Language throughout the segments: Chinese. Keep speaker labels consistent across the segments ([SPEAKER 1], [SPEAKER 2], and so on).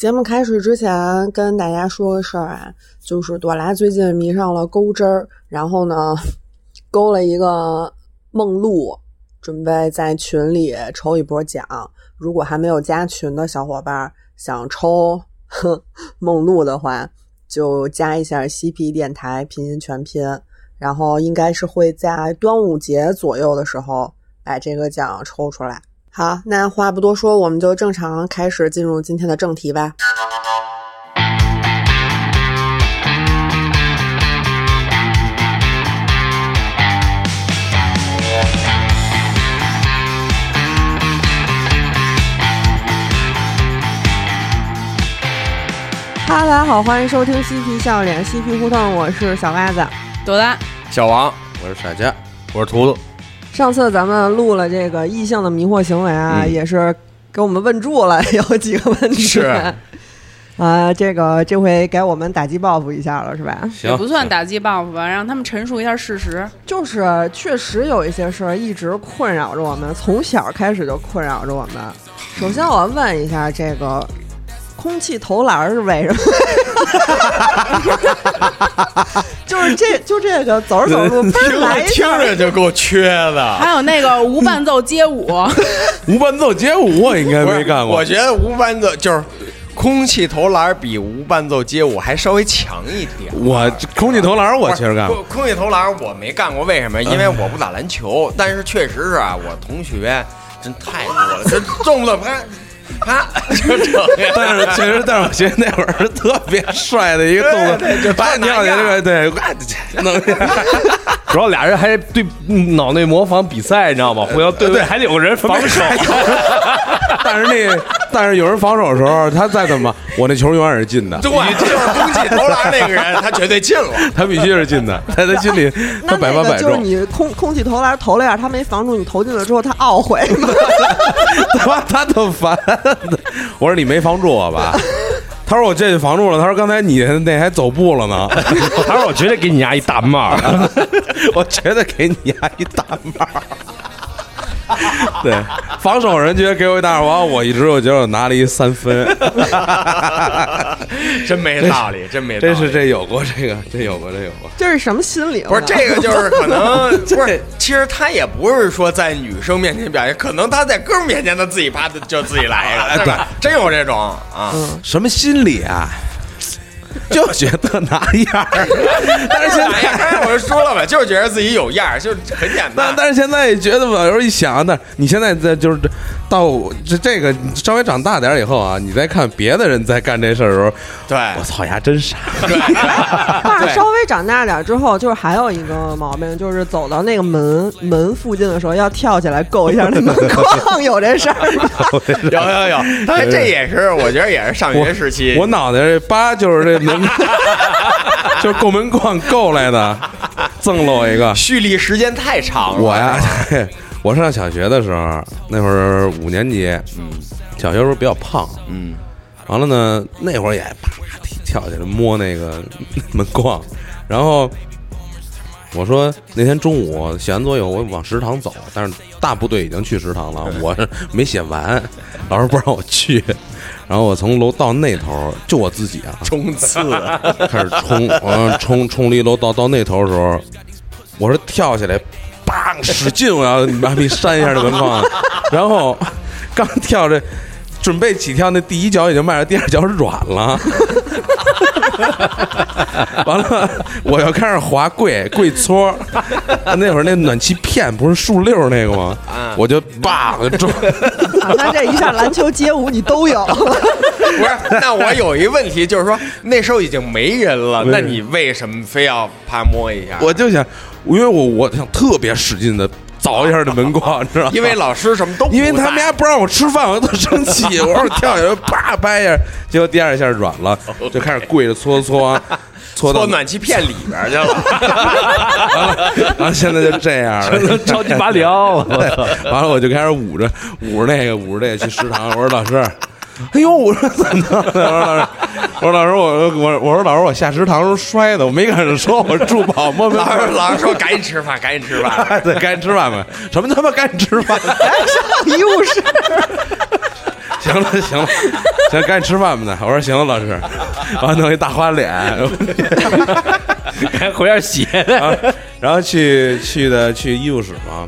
[SPEAKER 1] 节目开始之前，跟大家说个事儿啊，就是朵拉最近迷上了钩针儿，然后呢，钩了一个梦露，准备在群里抽一波奖。如果还没有加群的小伙伴想抽哼梦露的话，就加一下嬉皮电台拼音全拼，然后应该是会在端午节左右的时候把这个奖抽出来。好，那话不多说，我们就正常开始进入今天的正题吧。哈喽，大家好，欢迎收听嬉皮笑脸嬉皮胡同，我是小袜子。
[SPEAKER 2] 朵拉，
[SPEAKER 3] 小王，我是傻家，我是图图，
[SPEAKER 1] 上次咱们录了这个异性的迷惑行为啊，
[SPEAKER 3] 嗯
[SPEAKER 1] 也是给我们问住了有几个问题。
[SPEAKER 3] 是
[SPEAKER 1] 啊、这个这回给我们打击报复一下了，是吧？
[SPEAKER 2] 也
[SPEAKER 3] 行，
[SPEAKER 2] 不算打击报复吧，让他们陈述一下事实。
[SPEAKER 1] 就是确实有一些事儿一直困扰着我们，从小开始就困扰着我们。首先，我要问一下这个。空气投篮是为什么？ 就是这就这个走着走着路，
[SPEAKER 3] 行
[SPEAKER 1] 嘣儿来
[SPEAKER 3] 听着
[SPEAKER 1] 一
[SPEAKER 3] 听
[SPEAKER 1] 下
[SPEAKER 3] 着就够缺的。
[SPEAKER 2] 还有那 个无伴奏街舞，
[SPEAKER 4] 无伴奏街舞我应该
[SPEAKER 3] 不是
[SPEAKER 4] 没干过，
[SPEAKER 3] 我觉得无伴奏就是空气投篮比无伴奏街舞还稍微强一点。
[SPEAKER 4] 我空气投篮我
[SPEAKER 3] 不是
[SPEAKER 4] 其实干过嗯
[SPEAKER 3] 空，空气投篮我没干过，为什么？因为我不打篮球，但是确实是啊，我同学真太多了，就动不动啪啪就整个。
[SPEAKER 4] 但是确实，但是我觉得那会儿是特别帅的一个
[SPEAKER 3] 对对
[SPEAKER 4] 动作，哎
[SPEAKER 3] 就
[SPEAKER 4] 啪
[SPEAKER 3] 太难
[SPEAKER 4] 跳下去，
[SPEAKER 3] 干
[SPEAKER 4] 对，哇弄， 主要俩人还对嗯脑内模仿比赛，你知道吗？互相对对，还得有个人防守。 但是那但是有人防守的时候，他再怎么，我那球永远是进的，
[SPEAKER 3] 对，就是空气投篮那个人，他绝对进了。
[SPEAKER 4] 他必须是进的，在他心里
[SPEAKER 1] 那
[SPEAKER 4] 他百
[SPEAKER 1] 那
[SPEAKER 4] 发
[SPEAKER 1] 个
[SPEAKER 4] 百
[SPEAKER 1] 就是
[SPEAKER 4] 中。
[SPEAKER 1] 你空空气投篮投了一下，他没防住，你投进了之后他懊悔 吗？
[SPEAKER 4] 他他特烦。我说你没防住我吧？他说我这就防住了。他说刚才你那还走步了呢。 他说我绝对给你压一大帽，我绝对给你压一大帽。对，防守人觉得给我一大耳光，我一直我觉得我拿了一三分，
[SPEAKER 3] 真没道理， 真没道
[SPEAKER 4] 真
[SPEAKER 3] 理。
[SPEAKER 4] 是这有过这个，这有过这有过。
[SPEAKER 1] 这是什么心理？啊
[SPEAKER 3] 不是 这个，就是可能不
[SPEAKER 4] 对
[SPEAKER 3] 是，其实他也不是说在女生面前表现，可能他在哥们儿面前他自己啪的就自己来 一个，
[SPEAKER 4] 哎对嗯
[SPEAKER 3] 对吧，真有这种啊，
[SPEAKER 4] 什么心理啊？就觉得拿样儿，但是现
[SPEAKER 3] 哎
[SPEAKER 4] 在
[SPEAKER 3] 呀，刚才我就说了吧，就是觉得自己有样儿，就是很简
[SPEAKER 4] 但
[SPEAKER 3] 单。
[SPEAKER 4] 但是现在也觉得吧，有时候一想，但你现在在就是到这这个稍微长大点儿以后啊，你再看别的人在干这事儿的时候，
[SPEAKER 3] 对
[SPEAKER 4] 我操呀，真傻！
[SPEAKER 1] 爸
[SPEAKER 3] 对
[SPEAKER 1] 稍微长大点之后，就是还有一个毛病，就是走到那个门门附近的时候，要跳起来够一下那 门框，有这事儿吗？
[SPEAKER 3] 有有有，但是这也是我觉得也是上学时期，
[SPEAKER 4] 我脑袋这疤就是这 门，就是够门框够来 的，赠了我一个。
[SPEAKER 3] 蓄力时间太长了。
[SPEAKER 4] 我呀， 我上小学的时候，那会儿五年级，嗯，小学时候比较胖，
[SPEAKER 3] 嗯，
[SPEAKER 4] 完了呢，那会儿也啪啪跳起来摸那个 门框，然后我说那天中午写完作业，我往食堂走，但是大部队已经去食 堂了，我是没写完，老师不让我去， 然后我从楼道那头就我自己啊，
[SPEAKER 3] 冲刺，
[SPEAKER 4] 开始冲，嗯，冲冲了一楼道到那头的时候，我是跳起来，梆，使劲我要麻痹扇一下这门框， 然后刚跳这，准备起跳那第一脚已经迈了，第二脚软了。 完了，我要开始滑跪跪搓儿，那会儿那暖气片不是竖溜儿那个吗？我就叭，我就中，
[SPEAKER 1] 啊那这一下篮球、街舞你都有，
[SPEAKER 3] 不是？那我有一问题，就是说那时候已经没人了，那你为什么非要啪摸一下？
[SPEAKER 4] 我就想，因为我我想特别使劲的凿一下这门框，你知道吗？
[SPEAKER 3] 因为老师什么都不
[SPEAKER 4] 因为他们
[SPEAKER 3] 在
[SPEAKER 4] 家不让我吃饭，我特生 气，我说跳下来啪拍一下，结果第二下软了，就开始跪着 搓搓搓到
[SPEAKER 3] 搓，暖气片里边去了。
[SPEAKER 4] 然后现在就这 样了，
[SPEAKER 5] 超级拔 凉，
[SPEAKER 4] 完了我就开始捂着捂着那个捂着这个去食堂，我说老师。哎呦！我说怎么弄的？我说老师，我说老师，我我我说老师，我下食堂时候摔的，我没敢说，我助跑莫名
[SPEAKER 3] 老师老师说赶紧吃饭，赶紧吃 饭。
[SPEAKER 4] 对， 赶紧吃饭吧！什么他妈赶紧吃饭？
[SPEAKER 1] 上医务室。
[SPEAKER 4] 小行了行了，行，赶紧吃饭吧。我说行了，老师，完弄一大花脸，
[SPEAKER 6] 还回点血
[SPEAKER 4] 然后啊然后去去的去医务室嘛，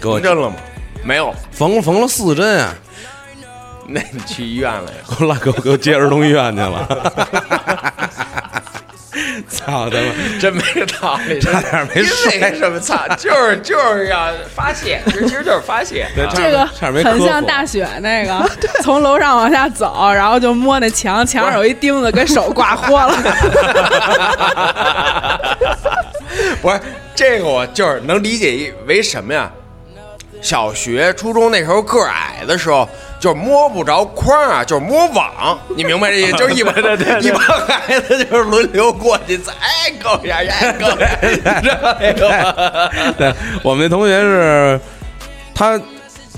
[SPEAKER 4] 给我
[SPEAKER 3] 缝针了吗？没有，
[SPEAKER 4] 缝缝了四针啊，
[SPEAKER 3] 那你去医院了呀？
[SPEAKER 4] 给我拉给我给我接儿童医院去了。 操他妈！
[SPEAKER 3] 真没道 理，
[SPEAKER 4] 差点没睡
[SPEAKER 3] 因为什么 操，就是就是要发泄，其实其实就是发 泄。
[SPEAKER 2] 这个
[SPEAKER 4] 差点没
[SPEAKER 2] 很
[SPEAKER 4] 磕
[SPEAKER 2] 像
[SPEAKER 4] 服
[SPEAKER 2] 大雪那 个，从楼上往下走，然后就摸那墙，墙上有一钉子，跟手 挂豁了。
[SPEAKER 3] 不是这个，我就是能理解一为什么呀？小学、初中那时候个儿矮的时候，就是摸不着框啊，就是摸网，你明白这意思？ 就是一帮一帮孩子就是轮流过去，哎，够一下，哎，够一 下，你知道啊那个吗？
[SPEAKER 4] 对，我们那同学是，他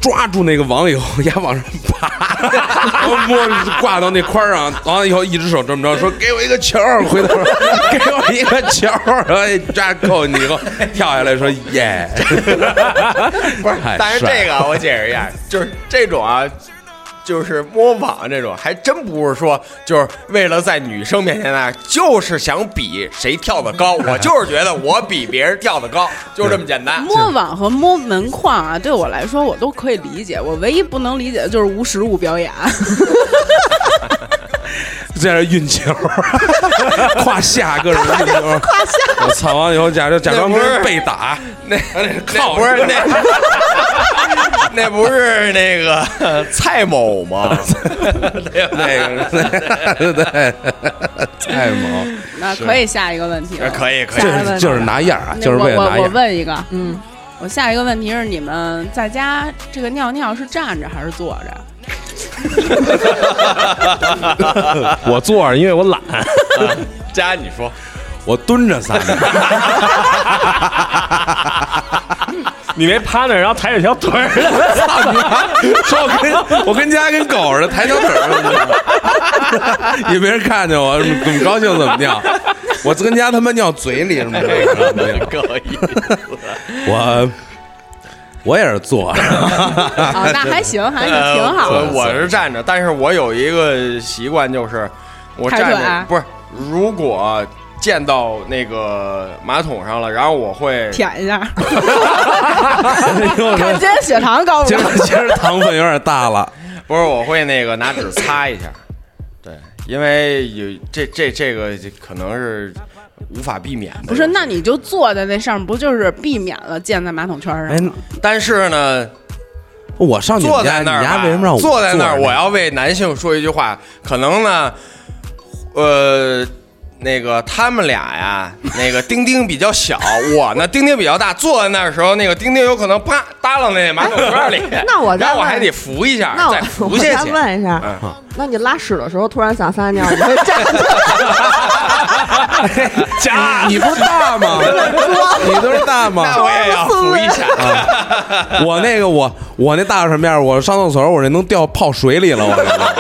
[SPEAKER 4] 抓住那个网以后，压往上爬，然后摸挂到那框儿上，完了以后一只手这么着说：“给我一个球儿！”回头说：“给我一个球儿！”然后一抓扣你以后跳下来说：“耶
[SPEAKER 3] 不是
[SPEAKER 4] 太，
[SPEAKER 3] 但是
[SPEAKER 4] 帅
[SPEAKER 3] 这个啊我解释一下，就是这种啊，就是摸网这种，还真不是说就是为了在女生面前呢，就是想比谁跳得高。我就是觉得我比别人跳得高，就这么简单。
[SPEAKER 2] 摸网和摸门框啊，对我来说我都可以理解，我唯一不能理解的就是无实物表演。
[SPEAKER 4] 在这运球儿，胯下各种运球儿。我操！完了以后假装假装跟人被打，
[SPEAKER 3] 那那
[SPEAKER 4] 靠
[SPEAKER 3] 不是那那不是那个蔡某吗？对吧？
[SPEAKER 4] 那个对对， 太猛。
[SPEAKER 2] 那可以下一个问题了，
[SPEAKER 3] 可以可以
[SPEAKER 2] 下一个问
[SPEAKER 4] 哎就是
[SPEAKER 2] 题
[SPEAKER 4] 就是拿样儿啊，
[SPEAKER 2] 那
[SPEAKER 4] 就是为了
[SPEAKER 2] 我
[SPEAKER 4] 拿
[SPEAKER 2] 我我
[SPEAKER 4] 样儿。
[SPEAKER 2] 问一个，嗯，我下一个问题是你们在家这个尿尿是站着还是坐着？
[SPEAKER 6] 我坐着，因为我懒。
[SPEAKER 3] 佳，你说
[SPEAKER 4] 我蹲着撒尿。
[SPEAKER 6] 你没趴那儿，然后抬着条腿儿，
[SPEAKER 4] 说我跟我跟家跟狗似的，抬小腿儿， 也没人看见我，怎么高兴怎么尿。我跟家他妈尿嘴里什么的，
[SPEAKER 3] 可以。
[SPEAKER 4] 我我也是坐着，
[SPEAKER 2] 哦，那还行，还是
[SPEAKER 3] 呃
[SPEAKER 2] 挺好的。
[SPEAKER 3] 我我是站着，但是我有一个习惯，就是我站
[SPEAKER 2] 抬腿
[SPEAKER 3] 着
[SPEAKER 2] 啊
[SPEAKER 3] 不是，如果见到那个马桶上了，然后我会
[SPEAKER 2] 舔一下，
[SPEAKER 4] 因为我
[SPEAKER 2] 看
[SPEAKER 4] 说
[SPEAKER 2] 今天血糖高不
[SPEAKER 4] 今
[SPEAKER 2] 高？
[SPEAKER 4] 儿今儿糖分有点大了，
[SPEAKER 3] 不是我会那个拿纸擦一下，对，因为有这这这个可能是无法避免的。
[SPEAKER 2] 不是，那你就坐在那上面，不就是避免了溅在马桶圈上？
[SPEAKER 4] 哎，
[SPEAKER 3] 但是呢，
[SPEAKER 4] 我上你
[SPEAKER 3] 坐在
[SPEAKER 4] 们家，你
[SPEAKER 3] 那儿吧
[SPEAKER 4] 家为什么让我
[SPEAKER 3] 坐在那儿？
[SPEAKER 4] 着呢
[SPEAKER 3] 我要为男性说一句话，可能呢，呃，那个他们俩呀，那个丁丁比较小，我呢丁丁比较大，坐在那儿的时候，那个丁丁有可能啪耷拉那马桶圈里，
[SPEAKER 7] 那我再
[SPEAKER 3] 然后我
[SPEAKER 7] 问
[SPEAKER 3] 还得扶一下
[SPEAKER 7] 那，
[SPEAKER 3] 再
[SPEAKER 7] 我
[SPEAKER 3] 扶
[SPEAKER 7] 我
[SPEAKER 3] 下
[SPEAKER 7] 再
[SPEAKER 3] 去。
[SPEAKER 7] 问一下，
[SPEAKER 3] 嗯
[SPEAKER 7] 那你拉屎的时候突然想撒尿，你会站着？
[SPEAKER 4] 家你不是大吗？你都是大吗？
[SPEAKER 3] 那我也要扶一下，
[SPEAKER 4] 我那个我我那大是什么样？我上厕所我这能掉泡水里了，我这 个。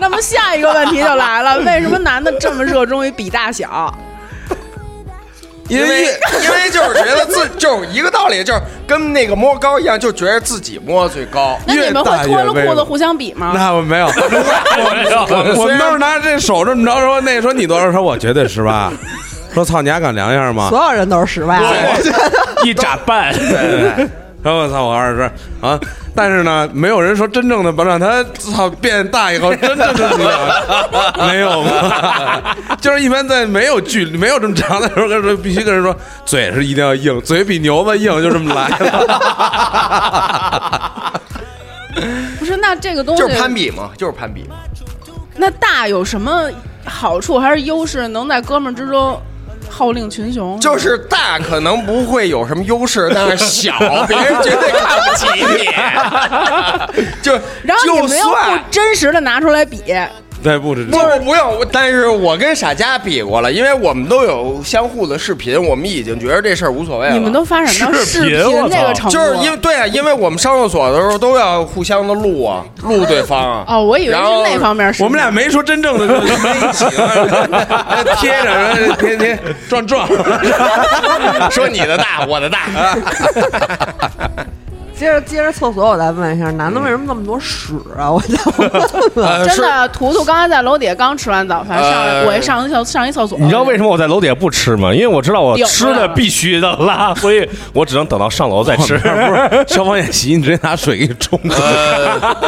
[SPEAKER 2] 那么下一个问题就来了，为什么男的这么热衷于比大小？
[SPEAKER 3] 因为因为就是觉得自就是一个道理，就是跟那个摸高一样，就觉得自己摸最高。
[SPEAKER 2] 那你们会脱了
[SPEAKER 4] 越大越
[SPEAKER 2] 裤
[SPEAKER 4] 威
[SPEAKER 2] 子
[SPEAKER 4] 风
[SPEAKER 2] 互相比吗？
[SPEAKER 4] 那我没有，
[SPEAKER 6] 哎
[SPEAKER 4] 我我们都是拿这手这么着说，那说你多少？说我绝对十八。说操，你还敢量一下吗？
[SPEAKER 7] 所有人都是室外的，
[SPEAKER 6] 一眨半，
[SPEAKER 4] 说我操，我二十啊！但是呢，没有人说真正的把让他操变大以后，真正的没有吗？ 就是一般在没有距离、没有这么长的时候，跟人说必须跟人说，嘴是一定要硬，嘴比牛子硬，就这么来了。
[SPEAKER 2] 不是，那这个东西
[SPEAKER 3] 就是攀比嘛，就是攀比嘛。
[SPEAKER 2] 那大有什么好处还是优势？能在哥们儿之中号令群雄？
[SPEAKER 3] 就是大可能不会有什么优势，但是小别人绝对看不起 你。就
[SPEAKER 2] 然后
[SPEAKER 3] 就
[SPEAKER 2] 你们又不
[SPEAKER 3] 算
[SPEAKER 2] 真实的拿出来比，
[SPEAKER 4] 对，不止
[SPEAKER 3] 不不不用，我但是我跟傻家比过了，因为我们都有相互的视频，我们已经觉得这事儿无所谓了。
[SPEAKER 2] 你们都发展到视
[SPEAKER 6] 视频我操
[SPEAKER 2] 这个程度
[SPEAKER 3] 就
[SPEAKER 2] 了，
[SPEAKER 3] 是因为对啊，因为我们上厕所的时候都要互相的录 啊，录对方啊。
[SPEAKER 2] 哦，我以为是
[SPEAKER 3] 然后
[SPEAKER 2] 那方面儿视频。
[SPEAKER 4] 我们俩没说真正的，就没一起了，贴着说贴贴撞 撞。
[SPEAKER 3] 说你的大，我的大。
[SPEAKER 7] 接着接着厕所，我再问一下，男的为什么那么多屎啊？我想问
[SPEAKER 3] 呃，
[SPEAKER 7] 问。
[SPEAKER 2] 真
[SPEAKER 3] 是
[SPEAKER 2] 的，图图刚才在楼底下刚吃完早饭，上来
[SPEAKER 3] 呃
[SPEAKER 2] 我一上一厕上一厕所，
[SPEAKER 6] 你知道为什么我在楼底下不吃吗？因为我知道我
[SPEAKER 2] 顶
[SPEAKER 6] 吃
[SPEAKER 2] 出来
[SPEAKER 6] 了
[SPEAKER 2] 了
[SPEAKER 6] 必须的拉，所以我只能等到上楼再 吃。
[SPEAKER 4] 不是消防演习，你直接拿水给冲了。
[SPEAKER 3] 呃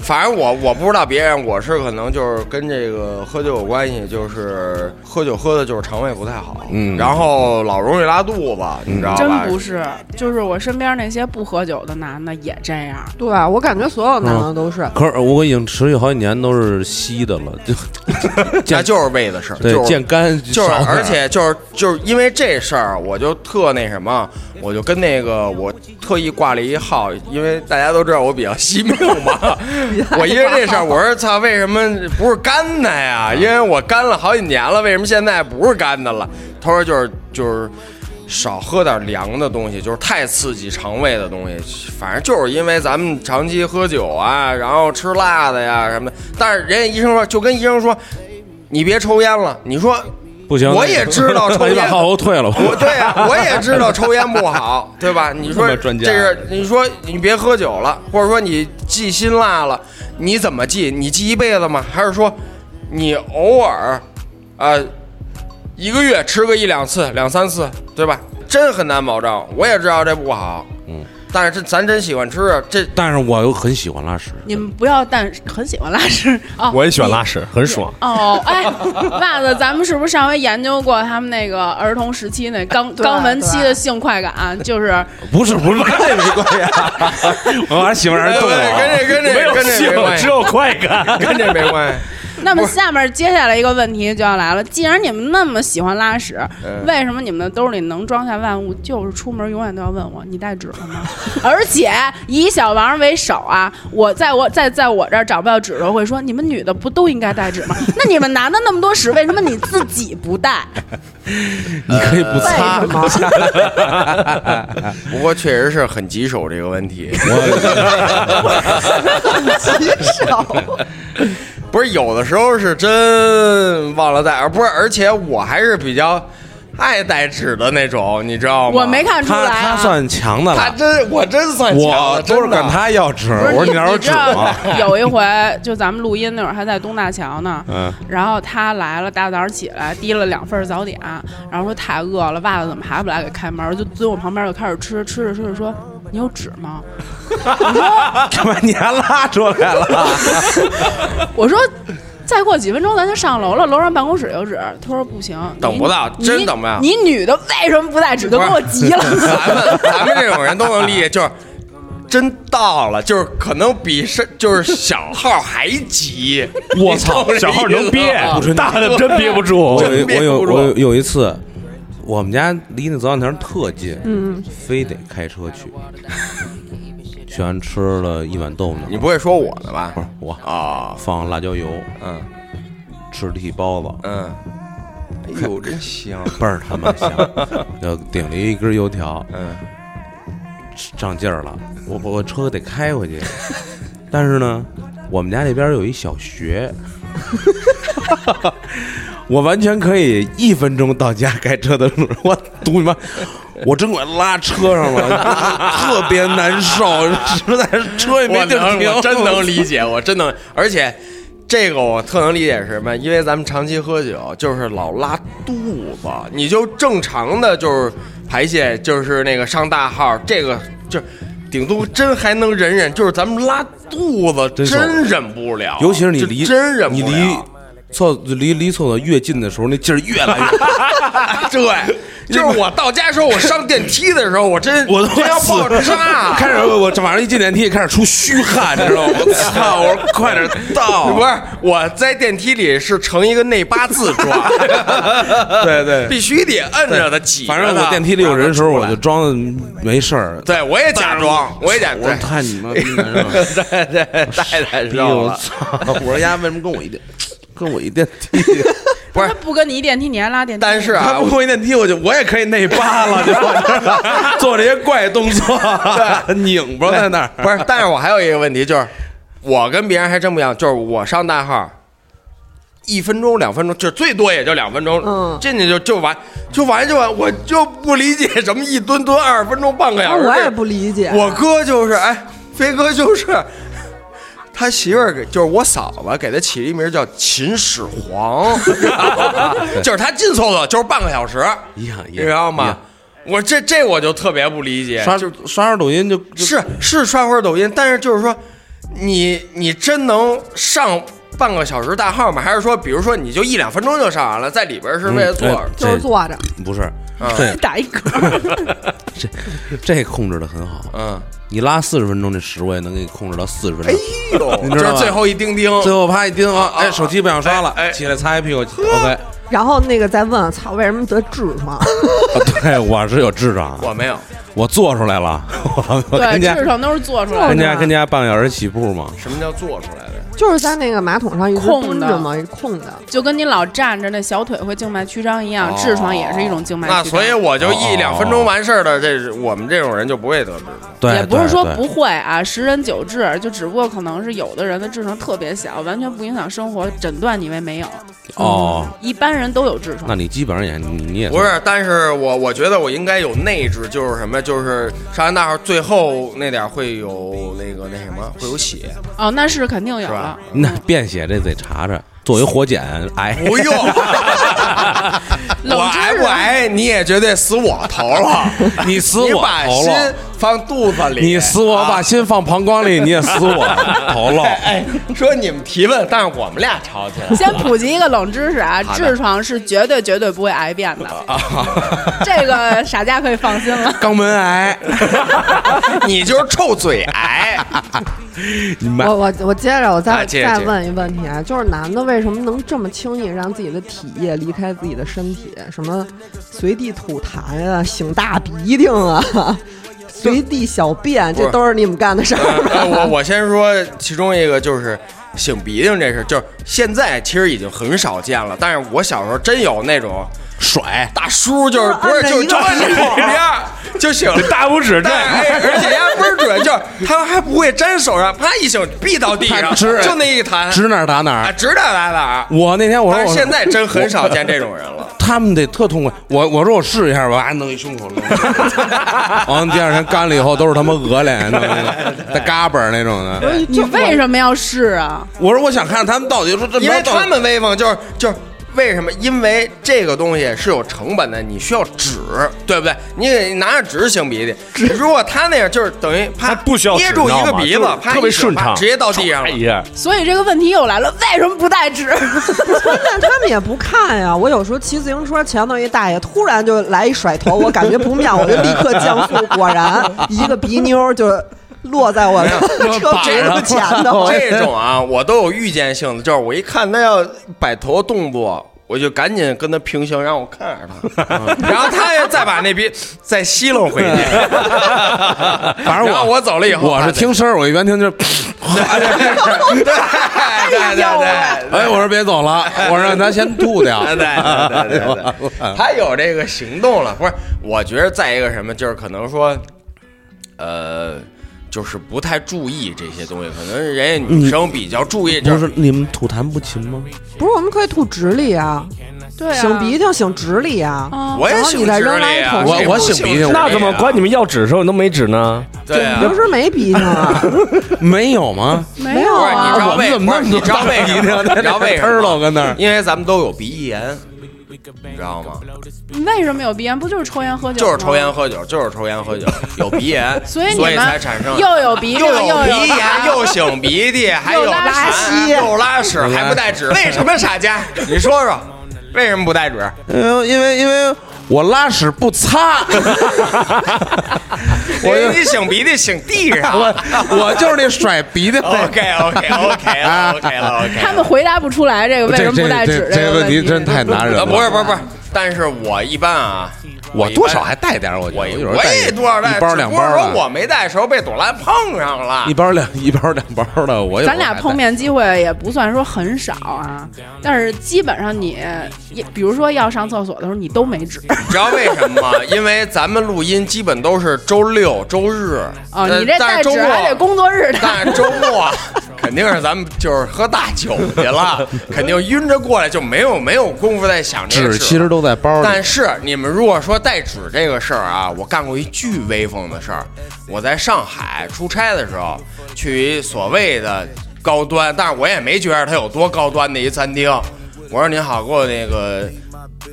[SPEAKER 3] 反正我我不知道别人，我是可能就是跟这个喝酒有关系，就是喝酒喝的就是肠胃不太好，
[SPEAKER 4] 嗯
[SPEAKER 3] 然后老容易拉肚子，你知道吧？
[SPEAKER 2] 真不是，就是我身边那些不喝酒的男的也这样。
[SPEAKER 7] 对，啊我感觉所有男
[SPEAKER 4] 嗯
[SPEAKER 7] 的都是。
[SPEAKER 4] 可是我已经持续好几年都是稀的了， 就
[SPEAKER 3] 那就是胃的事儿，
[SPEAKER 4] 对
[SPEAKER 3] 就是
[SPEAKER 4] 健肝
[SPEAKER 3] 就是，
[SPEAKER 4] 少点儿
[SPEAKER 3] 而且就是就是因为这事儿，我就特那什么，我就跟那个我特意挂了一号，因为大家都知道我比较惜命嘛。我因为这事儿，我说操，为什么不是干的呀？因为我干了好几年了，为什么现在不是干的了？他说就是就是。少喝点凉的东西，就是太刺激肠胃的东西。反正就是因为咱们长期喝酒啊，然后吃辣的呀什么的。但是人家医生说，就跟医生说，你别抽烟了。你说
[SPEAKER 4] 不行，
[SPEAKER 3] 我也知道抽
[SPEAKER 4] 那
[SPEAKER 3] 烟
[SPEAKER 4] 你把号给我退了吧。
[SPEAKER 3] 我 对呀、我也知道抽烟不好，对吧？你说
[SPEAKER 4] 这么专家
[SPEAKER 3] 这是你说你别喝酒了，或者说你忌辛辣了，你怎么忌？你忌一辈子吗？还是说你偶尔，呃，一个月吃个一两次、两三次，对吧？真很难保证。我也知道这不好，
[SPEAKER 4] 嗯，
[SPEAKER 3] 但是这咱真喜欢吃啊，这
[SPEAKER 4] 但是我又很喜欢拉屎，
[SPEAKER 2] 你们不要但很喜欢拉屎哦，
[SPEAKER 6] 我也喜欢拉屎，很爽。
[SPEAKER 2] 哦，哎，袜子，咱们是不是上回研究过他们那个儿童时期那肛
[SPEAKER 7] 对
[SPEAKER 2] 肛门期的性快感？就是
[SPEAKER 4] 不是不是，那没 关系啊。我还喜欢让人动我，
[SPEAKER 3] 跟这跟这
[SPEAKER 6] 啊没有
[SPEAKER 3] 跟这没
[SPEAKER 6] 性，
[SPEAKER 3] 关
[SPEAKER 6] 只
[SPEAKER 3] 系，
[SPEAKER 6] 有快感。
[SPEAKER 3] 跟这没关系。
[SPEAKER 2] 那么下面接下来一个问题就要来了，既然你们那么喜欢拉屎，
[SPEAKER 3] 嗯
[SPEAKER 2] 为什么你们的兜里能装下万物，就是出门永远都要问我你带纸了吗？ 而且以小王为首啊，我在我在在我这儿找不到纸的时候会说，你们女的不都应该带纸吗？那你们男的那么多屎，为什么你自己不带？
[SPEAKER 4] 你可以不
[SPEAKER 7] 为
[SPEAKER 4] 擦
[SPEAKER 7] 什。么？
[SPEAKER 3] 不过确实是很棘手这个问题。
[SPEAKER 7] 极 少。
[SPEAKER 3] 不是有的时候是真忘了带，而不是，而且我还是比较爱带纸的那种，你知道吗？
[SPEAKER 2] 我没看出来、
[SPEAKER 4] 他
[SPEAKER 2] 啊，
[SPEAKER 4] 他算强的
[SPEAKER 3] 他
[SPEAKER 4] 了，
[SPEAKER 3] 真我真算强了，
[SPEAKER 4] 我都是
[SPEAKER 3] 真的
[SPEAKER 4] 管。他要纸。
[SPEAKER 2] 不是
[SPEAKER 4] 我说你哪有
[SPEAKER 2] 知
[SPEAKER 4] 纸
[SPEAKER 2] 道
[SPEAKER 4] 吗？
[SPEAKER 2] 有一回，就咱们录音那会儿还在东大桥呢，
[SPEAKER 4] 嗯
[SPEAKER 2] 然后他来了，大早上起来提了两份早点，然后说太饿了，袜子怎么还不来给开门？就蹲我旁边就开始吃，吃着吃着说。你有纸 吗？
[SPEAKER 4] 他妈你还拉出来了？
[SPEAKER 2] 我说，再过几分钟咱就上楼了，楼上办公室有纸。他说不行，
[SPEAKER 3] 等
[SPEAKER 2] 你
[SPEAKER 3] 不到
[SPEAKER 2] 你
[SPEAKER 3] 真等不到
[SPEAKER 2] 你女的为什么不带纸？都给我急了。
[SPEAKER 3] 咱们咱们这种人都能理解，就是真到了，就是可能比是就是小号还急。
[SPEAKER 6] 我操，小号能憋，
[SPEAKER 3] 啊
[SPEAKER 6] 大的真 憋不 住
[SPEAKER 4] 我。有
[SPEAKER 3] 憋
[SPEAKER 4] 我有
[SPEAKER 3] 不住
[SPEAKER 4] 我有有一次，我们家离那早点亭特近，嗯，非得开车去，全吃了一碗豆腐脑，
[SPEAKER 3] 你不会说我呢吧
[SPEAKER 4] 不？是我
[SPEAKER 3] 啊，
[SPEAKER 4] 放辣椒油，
[SPEAKER 3] 嗯
[SPEAKER 4] 吃屉包子，
[SPEAKER 3] 嗯，哎呦，真香。
[SPEAKER 4] 倍儿他妈香，然后顶了一根油条，
[SPEAKER 3] 嗯，
[SPEAKER 4] 上劲儿了，我我我车得开回去，但是呢，我们家那边有一小学， 我完全可以一分钟到家开车的路，我堵你妈！我真给我拉车上了，特别难受，实在是车也 没
[SPEAKER 3] 我
[SPEAKER 4] 地儿
[SPEAKER 3] 能，
[SPEAKER 4] 停，
[SPEAKER 3] 我真 能理解，我真能，而且这个我特能理解是什么？因为咱们长期喝酒，就是老拉肚子，你就正常的就是排泄，就是那个上大号，这个就顶多真还能忍忍，就是咱们拉肚子
[SPEAKER 4] 真受
[SPEAKER 3] 真忍不了，
[SPEAKER 4] 尤其是你
[SPEAKER 3] 就
[SPEAKER 4] 离
[SPEAKER 3] 真忍不
[SPEAKER 4] 你
[SPEAKER 3] 了，
[SPEAKER 4] 离 厕离离厕所越近的时候，那劲儿越来越大。
[SPEAKER 3] 对。就是我到家时候，我上电梯的时候，我真
[SPEAKER 4] 我都
[SPEAKER 3] 真要爆炸，啊
[SPEAKER 4] 开始我这晚上一进电梯开始出虚汗，你知道吗？ 我操！我说快点到，
[SPEAKER 3] 不是，我在电梯里是成一个内八字 状，
[SPEAKER 4] 对对
[SPEAKER 3] 必须得摁着它挤着它。
[SPEAKER 4] 反正我电梯里有人的时候，
[SPEAKER 3] 不
[SPEAKER 4] 我
[SPEAKER 3] 然它
[SPEAKER 4] 就
[SPEAKER 3] 出
[SPEAKER 4] 装得没事儿
[SPEAKER 3] 不。来对我也假装，我也假
[SPEAKER 4] 我
[SPEAKER 3] 装
[SPEAKER 4] 说。太你妈逼难受了，
[SPEAKER 3] 对对，太难
[SPEAKER 4] 逼
[SPEAKER 3] 受
[SPEAKER 4] 我
[SPEAKER 3] 了。
[SPEAKER 4] 操！我说丫为什么跟我一电，跟我一电梯？
[SPEAKER 3] 不是
[SPEAKER 2] 他不跟你一电梯，你还拉电梯？
[SPEAKER 3] 但是
[SPEAKER 4] 他
[SPEAKER 3] 啊，
[SPEAKER 4] 不跟我一电梯，我就我也可以内八了，就往这儿 做这些怪动作， 拧巴在那儿。
[SPEAKER 3] 不是，但是我还有一个问题，就是我跟别人还真不一样，就是我上大号，一分钟、两分钟，就最多也就两分钟，
[SPEAKER 7] 嗯
[SPEAKER 3] 进去就就完，就完就完，我就不理解什么一蹲蹲二十分钟、半个小时，
[SPEAKER 7] 啊我也不理解。
[SPEAKER 3] 我哥就是，哎，飞哥就是，他媳妇儿给就是我嫂子给他起了一名叫秦始 皇， 就是他进厕所就是半个小时，
[SPEAKER 4] 一样
[SPEAKER 3] 你
[SPEAKER 4] 一样
[SPEAKER 3] 知道
[SPEAKER 4] 一
[SPEAKER 3] 吗
[SPEAKER 4] 样？
[SPEAKER 3] 我这这我就特别不理解，
[SPEAKER 4] 刷刷刷抖音就就是
[SPEAKER 3] 是刷会儿抖音，但是就是说，你你真能上半个小时大号吗？还是说，比如说你就一两分钟就上完了，在里边是为了坐
[SPEAKER 4] 嗯哎
[SPEAKER 3] 着？
[SPEAKER 7] 就是坐着，
[SPEAKER 4] 不是这
[SPEAKER 2] 打一嗝，
[SPEAKER 4] 这控制的很好，
[SPEAKER 3] 嗯，
[SPEAKER 4] 你拉四十分钟这屎我也能给你控制到四十分钟。
[SPEAKER 3] 哎呦，
[SPEAKER 4] 你
[SPEAKER 3] 就
[SPEAKER 4] 知道
[SPEAKER 3] 是
[SPEAKER 4] 吧
[SPEAKER 3] 最后一钉钉，
[SPEAKER 4] 最后啪一盯啊，哎，手机不想刷了，
[SPEAKER 3] 哎哎
[SPEAKER 4] 起来擦一屁股，OK。啊
[SPEAKER 7] 然后那个再问，操，为什么得痔疮？
[SPEAKER 4] 对，我是有智障，
[SPEAKER 3] 我没有，
[SPEAKER 4] 我做出来了， 我我
[SPEAKER 2] 对，
[SPEAKER 4] 跟家
[SPEAKER 2] 智商都是做出来的
[SPEAKER 4] 跟。家跟家半个小时起步嘛，
[SPEAKER 3] 什么叫做出来的？
[SPEAKER 7] 就是在那个马桶上一直
[SPEAKER 2] 空
[SPEAKER 7] 蹲
[SPEAKER 2] 的
[SPEAKER 7] 着嘛，空的。
[SPEAKER 2] 就跟你老站着那小腿会静脉曲张一样，痔疮也是一种静脉曲
[SPEAKER 3] 哦那
[SPEAKER 2] 张。
[SPEAKER 3] 所以我就一
[SPEAKER 4] 哦嗯
[SPEAKER 3] 两分钟完事儿的，这是我们这种人就不会得知的。
[SPEAKER 4] 对，
[SPEAKER 2] 也不是
[SPEAKER 4] 对
[SPEAKER 2] 说
[SPEAKER 4] 对
[SPEAKER 2] 不会啊，十人九痔，就只不过可能是有的人的痔疮特别小，完全不影响生活，诊断你为没有。嗯
[SPEAKER 4] 哦，
[SPEAKER 2] 一般人都有痔疮
[SPEAKER 4] 那，你基本上也你你也
[SPEAKER 3] 不是，但是我我觉得我应该有内置，就是什么，就是上完大号最后那点儿会有那个那什么，会有血，
[SPEAKER 2] 哦，那是肯定有
[SPEAKER 3] 是
[SPEAKER 2] 了
[SPEAKER 3] 吧。
[SPEAKER 4] 那便血这得查查，作为活检，哎，
[SPEAKER 3] 不 用，
[SPEAKER 2] 冷
[SPEAKER 3] 我
[SPEAKER 2] 知
[SPEAKER 3] 挨
[SPEAKER 2] 识
[SPEAKER 3] 不挨你也绝对死我头了，
[SPEAKER 4] 你 死我
[SPEAKER 3] 你把
[SPEAKER 4] 头
[SPEAKER 3] 心
[SPEAKER 4] 了
[SPEAKER 3] 放肚子里，
[SPEAKER 4] 你死我，
[SPEAKER 3] 啊
[SPEAKER 4] 把心放膀胱里，你也死 我头喽。
[SPEAKER 3] 哎，说你们提问，但是我们俩吵起来 了。
[SPEAKER 2] 先普及一个冷知识啊，
[SPEAKER 3] 好的
[SPEAKER 2] 痔疮是绝对绝对不会癌变的，这个傻家可以放心 了。
[SPEAKER 4] 肛门癌，
[SPEAKER 3] 你就是臭嘴癌，
[SPEAKER 4] 你妈
[SPEAKER 7] 我我我接着我再、
[SPEAKER 3] 啊接着
[SPEAKER 7] 再
[SPEAKER 3] 接着
[SPEAKER 7] 问一问题啊，就是男的为什么能这么轻易让自己的体液离开自己的身体？什么随地吐痰啊，擤大鼻涕啊， 随地小便，
[SPEAKER 3] 不
[SPEAKER 7] 这
[SPEAKER 3] 是
[SPEAKER 7] 都是你们干的事儿吧？
[SPEAKER 3] 呃 我我先说其中一个就是擤鼻涕这事，就是现在其实已经很少见了，但是我小时候真有那种
[SPEAKER 4] 甩，
[SPEAKER 3] 大叔，就是不是就就按着里边儿就 擤。
[SPEAKER 6] 大拇指这
[SPEAKER 3] 但哎，而且人家倍儿准，就是他还不会粘手上，啪一擤，必到地上，
[SPEAKER 4] 他吃
[SPEAKER 3] 就那一弹，
[SPEAKER 4] 指哪儿打哪
[SPEAKER 3] 啊，
[SPEAKER 4] 儿。
[SPEAKER 3] 直的来了。
[SPEAKER 4] 我那天我说
[SPEAKER 3] 但
[SPEAKER 4] 我
[SPEAKER 3] 是现在真很少见这种人了。
[SPEAKER 4] 他们得特痛快。我我说我试一下吧，还弄一胸口 扔。完了第二天干了以后都是他妈鹅脸，弄那个带嘎嘣儿那种的。
[SPEAKER 2] 你为什么要试啊？
[SPEAKER 4] 我说我想看他们到底说这
[SPEAKER 3] 因为
[SPEAKER 4] 到底
[SPEAKER 3] 他们威风就是就是为什么？因为这个东西是有成本的，你需要纸，对不对？你得拿着纸擤鼻涕。如果他那样，就是等于啪
[SPEAKER 6] 他不需要纸
[SPEAKER 3] 捏住一
[SPEAKER 6] 你知
[SPEAKER 3] 个
[SPEAKER 6] 道吗
[SPEAKER 3] 鼻子
[SPEAKER 6] 就是，
[SPEAKER 3] 啪
[SPEAKER 6] 特别
[SPEAKER 3] 一擤
[SPEAKER 6] 顺畅
[SPEAKER 3] 啪直接到地上
[SPEAKER 6] 哎
[SPEAKER 3] 了。
[SPEAKER 6] 呀，
[SPEAKER 2] 所以这个问题又来了，为什么不带纸？
[SPEAKER 7] 但他们也不看呀。我有时候骑自行车，前头一大爷突然就来一甩头，我感觉不妙，我就立刻降速，果然一个鼻妞儿就落在 我的车
[SPEAKER 4] 板
[SPEAKER 7] 鼻
[SPEAKER 4] 上
[SPEAKER 7] 子前头。
[SPEAKER 3] 哎这种啊，我都有预见性的，就是我一看他要摆头动作。我就赶紧跟他平行，让我看着他，然后他也再把那鼻再吸楞回去。
[SPEAKER 4] 反正
[SPEAKER 3] 然后
[SPEAKER 4] 我
[SPEAKER 3] 我走了以后，
[SPEAKER 4] 我
[SPEAKER 3] 他
[SPEAKER 4] 是
[SPEAKER 3] 得
[SPEAKER 4] 听声儿，我一边听就是，
[SPEAKER 3] 啊对对对对对对，
[SPEAKER 4] 哎，我说别走了，我让他先吐掉。
[SPEAKER 3] 对对对对对，他有这个行动了。不是，我觉得再一个什么，就是可能说，呃，就是不太注意这些东西，可能人家女生比较注意，就
[SPEAKER 4] 不
[SPEAKER 3] 是
[SPEAKER 4] 是你们吐痰不勤吗？
[SPEAKER 7] 不是，我们可以吐直立啊，
[SPEAKER 2] 对啊，
[SPEAKER 7] 擤鼻涕擤直立啊。
[SPEAKER 2] 啊，
[SPEAKER 3] 我也
[SPEAKER 7] 然后
[SPEAKER 3] 擤
[SPEAKER 7] 你再
[SPEAKER 3] 直
[SPEAKER 7] 扔垃
[SPEAKER 3] 立
[SPEAKER 7] 圾
[SPEAKER 3] 啊，
[SPEAKER 7] 桶
[SPEAKER 3] 谁
[SPEAKER 4] 我我
[SPEAKER 3] 不
[SPEAKER 4] 擤鼻涕
[SPEAKER 3] 直立啊
[SPEAKER 6] 那怎么管你们要纸的时候你都没纸呢？
[SPEAKER 3] 对啊
[SPEAKER 7] 你。不是没鼻涕啊？
[SPEAKER 4] 没有吗？
[SPEAKER 2] 没有
[SPEAKER 7] 不
[SPEAKER 3] 不是你知
[SPEAKER 2] 啊，
[SPEAKER 3] 道
[SPEAKER 4] 我们
[SPEAKER 3] 为
[SPEAKER 4] 怎么那么
[SPEAKER 3] 不是你知道为什么？你知道为什
[SPEAKER 4] 嘚儿
[SPEAKER 3] 么
[SPEAKER 4] 了
[SPEAKER 3] 吗？
[SPEAKER 4] 跟那儿
[SPEAKER 3] 因为咱们都有鼻咽炎，你知道吗？
[SPEAKER 2] 你为什么有鼻炎？不就是抽烟喝酒？
[SPEAKER 3] 就是抽烟。喝酒，就是抽烟喝酒，有鼻炎，
[SPEAKER 2] 所
[SPEAKER 3] 所
[SPEAKER 2] 以你们
[SPEAKER 3] 才产生
[SPEAKER 2] 又有鼻涕，
[SPEAKER 3] 又
[SPEAKER 2] 又
[SPEAKER 3] 有鼻
[SPEAKER 2] 痰
[SPEAKER 3] 炎，又擤鼻涕， 还有
[SPEAKER 2] 拉
[SPEAKER 3] 稀，又拉屎，
[SPEAKER 4] 啊
[SPEAKER 3] 还不带纸，为什么傻家？ 你说说，为什么不带纸？
[SPEAKER 4] 呃，因为因为我拉屎不 擦，
[SPEAKER 3] 我你擤鼻涕擤地上。
[SPEAKER 4] 我就是那甩鼻涕。
[SPEAKER 3] OK OK OK 了 OK 了 OK。
[SPEAKER 2] 他们回答不出来这个为什
[SPEAKER 4] 这
[SPEAKER 2] 么不带
[SPEAKER 4] 这
[SPEAKER 2] 纸
[SPEAKER 4] 这这
[SPEAKER 2] 个
[SPEAKER 4] 问
[SPEAKER 2] 题
[SPEAKER 4] 题真太难忍
[SPEAKER 3] 呃
[SPEAKER 4] 了。
[SPEAKER 3] 不是不是不是，但是我一般啊，
[SPEAKER 4] 我
[SPEAKER 3] 一般
[SPEAKER 4] 多少还带点儿，我觉得
[SPEAKER 3] 我
[SPEAKER 4] 有
[SPEAKER 3] 一
[SPEAKER 4] 时候
[SPEAKER 3] 我
[SPEAKER 4] 带
[SPEAKER 3] 也多少带，
[SPEAKER 4] 一包
[SPEAKER 3] 只
[SPEAKER 4] 两
[SPEAKER 3] 不
[SPEAKER 4] 包
[SPEAKER 3] 过
[SPEAKER 4] 的
[SPEAKER 3] 说我没带的时候被朵拉碰上了
[SPEAKER 4] 一。包两一包两包的，我有时候
[SPEAKER 2] 咱俩
[SPEAKER 4] 还带
[SPEAKER 2] 碰面机会也不算说很少啊，但是基本上你，也比如说要上厕所的时候，你都 没纸
[SPEAKER 3] 你知道为什么吗？因为咱们录音基本都是周六周日
[SPEAKER 2] 啊，
[SPEAKER 3] 呃
[SPEAKER 2] 你这
[SPEAKER 3] 但
[SPEAKER 2] 带
[SPEAKER 3] 是周
[SPEAKER 2] 纸
[SPEAKER 3] 末
[SPEAKER 2] 还得工作日的，
[SPEAKER 3] 但是周末肯定是咱们就是喝大酒去了，肯定晕着过来就没有没有功夫在想这个
[SPEAKER 4] 纸
[SPEAKER 3] 事。
[SPEAKER 4] 其实都在包里。
[SPEAKER 3] 但是你们如果说带纸这个事儿啊，我干过一巨威风的事儿。我在上海出差的时候，去一所谓的高端，但是我也没觉得它有多高端的一餐厅。我说您好，给我那个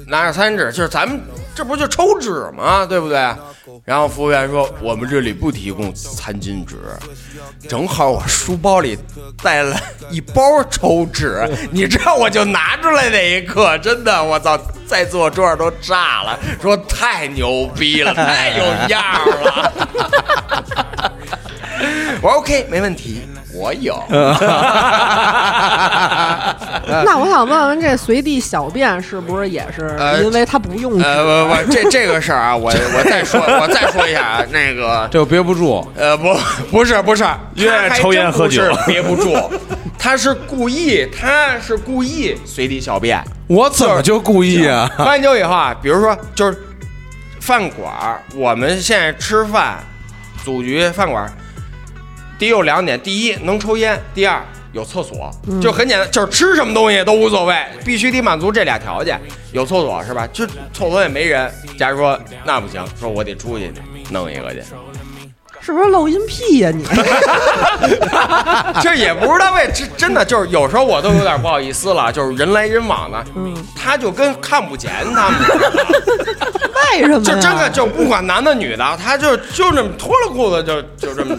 [SPEAKER 3] 拿着餐纸，就是咱们这不就抽纸吗？啊对不对？然后服务员说我们这里不提供餐巾纸，正好我书包里带了一包抽纸，你知道我就拿出来那一刻，真的，我操，在座桌上都炸了，说太牛逼了，太有样儿了。我说 OK，没问题，我有。
[SPEAKER 7] 那我想问问，这随地小便是不是也是
[SPEAKER 3] 呃
[SPEAKER 7] 因为它不用纸？
[SPEAKER 3] 呃，不不，这这个事儿啊，我我再说，我再说一下啊，那个
[SPEAKER 4] 这憋不住，
[SPEAKER 3] 呃，不，不是，不是，
[SPEAKER 6] 越
[SPEAKER 3] 他还
[SPEAKER 6] 抽烟
[SPEAKER 3] 真不
[SPEAKER 6] 喝酒
[SPEAKER 3] 是憋不住，他是故意，他是故意随地小便。
[SPEAKER 4] 我怎么就故意啊？
[SPEAKER 3] 完酒以后啊，比如说就是饭馆儿，我们现在吃饭，组局饭馆儿，得有两点：第一，能抽烟；第二，有厕所。就很简单，就是吃什么东西都无所谓，必须得满足这俩条件：有厕所是吧？就厕所也没人。假如说那不行，说我得出去弄一个去，
[SPEAKER 7] 是不是漏音屁呀、你
[SPEAKER 3] 这也不是他为，这真的就是有时候我都有点不好意思了，就是人来人往的，
[SPEAKER 7] 嗯
[SPEAKER 3] 他就跟看不见他们。
[SPEAKER 7] 为什么呀？
[SPEAKER 3] 就真的就不管男的女的，他就就这么脱了裤子就就这么，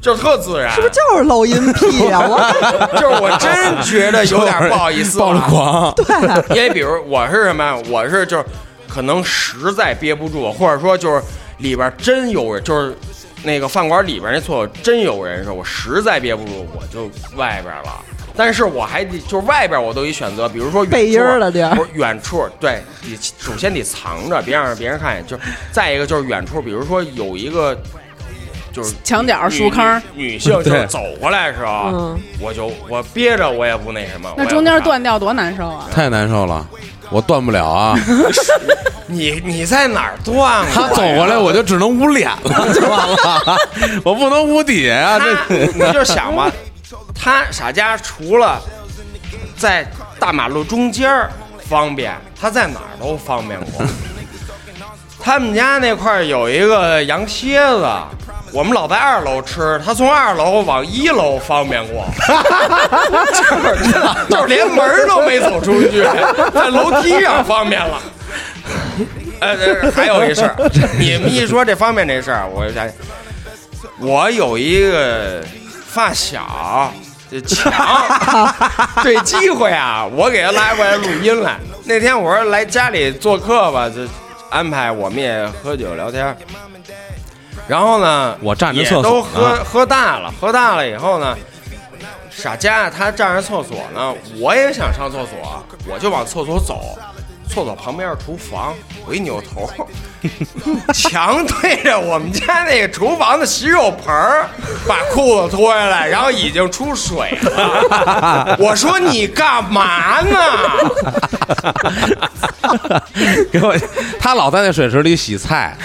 [SPEAKER 3] 就特自然。
[SPEAKER 7] 是不是就是漏音屁呀、我
[SPEAKER 3] 就是我真觉得有点不好意 思
[SPEAKER 4] 暴露
[SPEAKER 3] 了，
[SPEAKER 4] 狂，
[SPEAKER 3] 因为比如我是什么呀？我是就是可能实在憋不住，或者说就是里边真有人，就是那个饭馆里边那厕所真有人的时候，我实在憋不住，我就外边了。但是我还得就是外边我都有选择，比如说远处
[SPEAKER 7] 背阴儿了点儿
[SPEAKER 3] 不是远处，对，你首先得藏着，别让别人看见。就再一个就是远处，比如说有一个就是
[SPEAKER 2] 墙角树坑，
[SPEAKER 3] 女 女性就是
[SPEAKER 4] 对
[SPEAKER 3] 走过来的时候，
[SPEAKER 7] 嗯
[SPEAKER 3] 我就我憋着我也不那什么。
[SPEAKER 2] 那
[SPEAKER 3] 我也
[SPEAKER 2] 中
[SPEAKER 3] 不
[SPEAKER 2] 间
[SPEAKER 3] 看
[SPEAKER 2] 断掉多难受啊！
[SPEAKER 4] 太难受了，我断不 了啊。
[SPEAKER 3] 你你在哪儿断过？啊
[SPEAKER 4] 他走过来，我就只能捂脸了，就完了，我不能捂底下呀。
[SPEAKER 3] 他，
[SPEAKER 4] 这
[SPEAKER 3] 你就想吧，他傻家除了在大马路中间儿方便，他在哪儿都方便过。他们家那块儿有一个羊蝎子，我们老在二楼吃，他从二楼往一楼方便过， 就是就是连门儿都没走出去，在楼梯上方便了。呃，这还有一事儿，你们一说这方便这事儿，我就想起我有一个发小，这强， 对机会啊，我给他拉过来录音来。那天我说来家里做客吧，就安排我们也喝酒聊天儿。然后呢，
[SPEAKER 4] 我站着
[SPEAKER 3] 也
[SPEAKER 4] 厕所啊
[SPEAKER 3] 都
[SPEAKER 4] 呢
[SPEAKER 3] 喝喝大了，喝大了以后呢，傻家他站着厕所呢，我也想上厕所，我就往厕所走。厕所旁边是厨房，我一扭头，强对着我们家那个厨房的洗手盆儿，把裤子脱下来，然后已经出水了。我说你干嘛呢？
[SPEAKER 4] 给我，他老在那水池里洗菜，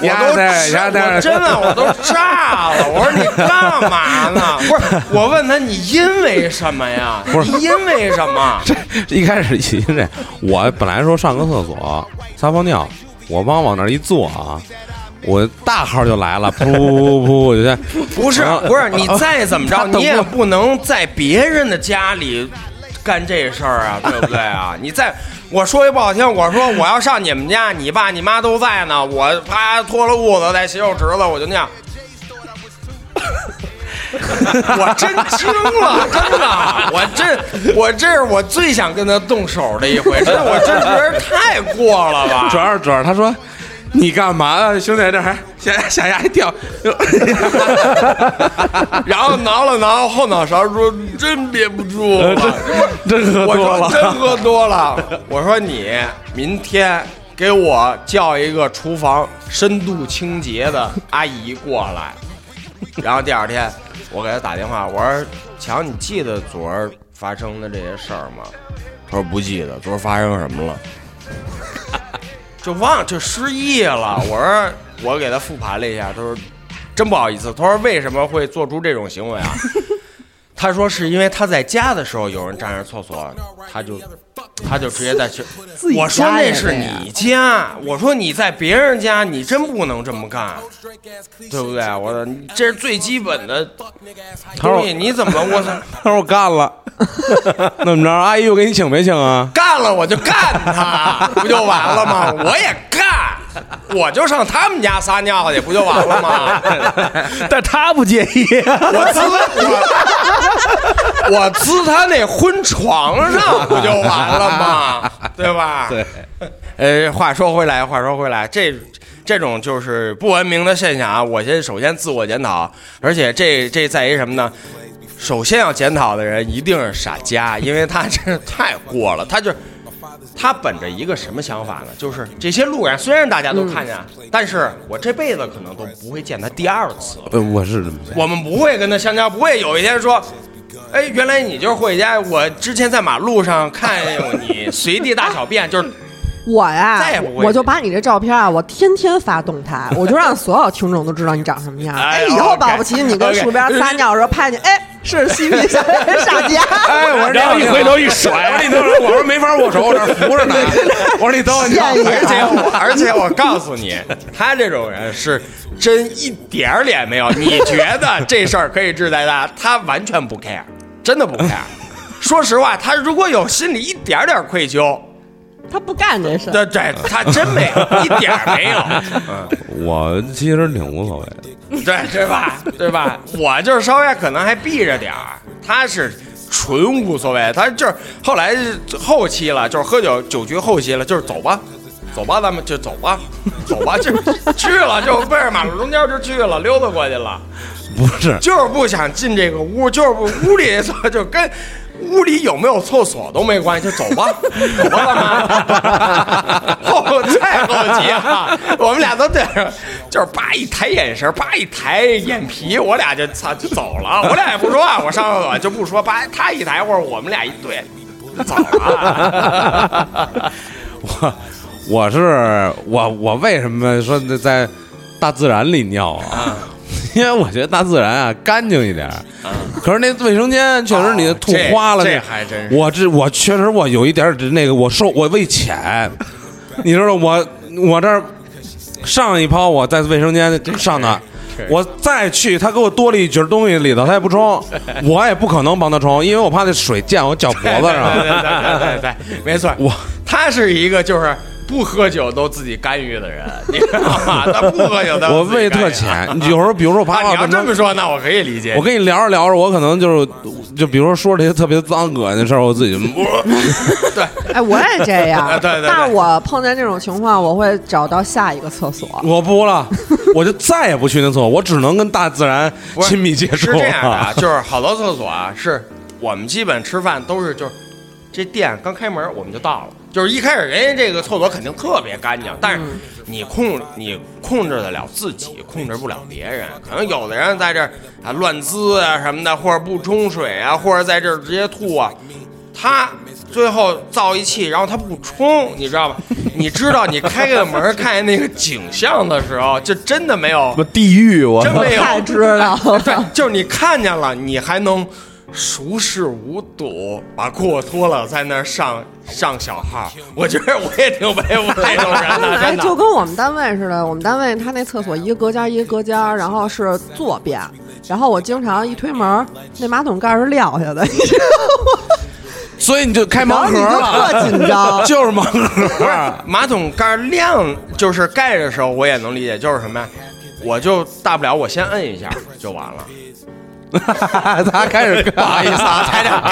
[SPEAKER 3] 我
[SPEAKER 4] 然后
[SPEAKER 3] 都
[SPEAKER 4] 在，然后在那
[SPEAKER 3] 我真 的我都炸了。我说你干嘛呢？不是，我问他你因为什么呀？
[SPEAKER 4] 不是
[SPEAKER 3] 你因为什么？
[SPEAKER 4] 这 一开始起因这，我本来说上个厕所撒泡尿，我往往那儿一坐啊，我大号就来了，噗噗噗，我就先
[SPEAKER 3] 不是
[SPEAKER 4] 啊
[SPEAKER 3] 不是，你再怎么着，
[SPEAKER 4] 他等
[SPEAKER 3] 你也
[SPEAKER 4] 我
[SPEAKER 3] 不能在别人的家里干这事儿 啊，对不对啊？你在我说一不好听，我说我要上你们家，你爸你妈都在呢，我啪脱了裤子在洗手池子，我就那样。 我真惊了，真的，我这我这是我最想跟他动手的一回，真 的，我真觉得太过了吧。
[SPEAKER 4] 主要是主要是他啊说你干嘛啊，兄弟这还下下牙一掉，就
[SPEAKER 3] 然后挠了挠后脑勺，说：“真憋不住了，
[SPEAKER 4] 真喝
[SPEAKER 3] 我
[SPEAKER 4] 多
[SPEAKER 3] 说
[SPEAKER 4] 了。
[SPEAKER 3] 真喝多了。我说你明天给我叫一个厨房深度清洁的阿姨过来。然后第二天我给他打电话，我说强，你记得昨儿发生的这些事儿吗？他说不记得，昨儿发生什么了？就忘就失忆了。我说我给他复盘了一下，他说真不好意思，他说为什么会做出这种行为啊？他说是因为他在家的时候有人占着厕所，他就他就直接 在去。
[SPEAKER 7] 己
[SPEAKER 3] 我说
[SPEAKER 7] 家也
[SPEAKER 3] 那是
[SPEAKER 7] 这样
[SPEAKER 3] 你家，我说你在别人家，你真不能这么干，对不对？我说你这是最基本的东西，你怎么我操
[SPEAKER 4] 他说我干了， 那么着，阿姨我给你请没请啊？
[SPEAKER 3] 干了我就干他，不就完了吗？我也干，我就上他们家撒尿去，不就完了吗？
[SPEAKER 6] 但他不介意，
[SPEAKER 3] 我呲我我呲他那婚床上不就完了吗？对吧？对。呃，话说回来，话说回来，这这种就是不文明的现象啊，我先首先自我检讨，而且这这在于什么呢？首先要检讨的人一定是傻家，因为他真是太过了，他就。他本着一个什么想法呢？就是这些路人虽然大家都看见，啊但是我这辈子可能都不会见他第二次了。
[SPEAKER 4] 呃，我是这么想，
[SPEAKER 3] 我们不会跟他相交，不会有一天说，哎，原来你就是霍启家，我之前在马路上看见你随地大小便， 就是
[SPEAKER 7] 我呀
[SPEAKER 3] 再也，不会
[SPEAKER 7] 我就把你这照片啊，我天天发动态，我就让所有听众都知道你长什么样。
[SPEAKER 3] 哎
[SPEAKER 7] 哎，以后
[SPEAKER 3] OK，
[SPEAKER 7] 保不齐你跟
[SPEAKER 3] OK
[SPEAKER 7] 树边撒尿的时候拍见，哎，是嬉皮小傻啊家。
[SPEAKER 4] 哎，我说
[SPEAKER 6] 然后一回头一甩
[SPEAKER 4] 我说你等会儿，我说没法握手，我这儿扶着呢。我说你等我，你等
[SPEAKER 7] 谢谢
[SPEAKER 4] 我
[SPEAKER 3] 而且 我，而且我告诉你，他这种人是真一点儿脸没有。你觉得这事儿可以治在他，他完全不 care，真 的不 care。说实话，他如果有心里一点儿点儿愧疚，
[SPEAKER 7] 他不干这事儿，
[SPEAKER 3] 对对，他真没有，一点儿没有。嗯。
[SPEAKER 4] 我其实挺无所谓 的，
[SPEAKER 3] 对对吧？对吧？我就是稍微可能还避着点儿，他是纯无所谓，他就是后来是后期了，就是喝酒酒局后期了，就是走吧，走吧，咱们就走吧，走吧，就去了，就奔着马路中间就去了，溜达过去了，
[SPEAKER 4] 不是
[SPEAKER 3] 就是不想进这个屋， 就是不屋里厕就跟。屋里有没有厕所都没关系，就走吧，走吧，干嘛？后太后期了，我们俩都对着，就是叭一抬眼神，叭一抬眼皮，我俩就操就走了，我俩也不说话，我上厕所就不说，叭他一抬或者我们俩一对，走 了。
[SPEAKER 4] 我，我是我，我为什么说在大自然里尿啊？ 因为我觉得大自然啊干净一点儿，可是那卫生间确实你
[SPEAKER 3] 哦
[SPEAKER 4] 吐
[SPEAKER 3] 这
[SPEAKER 4] 花了，
[SPEAKER 3] 这
[SPEAKER 4] 那
[SPEAKER 3] 还真是
[SPEAKER 4] 我这我确实我有一点儿那个我受我 胃浅，你知道我我这儿上一泡我在卫生间上的
[SPEAKER 3] 是，
[SPEAKER 4] 我再去他给我多了一截东西里头他也不 冲，我也不可能帮他冲，因为我怕那水溅我脚脖
[SPEAKER 3] 对
[SPEAKER 4] 子
[SPEAKER 3] 对
[SPEAKER 4] 上。
[SPEAKER 3] 对对对，没错。
[SPEAKER 4] 我
[SPEAKER 3] 他是一个就是不喝酒都自己干预的人，你知道吗？他不喝酒，他
[SPEAKER 4] 我
[SPEAKER 3] 自己
[SPEAKER 4] 胃
[SPEAKER 3] 干预
[SPEAKER 4] 特浅，有时候比如说我
[SPEAKER 3] 啊，
[SPEAKER 4] 爬
[SPEAKER 3] 你
[SPEAKER 4] 到
[SPEAKER 3] 要
[SPEAKER 4] 半
[SPEAKER 3] 这
[SPEAKER 4] 中
[SPEAKER 3] 么说，那我可以理解。
[SPEAKER 4] 我跟你聊着聊着，我可能就是就比如说说这些特别脏恶心的事儿，我自己就
[SPEAKER 3] 对，
[SPEAKER 7] 哎，我也这
[SPEAKER 3] 啊
[SPEAKER 7] 样。
[SPEAKER 3] 对对对
[SPEAKER 7] 但是我碰见这种情况，我会找到下一个厕所。
[SPEAKER 4] 我不了，我就再也不去那厕所，我只能跟大自然
[SPEAKER 3] 不是
[SPEAKER 4] 亲密接触
[SPEAKER 3] 是
[SPEAKER 4] 了。
[SPEAKER 3] 这样的啊，就是好多厕所啊，是我们基本吃饭都是就是这店刚开门我们就到了，就是一开始人家这个厕所肯定特别干净，但是你控你控制得了自己，控制不了别人。可能有的人在这儿啊乱滋啊什么的，或者不冲水啊，或者在这儿直接吐啊，他最后造一气，然后他不冲，你知道吧？你知道你开个门看见那个景象的时候，就真的没有
[SPEAKER 8] 什么地狱我
[SPEAKER 3] 真没有
[SPEAKER 7] 太知道
[SPEAKER 3] 对
[SPEAKER 7] 了，，
[SPEAKER 3] 就是你看见了，你还能熟视无睹，把裤子脱了，在那儿上上小号。我觉得我也挺佩服这种人的，
[SPEAKER 7] 哎，
[SPEAKER 3] 真
[SPEAKER 7] 就
[SPEAKER 3] 的。
[SPEAKER 7] 跟我们单位似的，我们单位他那厕所一个隔间儿一个隔间儿，然后是坐便，然后我经常一推门，那马桶盖儿是撂下的，你知道吗？
[SPEAKER 4] 所以你就开
[SPEAKER 7] 然
[SPEAKER 4] 盲
[SPEAKER 7] 后你
[SPEAKER 4] 盒
[SPEAKER 7] 就
[SPEAKER 4] 了，，
[SPEAKER 7] 特紧张
[SPEAKER 4] 就是盲盒。
[SPEAKER 3] 马桶盖亮就是盖的时候，我也能理解，就是什么呀？我就大不了我先摁一下就完了。
[SPEAKER 4] 啊 他开始
[SPEAKER 3] 不好意思啊，台 长，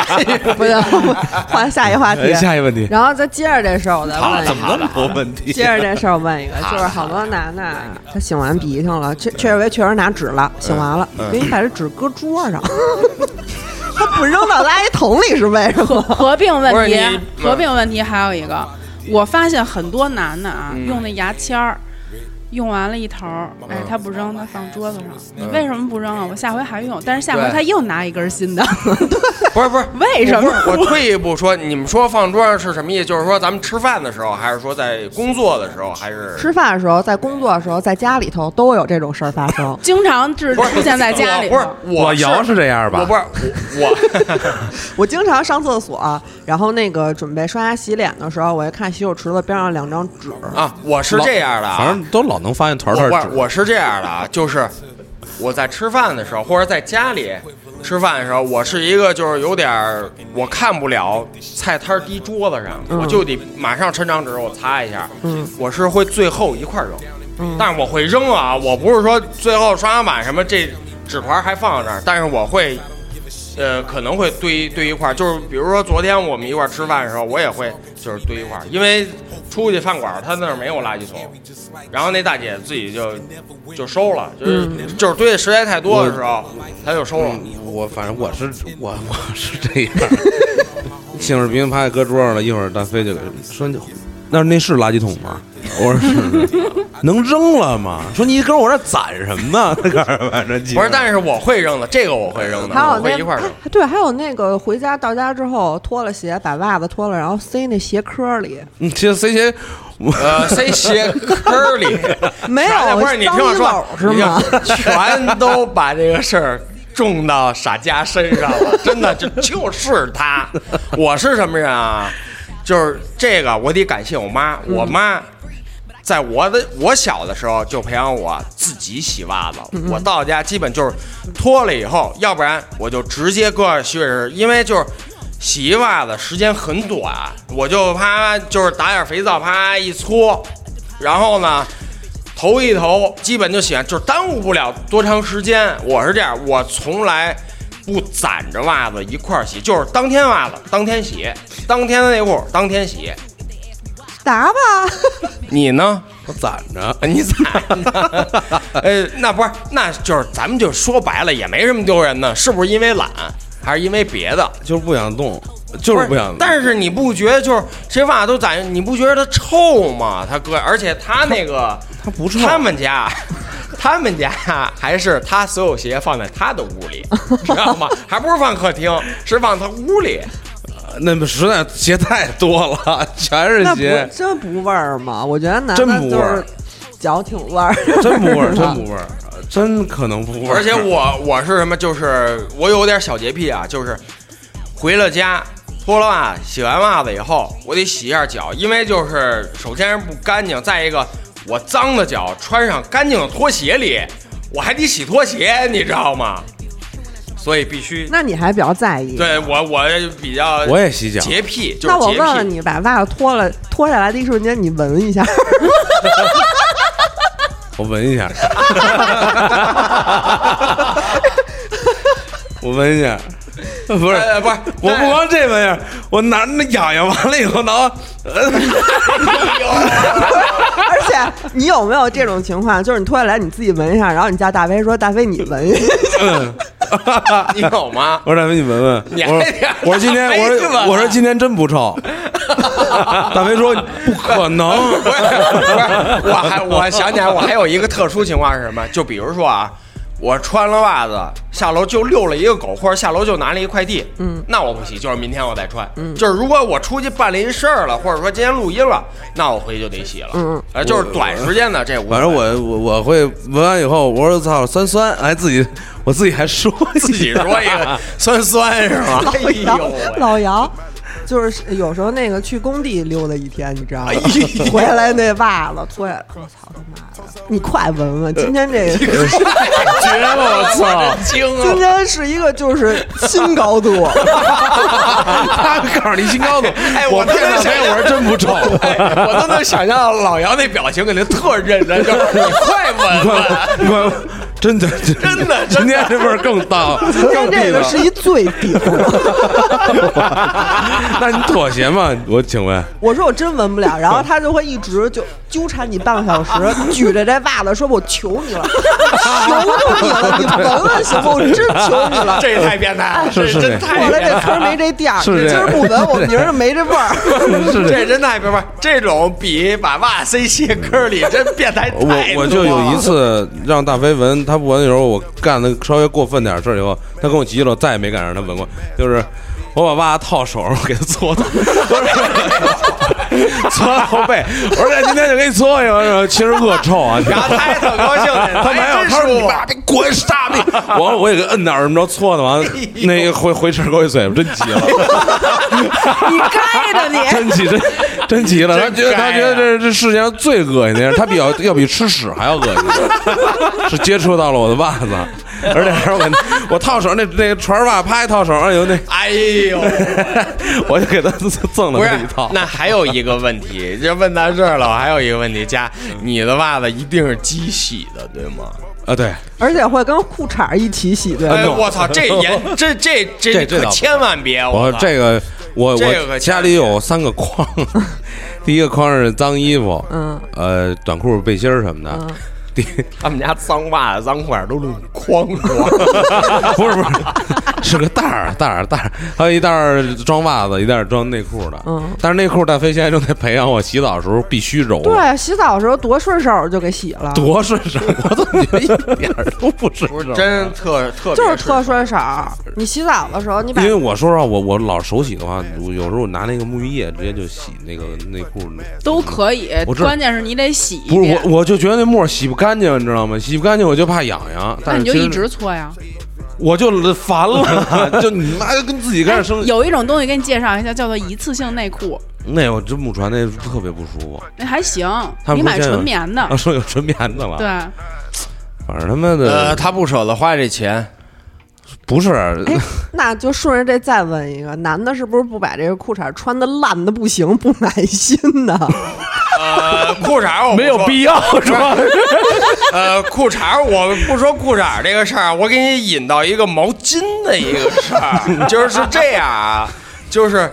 [SPEAKER 7] 不行，换下一话题
[SPEAKER 4] 哎。下一个 问题，
[SPEAKER 7] 然后再接着这事儿，我再
[SPEAKER 3] 啊
[SPEAKER 7] 问一个。
[SPEAKER 8] 那么多问题
[SPEAKER 7] 接着这事儿问一个，就是好多楠楠她擤完鼻涕了，确确实确实拿纸了，擤完了，
[SPEAKER 3] 嗯
[SPEAKER 7] 因为你把这纸搁桌 上，她不扔到垃圾桶里是为什么？
[SPEAKER 2] 合并
[SPEAKER 3] 不是
[SPEAKER 2] 问题
[SPEAKER 3] 你，嗯
[SPEAKER 2] 合并问题还有一个，我发现很多男的啊，用那牙签儿，用完了一头儿，哎，他不扔，他放桌子上。你为什么不扔啊？我下回还用，但是下回
[SPEAKER 3] 嗯对
[SPEAKER 2] 他又拿一根新的，
[SPEAKER 3] 不是不是，
[SPEAKER 2] 为什么？。
[SPEAKER 3] 我退一步说，你们说放桌上是什么意思？就是说咱们吃饭的时候，还是说在工作的时候，还是
[SPEAKER 1] 吃饭的时候，在工作的时候，在家里头都有这种事儿发 生
[SPEAKER 2] 经常是
[SPEAKER 3] 不是
[SPEAKER 2] 出现在家里
[SPEAKER 3] 我
[SPEAKER 2] 头，
[SPEAKER 3] 不是我
[SPEAKER 4] 瑶是这样吧
[SPEAKER 3] 我不？是我
[SPEAKER 1] 我经常上厕所，然后那个准备刷牙洗脸的时候，我一看洗手池子边上两张纸，
[SPEAKER 3] 我啊，我是
[SPEAKER 4] 老
[SPEAKER 3] 这样的啊，
[SPEAKER 4] 反正都老能发现团
[SPEAKER 3] 我
[SPEAKER 4] 团
[SPEAKER 3] 不
[SPEAKER 4] 儿
[SPEAKER 3] 是
[SPEAKER 4] 纸。
[SPEAKER 3] 我是这样的啊，就是我在吃饭的时候，或者在家里吃饭的时候，我是一个就是有点儿我看不了菜摊儿滴桌子上，
[SPEAKER 4] 嗯
[SPEAKER 3] 我就得马上抻长纸我擦一下。嗯，我是会最后一块儿扔，
[SPEAKER 4] 嗯
[SPEAKER 3] 但是我会扔啊，我不是说最后刷牙板什么这纸团儿还放那儿，但是我会。呃，可能会堆堆一块儿，就是比如说昨天我们一块儿吃饭的时候，我也会就是堆一块儿，因为出去饭馆儿他那儿没有垃圾桶，然后那大姐自己就就收了，就是、就是堆的实在太多的时候，她就收了。
[SPEAKER 4] 我反正我是我我是这样，杏仁冰趴在搁桌上了，一会儿大飞就给说你，那那是垃圾桶吗？我说是是，能扔了吗？说你搁我这攒什么呢？ 他告诉我反正
[SPEAKER 3] 不是，但是我会扔的，这个我会扔的，
[SPEAKER 1] 还有
[SPEAKER 3] 我会
[SPEAKER 1] 那
[SPEAKER 3] 一块儿扔。
[SPEAKER 1] 哎对，还有那个回家到家之后脱了鞋，把袜子脱了，然后塞那鞋壳里，
[SPEAKER 4] 你其实 C 鞋，我
[SPEAKER 3] 呃，塞鞋坑儿里，
[SPEAKER 1] 没有
[SPEAKER 3] 全不是你听我说
[SPEAKER 1] 脏衣篓，是吗
[SPEAKER 3] 你就全都把这个事儿种到傻家身上了，真的就就是他。我是什么人啊？就是这个，我得感谢我妈，我妈。在我的我小的时候就培养我自己洗袜子，我到家基本就是脱了以后，要不然我就直接搁上洗水池，因为就是洗袜子时间很短，我就啪就是打点肥皂啪一搓，然后呢头一头基本就洗完，就是耽误不了多长时间。我是这样，我从来不攒着袜子一块儿洗，就是当天袜子当天洗，当天的内裤当天洗。
[SPEAKER 1] 答吧，
[SPEAKER 3] 你呢？
[SPEAKER 4] 我攒着。
[SPEAKER 3] 你 咋？呃，那不是，那就是咱们就说白了，也没什么丢人的，是不是因为懒，还是因为别的？
[SPEAKER 4] 就是不想动，就是不想动。
[SPEAKER 3] 但是你不觉得就是这袜子都攒，你不觉得它臭吗？他哥，而且他那个
[SPEAKER 4] 他不臭，
[SPEAKER 3] 他们家，他们家还是他所有鞋放在他的屋 里，知道吗？还不是放客厅，是放他屋里。
[SPEAKER 4] 那么实在鞋太多了，全是
[SPEAKER 1] 那不
[SPEAKER 4] 鞋，
[SPEAKER 1] 真不味儿吗？我觉得男
[SPEAKER 4] 真不
[SPEAKER 1] 的
[SPEAKER 4] 味
[SPEAKER 1] 就
[SPEAKER 4] 儿
[SPEAKER 1] 是脚挺味儿，
[SPEAKER 4] 真不味 儿，
[SPEAKER 1] 是
[SPEAKER 4] 真
[SPEAKER 1] 吧
[SPEAKER 4] 不味儿，真可能不味 儿。
[SPEAKER 3] 而且我我是什么？就是我有点小洁癖啊，就是回了家脱了袜子，洗完袜子以后，我得洗一下脚，因为就是首先是不干净，再一个我脏的脚穿上干净的拖鞋里，我还得洗拖鞋，你知道吗？所以必须。
[SPEAKER 1] 那你还比较在意。
[SPEAKER 3] 对我，我比较
[SPEAKER 4] 我也洗脚，
[SPEAKER 3] 洁癖，就是
[SPEAKER 1] 那我
[SPEAKER 3] 洁癖
[SPEAKER 1] 问问你，把袜子脱了，脱下来的一瞬间，你闻一下，
[SPEAKER 4] 我闻 一下，我闻一下，不是。
[SPEAKER 3] 呃，不是，
[SPEAKER 4] 我不光这玩意儿，我拿那痒痒完了以后，然后
[SPEAKER 1] 而且你有没有这种情况？就是你脱下来你自己闻一下，然后你叫大飞说：“大飞，你闻一下。
[SPEAKER 4] 嗯，
[SPEAKER 3] 你有吗？
[SPEAKER 4] 我说大飞，你闻闻。
[SPEAKER 3] 你还得
[SPEAKER 4] 我说我说今天，我
[SPEAKER 3] 大飞去闻啊
[SPEAKER 4] 说我说今天真 不臭。大飞说不可能，
[SPEAKER 3] 不是，不是我还我想起来，我还有一个特殊情况是什么？就比如说啊，我穿了袜子下楼就遛了一个狗，或者下楼就拿了一快递，嗯，那我不洗，就是明天我再穿。嗯，就是如果我出去办了一事儿了，或者说今天录音了，那我回去就得洗了。嗯，呃，就是短时间的这无所谓，
[SPEAKER 4] 反正我我我会闻完以后，我说操酸酸，还自己我自己还说
[SPEAKER 3] 自己说一 个酸酸是吗？哎
[SPEAKER 1] 老
[SPEAKER 3] 呦
[SPEAKER 1] 姚
[SPEAKER 3] 喂，
[SPEAKER 1] 老姚，就是有时候那个去工地溜达一天，你知道吗？
[SPEAKER 3] 哎呦
[SPEAKER 1] 回来那袜子脱下来，我操他妈的！你快闻闻，今天这个。
[SPEAKER 6] 绝了！我操！
[SPEAKER 3] 惊
[SPEAKER 1] 今
[SPEAKER 3] 了！
[SPEAKER 1] 天是一个就是新高度，
[SPEAKER 4] 他 告诉你新高度，
[SPEAKER 3] 哎我
[SPEAKER 4] 看
[SPEAKER 3] 特别
[SPEAKER 4] 大
[SPEAKER 3] 想
[SPEAKER 4] 飞，我说真不臭。
[SPEAKER 3] 哎，我都能想象老姚那表情，肯定特认真，就是你快闻闻。
[SPEAKER 4] 你快，真的真
[SPEAKER 3] 真的
[SPEAKER 4] 今天这味儿更大，更
[SPEAKER 1] 今天这
[SPEAKER 4] 地
[SPEAKER 1] 个
[SPEAKER 4] 道。
[SPEAKER 1] 是一最顶。
[SPEAKER 4] 那你妥协吗？我请问，
[SPEAKER 1] 我说我真闻不了，然后他就会一直就纠缠你半个小 时，举着这袜子说：“我求你了，求求你了，你闻闻行吗？我真求你了。”
[SPEAKER 3] 这也太变态了，
[SPEAKER 4] 是是
[SPEAKER 3] 这真
[SPEAKER 4] 是
[SPEAKER 3] 太
[SPEAKER 1] 我来
[SPEAKER 3] 变
[SPEAKER 1] 这
[SPEAKER 3] 态了。
[SPEAKER 1] 村儿没这店儿，
[SPEAKER 4] 是
[SPEAKER 1] 这
[SPEAKER 4] 这
[SPEAKER 1] 今
[SPEAKER 4] 样
[SPEAKER 1] 儿不闻，我明儿就没这味 儿。
[SPEAKER 3] 这真太变态！这种比把袜塞鞋跟里真变态太多了
[SPEAKER 4] 我我就有一次让大飞闻，他不闻的时候，我干的稍微过分点事儿以后，他跟我急了，我再也没敢让他闻过。就是我把袜子套手上，我给他 搓搓，搓到后背。我说哎今天就给你搓一个，然后其实恶 臭啊。
[SPEAKER 3] 然后他还特高兴呢，哎
[SPEAKER 4] 他没有，
[SPEAKER 3] 真
[SPEAKER 4] 他说
[SPEAKER 3] 舒
[SPEAKER 4] 你
[SPEAKER 3] 服
[SPEAKER 4] 妈逼滚傻逼！我我也给摁那儿怎么着搓 的，完了
[SPEAKER 3] 哎呦
[SPEAKER 4] 那个回回吃给我一嘴巴，真急了。
[SPEAKER 2] 你该着你。
[SPEAKER 4] 真急，真 真急了。他
[SPEAKER 3] 真
[SPEAKER 4] 觉得他
[SPEAKER 3] 该啊
[SPEAKER 4] 觉得这这世界上最恶心的人，他比要要比吃屎还要恶 心，是接触到了我的袜子，而且还是我我套手那那个船袜，啪一套手上有那，
[SPEAKER 3] 哎 呦，
[SPEAKER 4] 我就给他赠了
[SPEAKER 3] 不
[SPEAKER 4] 他
[SPEAKER 3] 是
[SPEAKER 4] 一套，。
[SPEAKER 3] 那还有一个问题，这问到这儿了，我还有一个问题，佳，你的袜子一定是机洗的，对吗？
[SPEAKER 4] 啊，对，
[SPEAKER 1] 而且会跟裤衩儿一起洗，对吧
[SPEAKER 3] 哎，
[SPEAKER 4] no
[SPEAKER 3] 我操，这严， 这这
[SPEAKER 4] 这
[SPEAKER 3] 这
[SPEAKER 4] 这
[SPEAKER 3] 可
[SPEAKER 4] 倒不
[SPEAKER 3] 千万别！
[SPEAKER 4] 我
[SPEAKER 3] 操
[SPEAKER 4] 这个我
[SPEAKER 3] 这个可
[SPEAKER 4] 我家里有三个筐， 第一个筐是脏衣服，
[SPEAKER 1] 嗯，
[SPEAKER 4] 呃，短裤、背心儿什么的。第
[SPEAKER 3] 他们家脏袜子、脏裤衩都弄筐筐，
[SPEAKER 4] 不是不是，是个袋儿袋儿袋儿，还有一袋儿装袜子，一袋儿装内裤的。
[SPEAKER 1] 嗯，
[SPEAKER 4] 但是内裤大飞现在正在培养我，洗澡的时候必须揉。
[SPEAKER 1] 对，洗澡的时候多顺手就给洗了，
[SPEAKER 4] 多顺手，我怎么觉得一点儿都不顺手？
[SPEAKER 3] 真特特别
[SPEAKER 1] 就是特顺
[SPEAKER 3] 顺手
[SPEAKER 1] 手。你洗澡的时候，你把
[SPEAKER 4] 因为我说实话，我我老手洗的话，我有时候拿那个沐浴液直接就洗那个内裤。
[SPEAKER 2] 都可以
[SPEAKER 4] 我，知道
[SPEAKER 2] 关键是你得洗一
[SPEAKER 4] 不是
[SPEAKER 2] 遍。
[SPEAKER 4] 我，我就觉得那沫儿洗不干净，你知道吗？洗不干净我就怕痒痒。但
[SPEAKER 2] 那
[SPEAKER 4] 是
[SPEAKER 2] 你就
[SPEAKER 4] 其实
[SPEAKER 2] 一直 搓呀。
[SPEAKER 4] 我就烦 了，就你妈就跟自己开始生。
[SPEAKER 2] 哎有一种东西给你介绍一下，叫做一次性内裤，
[SPEAKER 4] 那我真母船那特别不舒服。
[SPEAKER 2] 那还行
[SPEAKER 4] 他。
[SPEAKER 2] 你
[SPEAKER 4] 们
[SPEAKER 2] 买
[SPEAKER 4] 不是现在
[SPEAKER 2] 纯棉的
[SPEAKER 4] 啊，，说有纯棉的了。
[SPEAKER 2] 对，，
[SPEAKER 4] 反正他妈
[SPEAKER 3] 呃，
[SPEAKER 4] 的
[SPEAKER 3] 他不舍得花这钱，
[SPEAKER 4] 不是，
[SPEAKER 1] 哎，那就顺着这再问一个，男的是不是不把这个裤衩儿穿的烂的不行，不买新的？
[SPEAKER 3] 呃，裤衩我不
[SPEAKER 6] 没有
[SPEAKER 3] 说
[SPEAKER 6] 必 要是吧？
[SPEAKER 3] 呃，裤衩儿我不说裤衩儿这个事儿，啊我给你引到一个毛巾的一个事儿， 就是是这样啊，就是。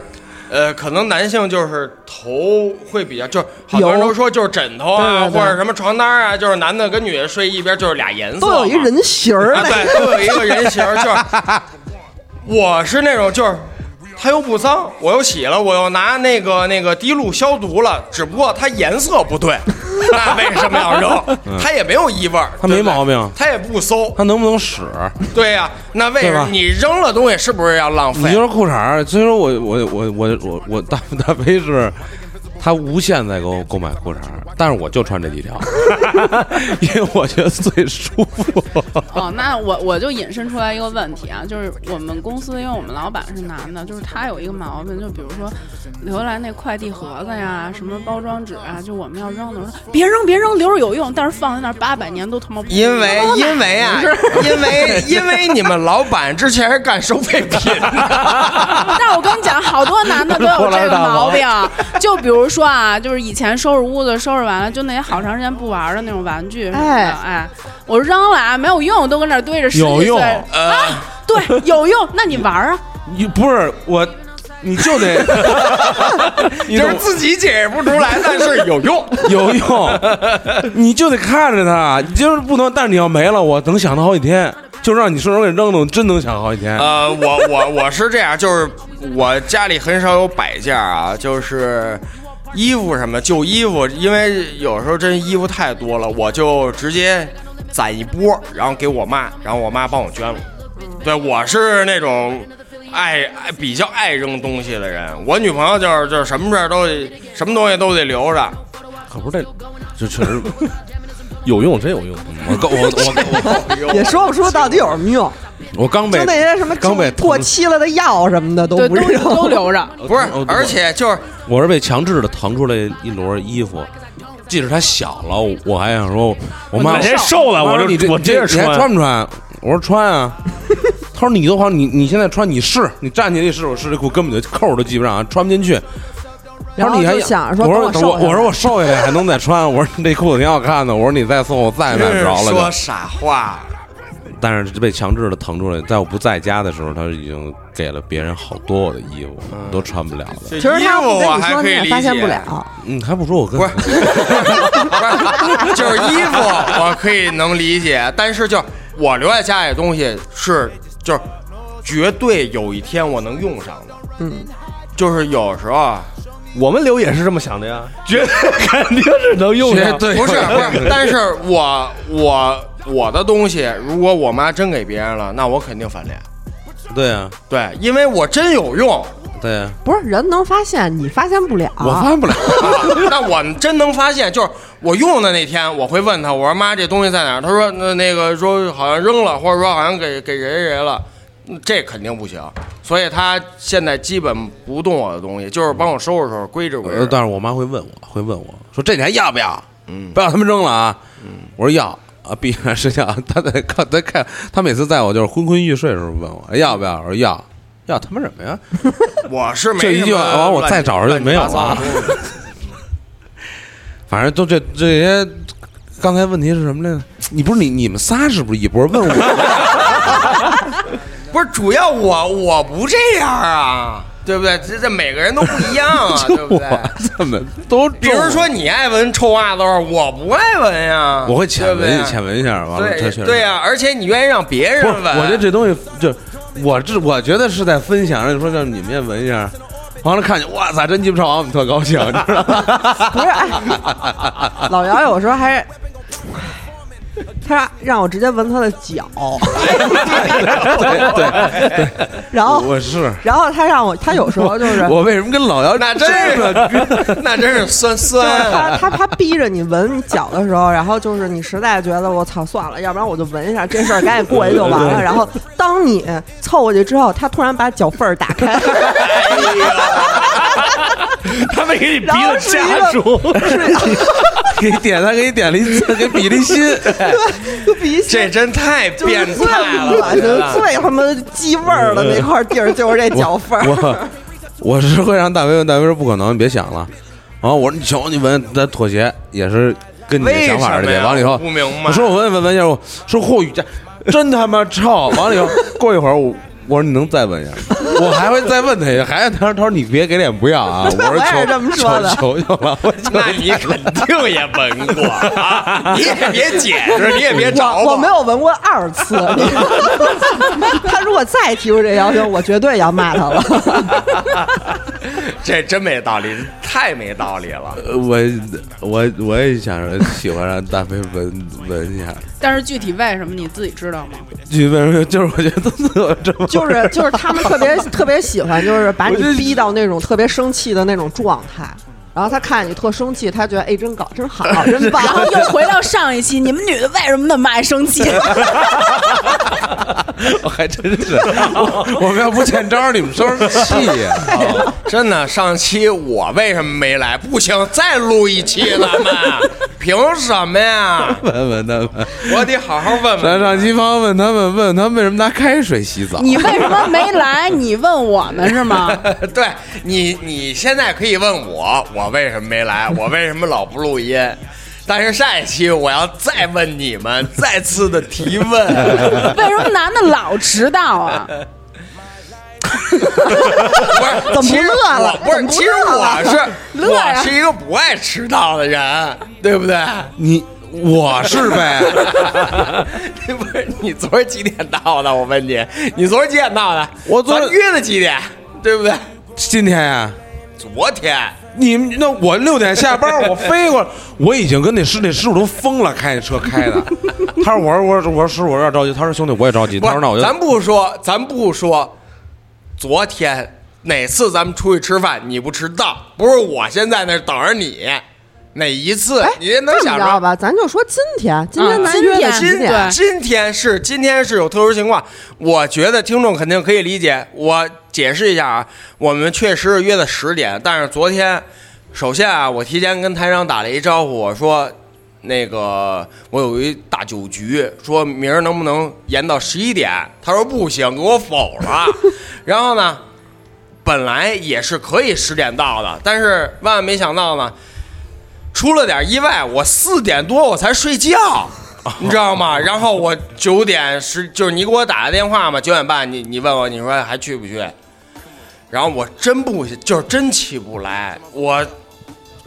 [SPEAKER 3] 呃，可能男性就是头会比较，就是好多人都说就是枕头啊，
[SPEAKER 1] 对对对
[SPEAKER 3] 或者什么床单儿啊，就是男的跟女的睡一边就是俩颜色嘛，
[SPEAKER 1] 都有一人形儿
[SPEAKER 3] 啊，
[SPEAKER 1] 嘞，
[SPEAKER 3] 对，都有一个人形儿，就是我是那种就是。它又不脏，我又洗了，我又拿那个那个滴露消毒了，只不过它颜色不对， 那为什么要扔？它也没有异味儿，
[SPEAKER 4] 嗯它没
[SPEAKER 3] 对不对
[SPEAKER 4] 毛病
[SPEAKER 3] 它也不馊
[SPEAKER 4] 他，能不能使？
[SPEAKER 3] 对 呀、那为什
[SPEAKER 4] 对
[SPEAKER 3] 么
[SPEAKER 4] 吧
[SPEAKER 3] 你扔了东西是不是要浪
[SPEAKER 4] 你
[SPEAKER 3] 费
[SPEAKER 4] 就？说裤衩儿，所以说我我我我我我大大飞是。他无限在给我购买裤衩儿，但是我就穿这几条， 因为我觉得最舒服。
[SPEAKER 2] 哦，那我我就引申出来一个问题啊，就是我们公司，因为我们老板是男的，就是他有一个毛病，就比如说留下来那快递盒子呀，什么包装纸啊，就我们要扔的时候，别扔别扔，留着有用，但是放在那儿八百年都他妈不
[SPEAKER 3] 因为
[SPEAKER 2] 用
[SPEAKER 3] 因为啊，因 为因为你们老板之前是干收废品的，
[SPEAKER 2] 但我跟你讲，好多男的都有这个毛 病。就比如说啊，就是以前收拾屋子，收拾完了就那些好长时间不玩的那种玩具什么的，
[SPEAKER 1] 哎
[SPEAKER 2] 哎，我扔了啊，没有用，都跟那儿堆着十几岁。
[SPEAKER 4] 有用呃
[SPEAKER 2] 啊，对，有用，那你玩啊，
[SPEAKER 4] 你 不是我，你就得， 你
[SPEAKER 3] 就
[SPEAKER 4] 懂
[SPEAKER 3] 是自己解释不出来，但是有用。
[SPEAKER 4] 有用，你就得看着它，你就是不能。但是你要没了，我能想它好几天，就让你顺手给扔了，我真能想好 几天。
[SPEAKER 3] 呃，我我我是这样，就是我家里很少有摆件儿啊，就是衣服什么旧衣服，因为有时候真衣服太多了，我就直接攒一波，然后给我妈，然后我妈帮我捐了。嗯对，我是那种爱爱比较爱扔东西的人，我女朋友就是就是什么事儿都得什么东西都得留着，
[SPEAKER 4] 可不是这，这确实有用，真有用。我刚我 我
[SPEAKER 1] 也说不出到底有什么用。
[SPEAKER 4] 我我刚被
[SPEAKER 1] 就那些什么
[SPEAKER 4] 刚被
[SPEAKER 1] 过期了的药什么的都
[SPEAKER 2] 对，
[SPEAKER 1] 不
[SPEAKER 2] 都
[SPEAKER 1] 用。
[SPEAKER 2] 都留着。
[SPEAKER 3] 不是
[SPEAKER 4] 我，
[SPEAKER 3] 而且就是
[SPEAKER 4] 我是被强制的腾出来一摞衣服，即使它小了，我我还想说，我妈
[SPEAKER 6] 哪天瘦了，
[SPEAKER 4] 妈
[SPEAKER 6] 我
[SPEAKER 4] 说你
[SPEAKER 6] 就
[SPEAKER 4] 这
[SPEAKER 6] 我接着
[SPEAKER 4] 你这你还
[SPEAKER 6] 穿。
[SPEAKER 4] 穿不穿？我说穿啊。 她说你都好，你你现在穿你试，你站起来一试，我试这裤根本就扣儿都系不上，穿不进去。
[SPEAKER 1] 然
[SPEAKER 4] 她说
[SPEAKER 1] 后
[SPEAKER 4] 你还
[SPEAKER 1] 就想着说
[SPEAKER 4] 我说
[SPEAKER 1] 等我瘦下来
[SPEAKER 4] 我说我瘦下来还能再穿，我说你这裤子挺好看的，我说你再送我再也买不着了就。
[SPEAKER 3] 说傻话，
[SPEAKER 4] 但是被强制的腾出来，在我不在家的时候，他已经给了别人好多我的衣服，我都穿不了了。
[SPEAKER 3] 其
[SPEAKER 1] 其实他不跟
[SPEAKER 3] 哎我
[SPEAKER 1] 你
[SPEAKER 3] 还
[SPEAKER 1] 说，
[SPEAKER 3] 可
[SPEAKER 1] 你
[SPEAKER 3] 以
[SPEAKER 1] 也
[SPEAKER 3] 理
[SPEAKER 1] 发现
[SPEAKER 3] 解
[SPEAKER 1] 不了。
[SPEAKER 4] 嗯，还不说我跟
[SPEAKER 3] 不是， 不是，就是衣服我可以能理解，但是就我留在家里的东西是就是绝对有一天我能用上的，嗯，就是有时候啊
[SPEAKER 6] 我们留也是这么想的呀，绝对肯定是能用
[SPEAKER 4] 绝
[SPEAKER 6] 上。
[SPEAKER 4] 对
[SPEAKER 3] 不是不 是，但是我我我的东西，如果我妈真给别人了，那我肯定翻脸，
[SPEAKER 4] 对啊，
[SPEAKER 3] 对，因为我真有用，
[SPEAKER 4] 对啊，
[SPEAKER 1] 不是人能发现，你发现不了。
[SPEAKER 4] 我发现不了。
[SPEAKER 3] 啊 但我真能发现，就是我用的那天，我会问他，我说妈，这东西在哪儿？他说那那个说好像扔了，或者说好像给给谁谁谁了，嗯这肯定不行。所以他现在基本不动我的东西，就是帮我收拾收拾、归置归
[SPEAKER 4] 呃，
[SPEAKER 3] 置。
[SPEAKER 4] 但是我妈会问我，会问我说：“这你还要不要？嗯，不要他们扔了啊。”
[SPEAKER 3] 嗯
[SPEAKER 4] 我说要啊，必然是 要。她在看，她看，她每次在我就是昏昏欲睡的时候问我哎要不要，我说要，要他妈什么呀？
[SPEAKER 3] 我是没
[SPEAKER 4] 这一
[SPEAKER 3] 什么
[SPEAKER 4] 句话完我
[SPEAKER 3] 乱
[SPEAKER 4] 再找着就没有了
[SPEAKER 3] 乱七八糟的东西
[SPEAKER 4] 反正都这这些。刚才问题是什么来着？你不是你你们仨是不是一波？ 问我
[SPEAKER 3] 不是，主要我我不这样啊，对不对？这这每个人都不一样 啊，对不对？
[SPEAKER 4] 我怎么都中
[SPEAKER 3] 比如说你爱闻臭袜子味儿，我不爱闻呀。
[SPEAKER 4] 我会
[SPEAKER 3] 对
[SPEAKER 4] 浅
[SPEAKER 3] 不对
[SPEAKER 4] 闻浅闻一下，完了这确
[SPEAKER 3] 对
[SPEAKER 4] 实
[SPEAKER 3] 对呀、而且你愿意让别人
[SPEAKER 4] 不是，
[SPEAKER 3] 闻，
[SPEAKER 4] 我觉得这东西就我这我觉得是在分享，让你说让你们也闻一下。完了看见，哇操，真鸡巴臭，我们特高兴，你知道吗？
[SPEAKER 1] 不是 哎老姚有时候还是，他让我直接闻他的脚，
[SPEAKER 4] 对对对，
[SPEAKER 1] 然后
[SPEAKER 4] 我是
[SPEAKER 1] 然后他让我，他有时候就是。
[SPEAKER 4] 我为什么跟老姚
[SPEAKER 3] 那真是 那真是酸
[SPEAKER 1] 就是他
[SPEAKER 3] 酸。啊
[SPEAKER 1] 他他逼着你闻你脚的时候，然后就是你实在觉得我操算了，要不然我就闻一下这事儿，赶紧过去就完了。然后当你凑过去之后，他突然把脚缝儿打开，
[SPEAKER 6] 他们给你逼
[SPEAKER 1] 然后
[SPEAKER 6] 的
[SPEAKER 1] 是一
[SPEAKER 6] 家
[SPEAKER 1] 个
[SPEAKER 6] 属，
[SPEAKER 4] 给点他给你点了一次，给比了 一心，
[SPEAKER 1] 就鼻血
[SPEAKER 3] 这真太
[SPEAKER 1] 就是
[SPEAKER 3] 变
[SPEAKER 1] 最
[SPEAKER 3] 态了，我
[SPEAKER 1] 恶心、
[SPEAKER 3] 觉得
[SPEAKER 1] 最他妈鸡味儿的那块地儿就是这脚缝儿。
[SPEAKER 4] 我我是会让大飞问，大飞说不可能，你别想了。然后我说你瞧，你闻，咱妥协也是跟你的
[SPEAKER 3] 为
[SPEAKER 4] 想法
[SPEAKER 3] 什
[SPEAKER 4] 似
[SPEAKER 3] 么
[SPEAKER 4] 的。
[SPEAKER 3] 呀？
[SPEAKER 4] 完了以
[SPEAKER 3] 我
[SPEAKER 4] 后，
[SPEAKER 3] 不明白。
[SPEAKER 4] 我说我闻闻闻一下，我说嚯，雨家真他妈臭！完了以后，过一会儿我我说你能再闻一下，我还会再问他一下，还让他说他说你别给脸不要 啊！我说
[SPEAKER 1] 我也
[SPEAKER 4] 求
[SPEAKER 1] 是这么说的
[SPEAKER 4] 求求了，我求
[SPEAKER 3] 那你肯定也闻过啊！你也别解释， 你也别找
[SPEAKER 1] 我我没有闻过二 次，你知道吗 他如果再提出这要求，我绝对要骂他了。
[SPEAKER 3] 这真没道理，太没道理了。
[SPEAKER 4] 我我我也想着喜欢让大飞闻闻一下，
[SPEAKER 2] 但是具体为什么你自己知道吗？
[SPEAKER 4] 就为什么就是我觉得特这 么
[SPEAKER 1] 就是就是他们特别特别喜欢，就是把
[SPEAKER 4] 我
[SPEAKER 1] 你
[SPEAKER 4] 这
[SPEAKER 1] 逼到那种特别生气的那种状态。然后他看你特生气，他觉得哎真搞真好真棒
[SPEAKER 2] 然，后 又回到上一期，你们女的为什么那么爱生 气？
[SPEAKER 4] 我还真是，我我们要不见招儿你们生什么气呀、
[SPEAKER 3] 真的，上期我为什么没来？不行，再录一期，咱 们凭什么呀？
[SPEAKER 4] 闻闻他们，
[SPEAKER 3] 我得好好问
[SPEAKER 4] 咱
[SPEAKER 3] 问。
[SPEAKER 4] 让机方问他们，问他们为什么拿开水洗澡？
[SPEAKER 2] 你为什么没来？你问我们是吗？
[SPEAKER 3] 对你，你现在可以问我，我为什么没来？我为什么老不录音？但是下一期我要再问你们，再次的提问。
[SPEAKER 2] 为什么男的老迟到啊？
[SPEAKER 3] 不是，
[SPEAKER 1] 怎么不
[SPEAKER 3] 其实
[SPEAKER 1] 乐了
[SPEAKER 3] 我不
[SPEAKER 1] 怎么
[SPEAKER 3] 是，
[SPEAKER 1] 不
[SPEAKER 3] 其实
[SPEAKER 1] 乐了
[SPEAKER 3] 我是
[SPEAKER 1] 乐呀
[SPEAKER 3] 我是一个不爱迟到的人，对不 对？
[SPEAKER 4] 你我是呗，
[SPEAKER 3] 不是，你昨儿几点到的？我问你，你昨儿几点到的？
[SPEAKER 4] 我昨儿
[SPEAKER 3] 咱约的几点？对不对？
[SPEAKER 4] 今天呀、
[SPEAKER 3] 昨天
[SPEAKER 4] 你们那我六点下班，我飞过来，我已经跟那师那师傅都疯了，开那车开的。他说我说我说我说师傅我有点着急，他说兄弟我也着急，
[SPEAKER 3] 不
[SPEAKER 4] 他
[SPEAKER 3] 是
[SPEAKER 4] 说那我，就
[SPEAKER 3] 咱不说，咱不说，昨天哪次咱们出去吃饭你不迟到？不是我现在那等着你，哪一次？
[SPEAKER 1] 哎，
[SPEAKER 3] 你能
[SPEAKER 1] 这么
[SPEAKER 3] 想
[SPEAKER 1] 着
[SPEAKER 3] 着？
[SPEAKER 1] 吧？咱就说今天，今天
[SPEAKER 2] 嗯
[SPEAKER 1] 咱约的
[SPEAKER 2] 今天
[SPEAKER 1] 几点？
[SPEAKER 3] 今天是今天是有特殊情况，我觉得听众肯定可以理解。我解释一下啊，我们确实是约的十点，但是昨天，首先啊，我提前跟台长打了一招呼，我说那个我有一大酒局，说明儿能不能延到十一点？他说不行，给我否了。 然后呢，本来也是可以十点到的，但是万万没想到呢，出了点意外，我四点多我才睡觉。
[SPEAKER 4] 哦
[SPEAKER 3] 你知道吗？然后我九点十，就是你给我打个电话嘛，九点半你你问我，你说还去不去？然后我真不，就是真起不来，我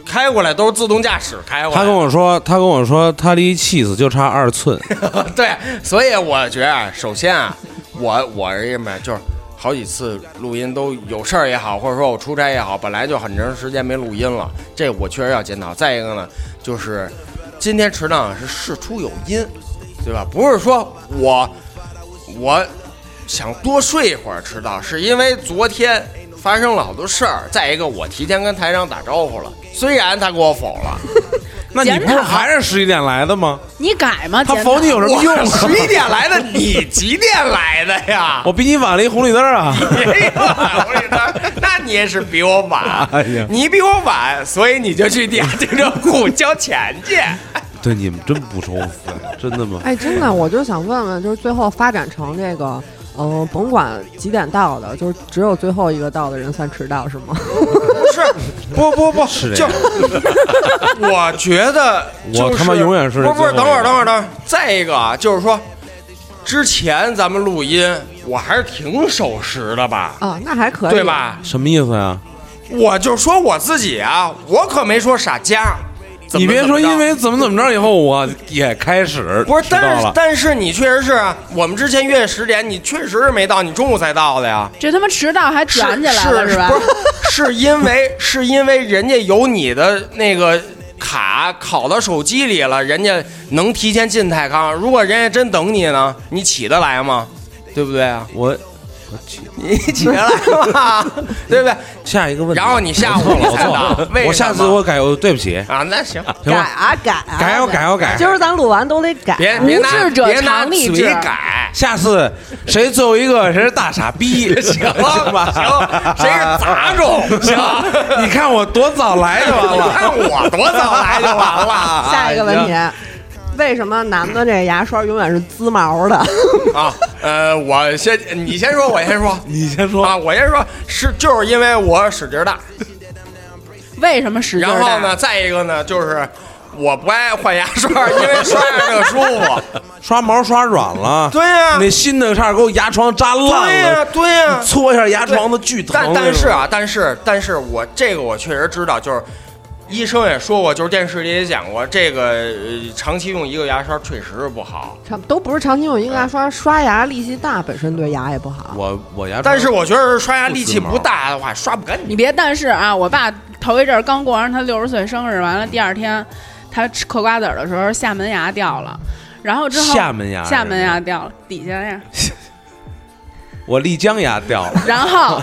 [SPEAKER 3] 开过来都是自动驾驶开过来。
[SPEAKER 4] 他跟我说，他跟我说，他离气死就差二寸。
[SPEAKER 3] 对，所以我觉得，首先啊，我我是认为就是好几次录音都有事儿也好，或者说我出差也好，本来就很长时间没录音了，这我确实要检讨。再一个呢，就是今天迟到是事出有因，对吧？不是说我我想多睡一会儿迟到，是因为昨天。发生了好多事儿，再一个我提前跟台长打招呼了，虽然他给我否了，
[SPEAKER 4] 那你不是还是十一点来的吗？
[SPEAKER 2] 你改吗？
[SPEAKER 4] 他
[SPEAKER 2] 检
[SPEAKER 4] 否
[SPEAKER 2] 讨
[SPEAKER 4] 你有什么用
[SPEAKER 3] 我
[SPEAKER 4] 啊？
[SPEAKER 3] 十一点来的，你几点来的呀？
[SPEAKER 4] 我比你晚了一红绿灯啊！
[SPEAKER 3] 哎呦，我跟你说，那你也是比我晚，
[SPEAKER 8] 哎呀
[SPEAKER 3] 你比我晚，所以你就去地下停车库交钱去。
[SPEAKER 4] 对，你们真不愁死，真的吗？
[SPEAKER 1] 哎，真的，我就想问问，就是最后发展成这个，嗯、甭管几点到的，就是只有最后一个到的人算迟到是吗？
[SPEAKER 4] 不不 不，是这样。
[SPEAKER 3] 我觉得、就是，
[SPEAKER 4] 我他妈永远
[SPEAKER 3] 不
[SPEAKER 4] 是
[SPEAKER 3] 是不是，
[SPEAKER 4] 最
[SPEAKER 3] 等
[SPEAKER 4] 后
[SPEAKER 3] 会儿
[SPEAKER 4] 一个
[SPEAKER 3] 等会儿等会儿。再一个啊，就是说，之前咱们录音，我还是挺守时的吧，
[SPEAKER 1] 啊，那还可
[SPEAKER 4] 哎
[SPEAKER 1] 以，
[SPEAKER 3] 对？吧？
[SPEAKER 4] 什么意思啊呀？
[SPEAKER 3] 我就说我自己啊，我可没说傻家。怎么
[SPEAKER 4] 你别
[SPEAKER 3] 怎
[SPEAKER 4] 说
[SPEAKER 3] 么着
[SPEAKER 4] 因为怎么怎么着，以后我也开始
[SPEAKER 3] 不是，
[SPEAKER 4] 迟到
[SPEAKER 3] 但是
[SPEAKER 4] 了。
[SPEAKER 3] 但是你确实是啊，我们之前约十点，你确实是没到，你中午才到的呀。
[SPEAKER 2] 这他妈迟到还卷起来了
[SPEAKER 3] 是
[SPEAKER 2] 吧？
[SPEAKER 3] 不是，是因为 是因为人家有你的那个卡拷到手机里了，人家能提前进泰康。如果人家真等你呢，你起得来吗？对不对啊？
[SPEAKER 4] 我我去，
[SPEAKER 3] 你起得来吗？ 对不对？
[SPEAKER 4] 下一个问题。
[SPEAKER 3] 然后你下午
[SPEAKER 4] 我
[SPEAKER 3] 才
[SPEAKER 4] 错了，
[SPEAKER 3] 到
[SPEAKER 4] 我错了
[SPEAKER 3] 为什么
[SPEAKER 4] 我下次我改，我对不起，
[SPEAKER 3] 啊，那行，
[SPEAKER 4] 行吧？
[SPEAKER 1] 啊改啊
[SPEAKER 4] 改我改我改
[SPEAKER 1] 今儿咱录完都得改，啊
[SPEAKER 3] 别别拿
[SPEAKER 2] 无智者
[SPEAKER 3] 别拿
[SPEAKER 2] 常立
[SPEAKER 3] 嘴
[SPEAKER 2] 志
[SPEAKER 3] 改。
[SPEAKER 4] 下次谁最后一个谁是大傻逼， 行
[SPEAKER 3] 行吧， 行，谁是杂种？行，
[SPEAKER 4] 你看我多早 来就完
[SPEAKER 3] 你
[SPEAKER 4] 了。
[SPEAKER 3] 看我多早来就完了
[SPEAKER 1] 下一个问题，为什么男的这牙刷永远是滋毛的？
[SPEAKER 3] 啊。呃，我先，你先说，我先说，
[SPEAKER 4] 你先说
[SPEAKER 3] 啊，我先说是就是因为我使劲儿大，
[SPEAKER 2] 为什么使劲
[SPEAKER 3] 然
[SPEAKER 2] 儿
[SPEAKER 3] 后呢，
[SPEAKER 2] 大？
[SPEAKER 3] 再一个呢就是我不爱换牙刷，因为刷着这个舒服。
[SPEAKER 4] 刷毛刷软 了，
[SPEAKER 3] 对呀
[SPEAKER 4] 那新的差点给我牙床扎
[SPEAKER 3] 对啊
[SPEAKER 4] 烂
[SPEAKER 3] 呀、
[SPEAKER 4] 了，
[SPEAKER 3] 对呀、
[SPEAKER 4] 搓一下牙床子巨疼。
[SPEAKER 3] 但但是，啊，但是但是我这个我确实知道，就是医生也说过，就是电视里也讲过，这个、呃长期用一个牙刷确实是不好。
[SPEAKER 1] 差不都不是长期用一个牙刷，刷牙力气大本身对牙也不好。
[SPEAKER 4] 我我牙床，
[SPEAKER 3] 但是我觉得刷牙力气不大的话，刷不干净。
[SPEAKER 2] 你别，但是啊，我爸头一阵儿刚过完他六十岁生日，完了第二天他吃嗑瓜子儿的时候下门牙掉了，然后之后
[SPEAKER 4] 下门牙是
[SPEAKER 2] 下门牙掉了底下呀，
[SPEAKER 4] 我丽江牙掉 了，
[SPEAKER 2] 然 后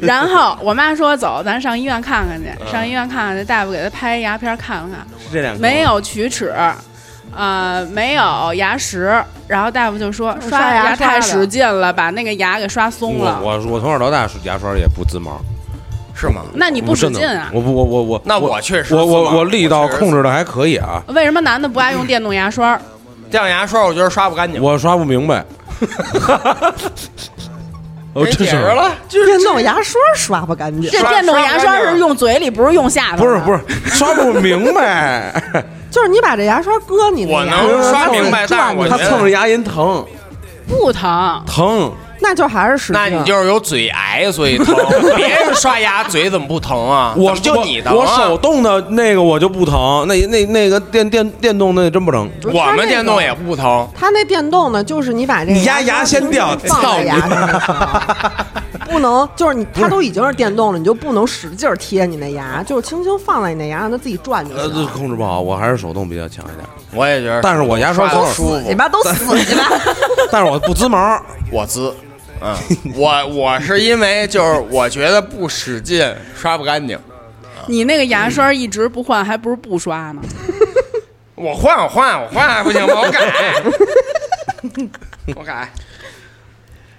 [SPEAKER 2] 然后我妈说走，咱上医院看看去，
[SPEAKER 4] 嗯
[SPEAKER 2] 上医院看看去，大夫给他拍牙片儿看看。
[SPEAKER 4] 是这两个
[SPEAKER 2] 没有龋齿，呃，没有牙石，然后大夫就说
[SPEAKER 1] 哦刷牙
[SPEAKER 2] 牙
[SPEAKER 1] 刷
[SPEAKER 2] 太
[SPEAKER 1] 的
[SPEAKER 2] 使劲了，把那个牙给刷松
[SPEAKER 4] 我
[SPEAKER 2] 了。
[SPEAKER 4] 我我从小到大是牙刷也不滋毛，
[SPEAKER 3] 是吗？
[SPEAKER 2] 那你不使
[SPEAKER 4] 真的
[SPEAKER 2] 劲啊？
[SPEAKER 4] 我不我我我
[SPEAKER 3] 那
[SPEAKER 4] 我
[SPEAKER 3] 我确实
[SPEAKER 4] 我
[SPEAKER 3] 滋
[SPEAKER 4] 我
[SPEAKER 3] 毛
[SPEAKER 4] 我力道控制的还可以啊，
[SPEAKER 2] 为什么男的不爱用电动牙刷？
[SPEAKER 4] 嗯
[SPEAKER 3] 掉牙刷，我觉得刷不干净。
[SPEAKER 4] 我刷不明白。我
[SPEAKER 3] 给你解
[SPEAKER 4] 真是
[SPEAKER 3] 释了，就是
[SPEAKER 1] 电动牙刷刷不干净，
[SPEAKER 2] 这
[SPEAKER 3] 刷
[SPEAKER 2] 电动
[SPEAKER 3] 刷
[SPEAKER 2] 牙
[SPEAKER 3] 干
[SPEAKER 2] 刷
[SPEAKER 3] 净
[SPEAKER 2] 是用嘴里，不是用下巴。
[SPEAKER 4] 不是不，是刷不明白，
[SPEAKER 1] 就是你把这牙刷搁你
[SPEAKER 3] 我
[SPEAKER 1] 那牙，
[SPEAKER 3] 能刷明白，但是我觉
[SPEAKER 4] 他蹭着
[SPEAKER 3] 得，
[SPEAKER 4] 牙龈疼
[SPEAKER 2] 不疼。
[SPEAKER 4] 疼，
[SPEAKER 1] 那就还是使劲。
[SPEAKER 3] 那你就是有嘴癌，所以 疼。别人刷牙嘴怎么不疼啊？
[SPEAKER 4] 我
[SPEAKER 3] 怎么就你疼、啊
[SPEAKER 4] 我手动的那个我就不疼，那那那个电电电动那真不疼。
[SPEAKER 1] 不是
[SPEAKER 3] 我
[SPEAKER 1] 它那
[SPEAKER 3] 们
[SPEAKER 1] 个
[SPEAKER 3] 电动也不疼，
[SPEAKER 1] 它那电动呢，就是你把这个
[SPEAKER 4] 你压牙
[SPEAKER 1] 刷
[SPEAKER 4] 先掉
[SPEAKER 1] 放
[SPEAKER 4] 操
[SPEAKER 1] 在
[SPEAKER 4] 你
[SPEAKER 1] 牙上的时候，不能就是你它都已经是电动了，你就不能使劲儿贴你那牙，就是轻轻放在你那牙，让它自己转就
[SPEAKER 4] 呃，这
[SPEAKER 1] 行。
[SPEAKER 4] 控制不好，我还是手动比较强一点。
[SPEAKER 3] 我也觉得。
[SPEAKER 4] 但是我牙刷
[SPEAKER 3] 刷
[SPEAKER 4] 从
[SPEAKER 3] 的
[SPEAKER 4] 小，
[SPEAKER 3] 舒
[SPEAKER 1] 你
[SPEAKER 3] 服，
[SPEAKER 1] 妈都死去吧！
[SPEAKER 4] 但是我不滋毛。
[SPEAKER 3] 我滋。 嗯，我我是因为就是我觉得不使劲刷不干净，
[SPEAKER 2] 你那个牙刷一直不换，还不是不刷呢？
[SPEAKER 3] 我换我换我换还不行吗？我 改，我改，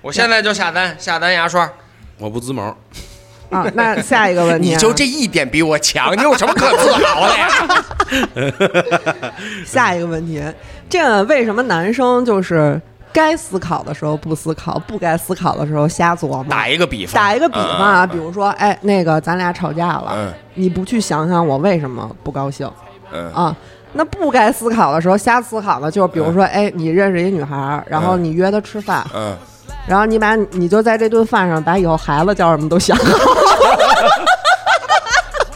[SPEAKER 3] 我现在就下单下单牙刷，
[SPEAKER 4] 我不滋毛，
[SPEAKER 1] 啊，那下一个问题、
[SPEAKER 3] 你
[SPEAKER 1] 啊，
[SPEAKER 3] 就这一点比我强，你有什么可自豪 的呀？
[SPEAKER 1] 下一个问题，这个为什么男生就是该思考的时候不思考，不该思考的时候瞎琢磨？
[SPEAKER 3] 打一个比方，
[SPEAKER 1] 打一个比方啊，
[SPEAKER 3] 嗯
[SPEAKER 1] 比如说，哎，那个咱俩吵架了，
[SPEAKER 3] 嗯
[SPEAKER 1] 你不去想想我为什么不高兴
[SPEAKER 3] 嗯，
[SPEAKER 1] 啊？那不该思考的时候瞎思考呢，就是比如说，哎，你认识一女孩儿，然后你约她吃饭，
[SPEAKER 3] 嗯，
[SPEAKER 1] 然后你把你就在这顿饭上把以后孩子叫什么都想好。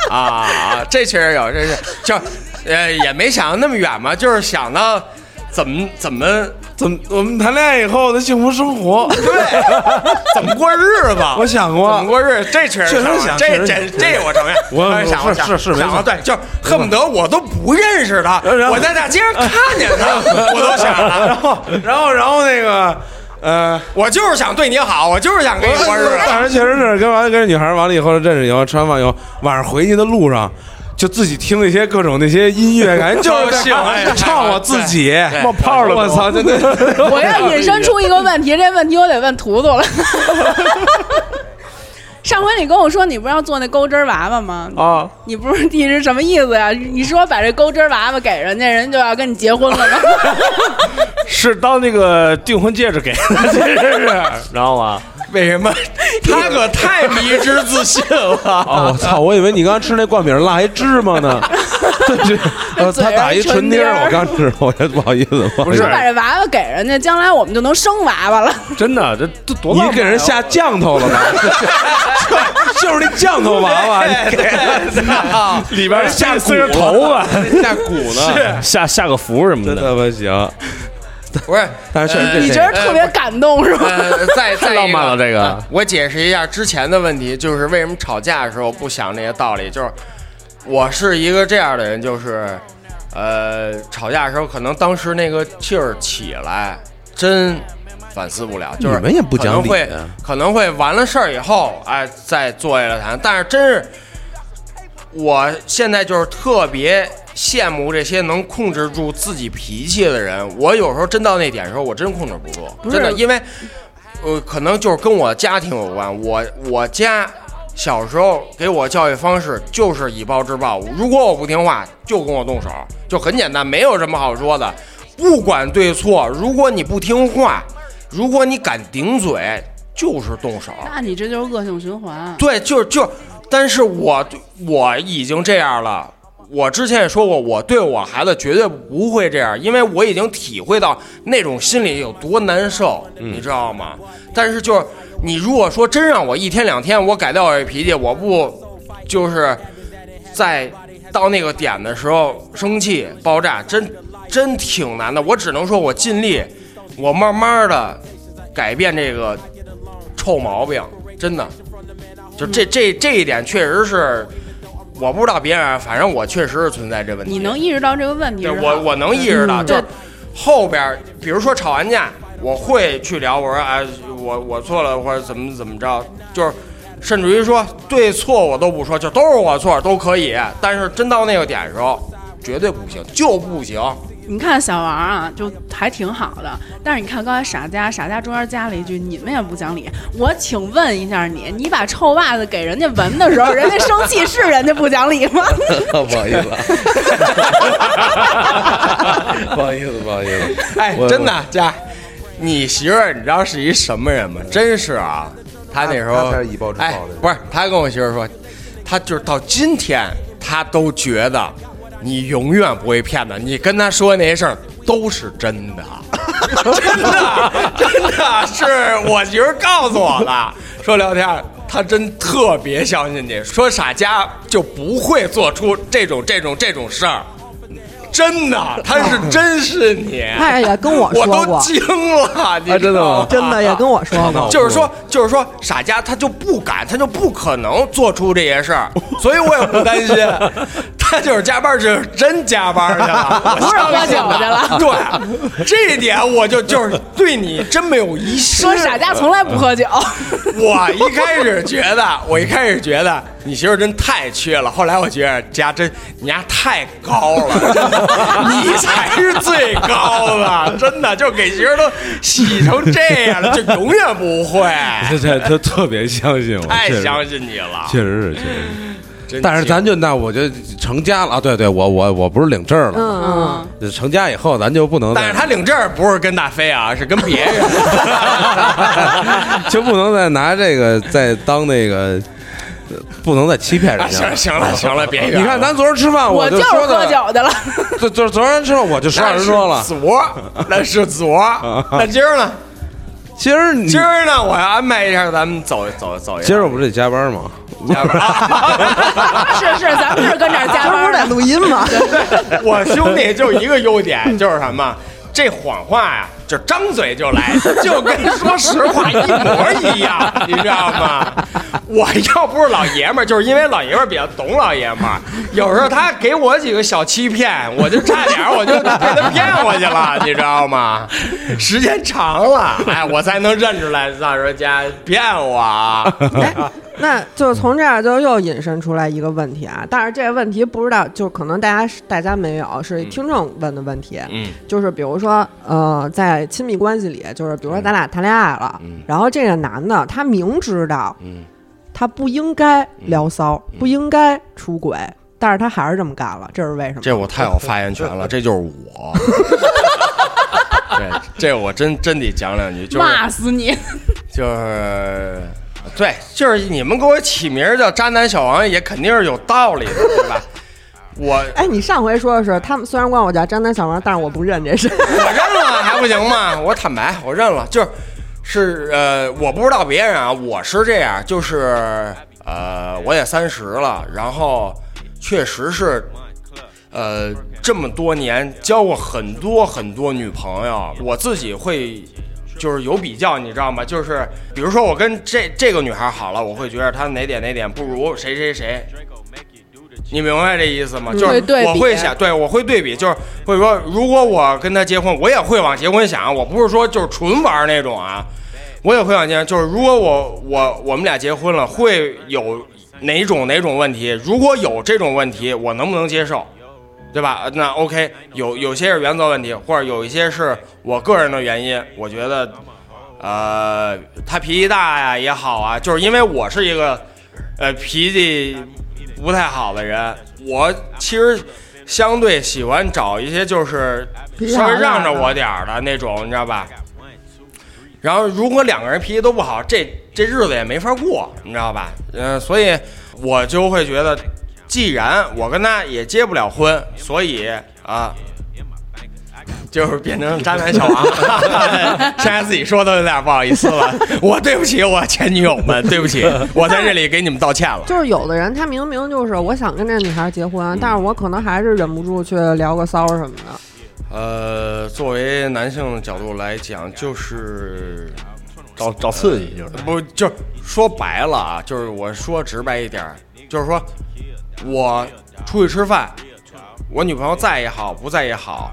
[SPEAKER 3] 啊，这确实有，这是就呃也没想那么远嘛，就是想到怎么怎么
[SPEAKER 4] 怎么我们谈恋爱以后的幸福生活？
[SPEAKER 3] 怎么过日子
[SPEAKER 4] 。我想
[SPEAKER 3] 怎么
[SPEAKER 4] 过，
[SPEAKER 3] 过日子？这确实
[SPEAKER 4] 确实
[SPEAKER 3] 过
[SPEAKER 4] 想确
[SPEAKER 3] 这这
[SPEAKER 4] 实想
[SPEAKER 3] 这我承认，
[SPEAKER 4] 我
[SPEAKER 3] 当时想过
[SPEAKER 4] 是
[SPEAKER 3] 想
[SPEAKER 4] 是是没
[SPEAKER 3] 想过
[SPEAKER 4] 错
[SPEAKER 3] 对，就是恨不得我都不认识他，
[SPEAKER 4] 然后
[SPEAKER 3] 我在大街上看见他，我都想
[SPEAKER 4] 然
[SPEAKER 3] 了，
[SPEAKER 4] 后然后然后那个呃。
[SPEAKER 3] 我就是想对你好，我就是想跟你过啊日子。
[SPEAKER 4] 当时确实是跟完跟女孩完了以后认识以后，吃完饭以后，晚上回去的路上。就自己听那些各种那些音乐，感觉就是在
[SPEAKER 3] 高兴哎
[SPEAKER 4] 唱我自己
[SPEAKER 3] 对
[SPEAKER 6] 冒泡了都
[SPEAKER 4] 我操，真的，
[SPEAKER 2] 我要引申出一个问题，这问题我得问 图图了。上回你跟我说你不是要做那钩针娃娃吗？
[SPEAKER 3] 哦
[SPEAKER 6] 啊，
[SPEAKER 2] 你不是你是什么意思呀？你说把这钩针娃娃给人家，人就要跟你结婚 了吗？
[SPEAKER 6] 是当那个订婚戒指给的，这是，知道吗？
[SPEAKER 3] 为什么？他可太迷之自信了。
[SPEAKER 4] 哦，我操！我以为你刚刚吃那灌饼落一芝麻呢， 对是呃，他打一唇钉儿，我刚吃，我这不好意思，不好
[SPEAKER 6] 不
[SPEAKER 4] 意
[SPEAKER 6] 是
[SPEAKER 4] 思
[SPEAKER 2] 说把这娃娃给人家，将来我们就能生娃 娃了。
[SPEAKER 6] 真的，这这多浪漫
[SPEAKER 4] 你
[SPEAKER 6] 啊
[SPEAKER 4] 给人下降头 了吧？就就是那降头娃娃，你给
[SPEAKER 3] 操
[SPEAKER 6] 里边
[SPEAKER 4] 下
[SPEAKER 6] 下
[SPEAKER 4] 蛊
[SPEAKER 6] 四根头 发，啊
[SPEAKER 4] 下蛊呢，
[SPEAKER 6] 下下个符什么
[SPEAKER 4] 真
[SPEAKER 6] 的，
[SPEAKER 4] 的不行。
[SPEAKER 3] 不是，
[SPEAKER 4] 但是确实这
[SPEAKER 2] 你觉得特别感动是吧？
[SPEAKER 3] 呃，再 再
[SPEAKER 6] 太浪漫了
[SPEAKER 3] 一
[SPEAKER 6] 这个
[SPEAKER 3] 呃我解释一下之前的问题，就是为什么吵架的时候不想这些道理，就是我是一个这样的人，就是呃，吵架的时候可能当时那个劲儿起来，真反思不了，就是
[SPEAKER 4] 你们也不
[SPEAKER 3] 可
[SPEAKER 4] 讲理
[SPEAKER 3] 能会
[SPEAKER 4] 啊
[SPEAKER 3] 可能会完了事儿以后，哎，再坐下来谈，但是真是。我现在就是特别羡慕这些能控制住自己脾气的人。我有时候真到那点的时候，我真控制不住，真的，因为呃，可能就是跟我家庭有关。我我家小时候给我教育方式就是以暴制暴，如果我不听话，就跟我动手，就很简单，没有什么好说的。不管对错，如果你不听话，如果你敢顶嘴，就是动手。
[SPEAKER 2] 那你这就是恶性循环。啊
[SPEAKER 3] 对，就是就，但是我对我已经这样了。我之前也说过，我对我孩子绝对不会这样，因为我已经体会到那种心里有多难受，你知道吗？但是就是你如果说真让我一天两天我改掉我这脾气，我不就是在到那个点的时候生气爆炸，真真挺难的。我只能说我尽力，我慢慢的改变这个臭毛病，真的。就这这这一点确实是，我不知道别人，反正我确实是存在这问题。
[SPEAKER 2] 你能意识到这个问题
[SPEAKER 3] 对
[SPEAKER 2] 是吧？
[SPEAKER 3] 我我能意识到，
[SPEAKER 2] 嗯
[SPEAKER 3] 就是
[SPEAKER 2] 对
[SPEAKER 3] 后边儿比如说吵完架，我会去聊，我说哎，我我错了，或者怎么怎么着，就是甚至于说对错我都不说，就都是我错都可以，但是真到那个点的时候，绝对不行，就不行。
[SPEAKER 2] 你看小王啊，就还挺好的。但是你看刚才傻家，傻家中间加了一句：“你们也不讲理。”我请问一下你，你把臭袜子给人家闻的时候，人家生气是人家不讲理吗？
[SPEAKER 4] 不好意 思，不好意思，不好意思。
[SPEAKER 3] 哎
[SPEAKER 4] 我，
[SPEAKER 3] 真的家，你媳妇儿你知道是一什么人吗？真是啊，她那时候
[SPEAKER 4] 她她是以暴制暴的
[SPEAKER 3] 哎不是，她跟我媳妇儿说，她就是到今天，她都觉得你永远不会骗她，你跟她说那些事儿都是真的。啊 真的，真的是我媳妇儿告诉我的，说聊天儿，她真特别相信你，说傻家就不会做出这种这种这种事儿，真的，她是真是你。
[SPEAKER 1] 哎呀，跟我说
[SPEAKER 3] 我都
[SPEAKER 1] 过，
[SPEAKER 3] 惊了，你
[SPEAKER 4] 真的吗
[SPEAKER 1] 啊真的也跟我说
[SPEAKER 4] 那我
[SPEAKER 1] 过。
[SPEAKER 3] 啊就是说，就是说，傻家他就不敢，他就不可能做出这些事儿，所以我也不担心。 他就是加班，就是真加班去了，
[SPEAKER 2] 不是喝酒去了
[SPEAKER 3] 对，这一点我就就是对你真没有疑心。
[SPEAKER 2] 说傻家从来不喝酒，
[SPEAKER 3] 我一开始觉得，我一开始觉得你媳妇儿真太缺了，后来我觉得家真你家太高了，真 的，你才是最高的，真的，就给媳妇儿都洗成这样了，就永远不会，
[SPEAKER 4] 这这他特别相信我，
[SPEAKER 3] 太
[SPEAKER 4] 确实
[SPEAKER 3] 相信你了。
[SPEAKER 4] 确实是，确实
[SPEAKER 3] 真
[SPEAKER 4] 是。但是
[SPEAKER 3] 行
[SPEAKER 4] 咱就那我就成家了啊！对对，我我我不是领证了吗，
[SPEAKER 1] 嗯，
[SPEAKER 4] 成家以后咱就不能再，
[SPEAKER 3] 但是他领证儿不是跟大飞啊，是跟别 人。
[SPEAKER 4] 就不能再拿这个再当那个不能再欺骗人家
[SPEAKER 3] 行 行
[SPEAKER 4] 了。
[SPEAKER 3] 了行了，别远了
[SPEAKER 4] 你看，咱昨儿吃饭，
[SPEAKER 2] 我
[SPEAKER 4] 就是
[SPEAKER 2] 喝
[SPEAKER 4] 说的，
[SPEAKER 2] 酒去了，
[SPEAKER 4] 昨昨昨儿吃饭我就实话
[SPEAKER 3] 那
[SPEAKER 4] 实
[SPEAKER 3] 是
[SPEAKER 4] 说了。
[SPEAKER 3] 昨那是昨，那今儿呢？
[SPEAKER 4] 今儿你
[SPEAKER 3] 今儿呢？我要安排一下，咱们走走走一下。
[SPEAKER 4] 今儿我不是得加班吗？
[SPEAKER 3] 加班
[SPEAKER 2] 是是，咱们是跟这儿 加
[SPEAKER 1] 这不是
[SPEAKER 2] 班
[SPEAKER 1] 在
[SPEAKER 2] 的。
[SPEAKER 1] 录音吗？
[SPEAKER 3] 我兄弟就一个优点，就是什么？这谎话呀、就张嘴就来，就跟说实话一模一样，你知道吗？我要不是老爷们儿，就是因为老爷们儿比较懂老爷们儿，有时候他给我几个小欺骗，我就差点儿我就被他骗过去了，你知道吗？时间长了，哎，我才能认出来，到时候家骗我啊！
[SPEAKER 1] 哎那就从这儿就又引申出来一个问题啊，但是这个问题不知道，就是可能大家是大家没有，是听众问的问题，
[SPEAKER 3] 嗯，
[SPEAKER 1] 就是比如说，呃，在亲密关系里，就是比如
[SPEAKER 3] 嗯
[SPEAKER 1] 说咱俩谈恋爱了，然后这个男的他明知道，
[SPEAKER 3] 嗯
[SPEAKER 1] 他不应该聊骚，不应该出轨，但是他还是这么干了，这是为什么？
[SPEAKER 3] 这我太有发言权了，这就是我。这这我真真得讲两句，就是
[SPEAKER 2] 骂死你！
[SPEAKER 3] 就是，对，就是你们给我起名儿叫“渣男小王”，也肯定是有道理的，对吧？我
[SPEAKER 1] 哎，你上回说的是他们虽然管我叫张丹小王，但是我不认这事。
[SPEAKER 3] 我认了还不行吗？我坦白，我认了，就是是呃，我不知道别人啊，我是这样，就是呃，我也三十了，然后确实是呃，这么多年交过很多很多女朋友，我自己会就是有比较，你知道吗？就是比如说我跟这这个女孩好了，我会觉得她哪点哪点不如谁谁谁。你明白这意思吗？就是
[SPEAKER 2] 会嗯对比
[SPEAKER 3] 我会想，对我会对比，就是会说，如果我跟她结婚，我也会往结婚想，我不是说就是纯玩那种啊，我也会往结婚，就是如果我我我们俩结婚了，会有哪种哪种问题？如果有这种问题，我能不能接受？对吧？呃那 OK，有有些是原则问题，或者有一些是我个人的原因，我觉得，呃，他脾气大呀也好啊，就是因为我是一个，呃，脾气不太好的人，我其实相对喜欢找一些就是
[SPEAKER 1] 脾气
[SPEAKER 3] 稍微
[SPEAKER 1] 好点
[SPEAKER 3] 让着
[SPEAKER 1] 的
[SPEAKER 3] 我点儿的那种，你知道吧？然后如果两个人脾气都不好，这这日子也没法过，你知道吧？嗯、所以我就会觉得，既然我跟他也结不了婚，所以啊。就是变成渣男小王， 现在自己说都有点不好意思了。我对不起我前女友们，对不起，我在这里给你们道歉了。
[SPEAKER 1] 就是有的人他明明就是我想跟这女孩结婚，但是我可能还是忍不住去聊个骚什么的。
[SPEAKER 3] 呃，作为男性的角度来讲，就是
[SPEAKER 6] 找找刺激就是。
[SPEAKER 3] 不就是说白了啊，就是我说直白一点儿，就是说我出去吃饭，我女朋友在也好，不在也好，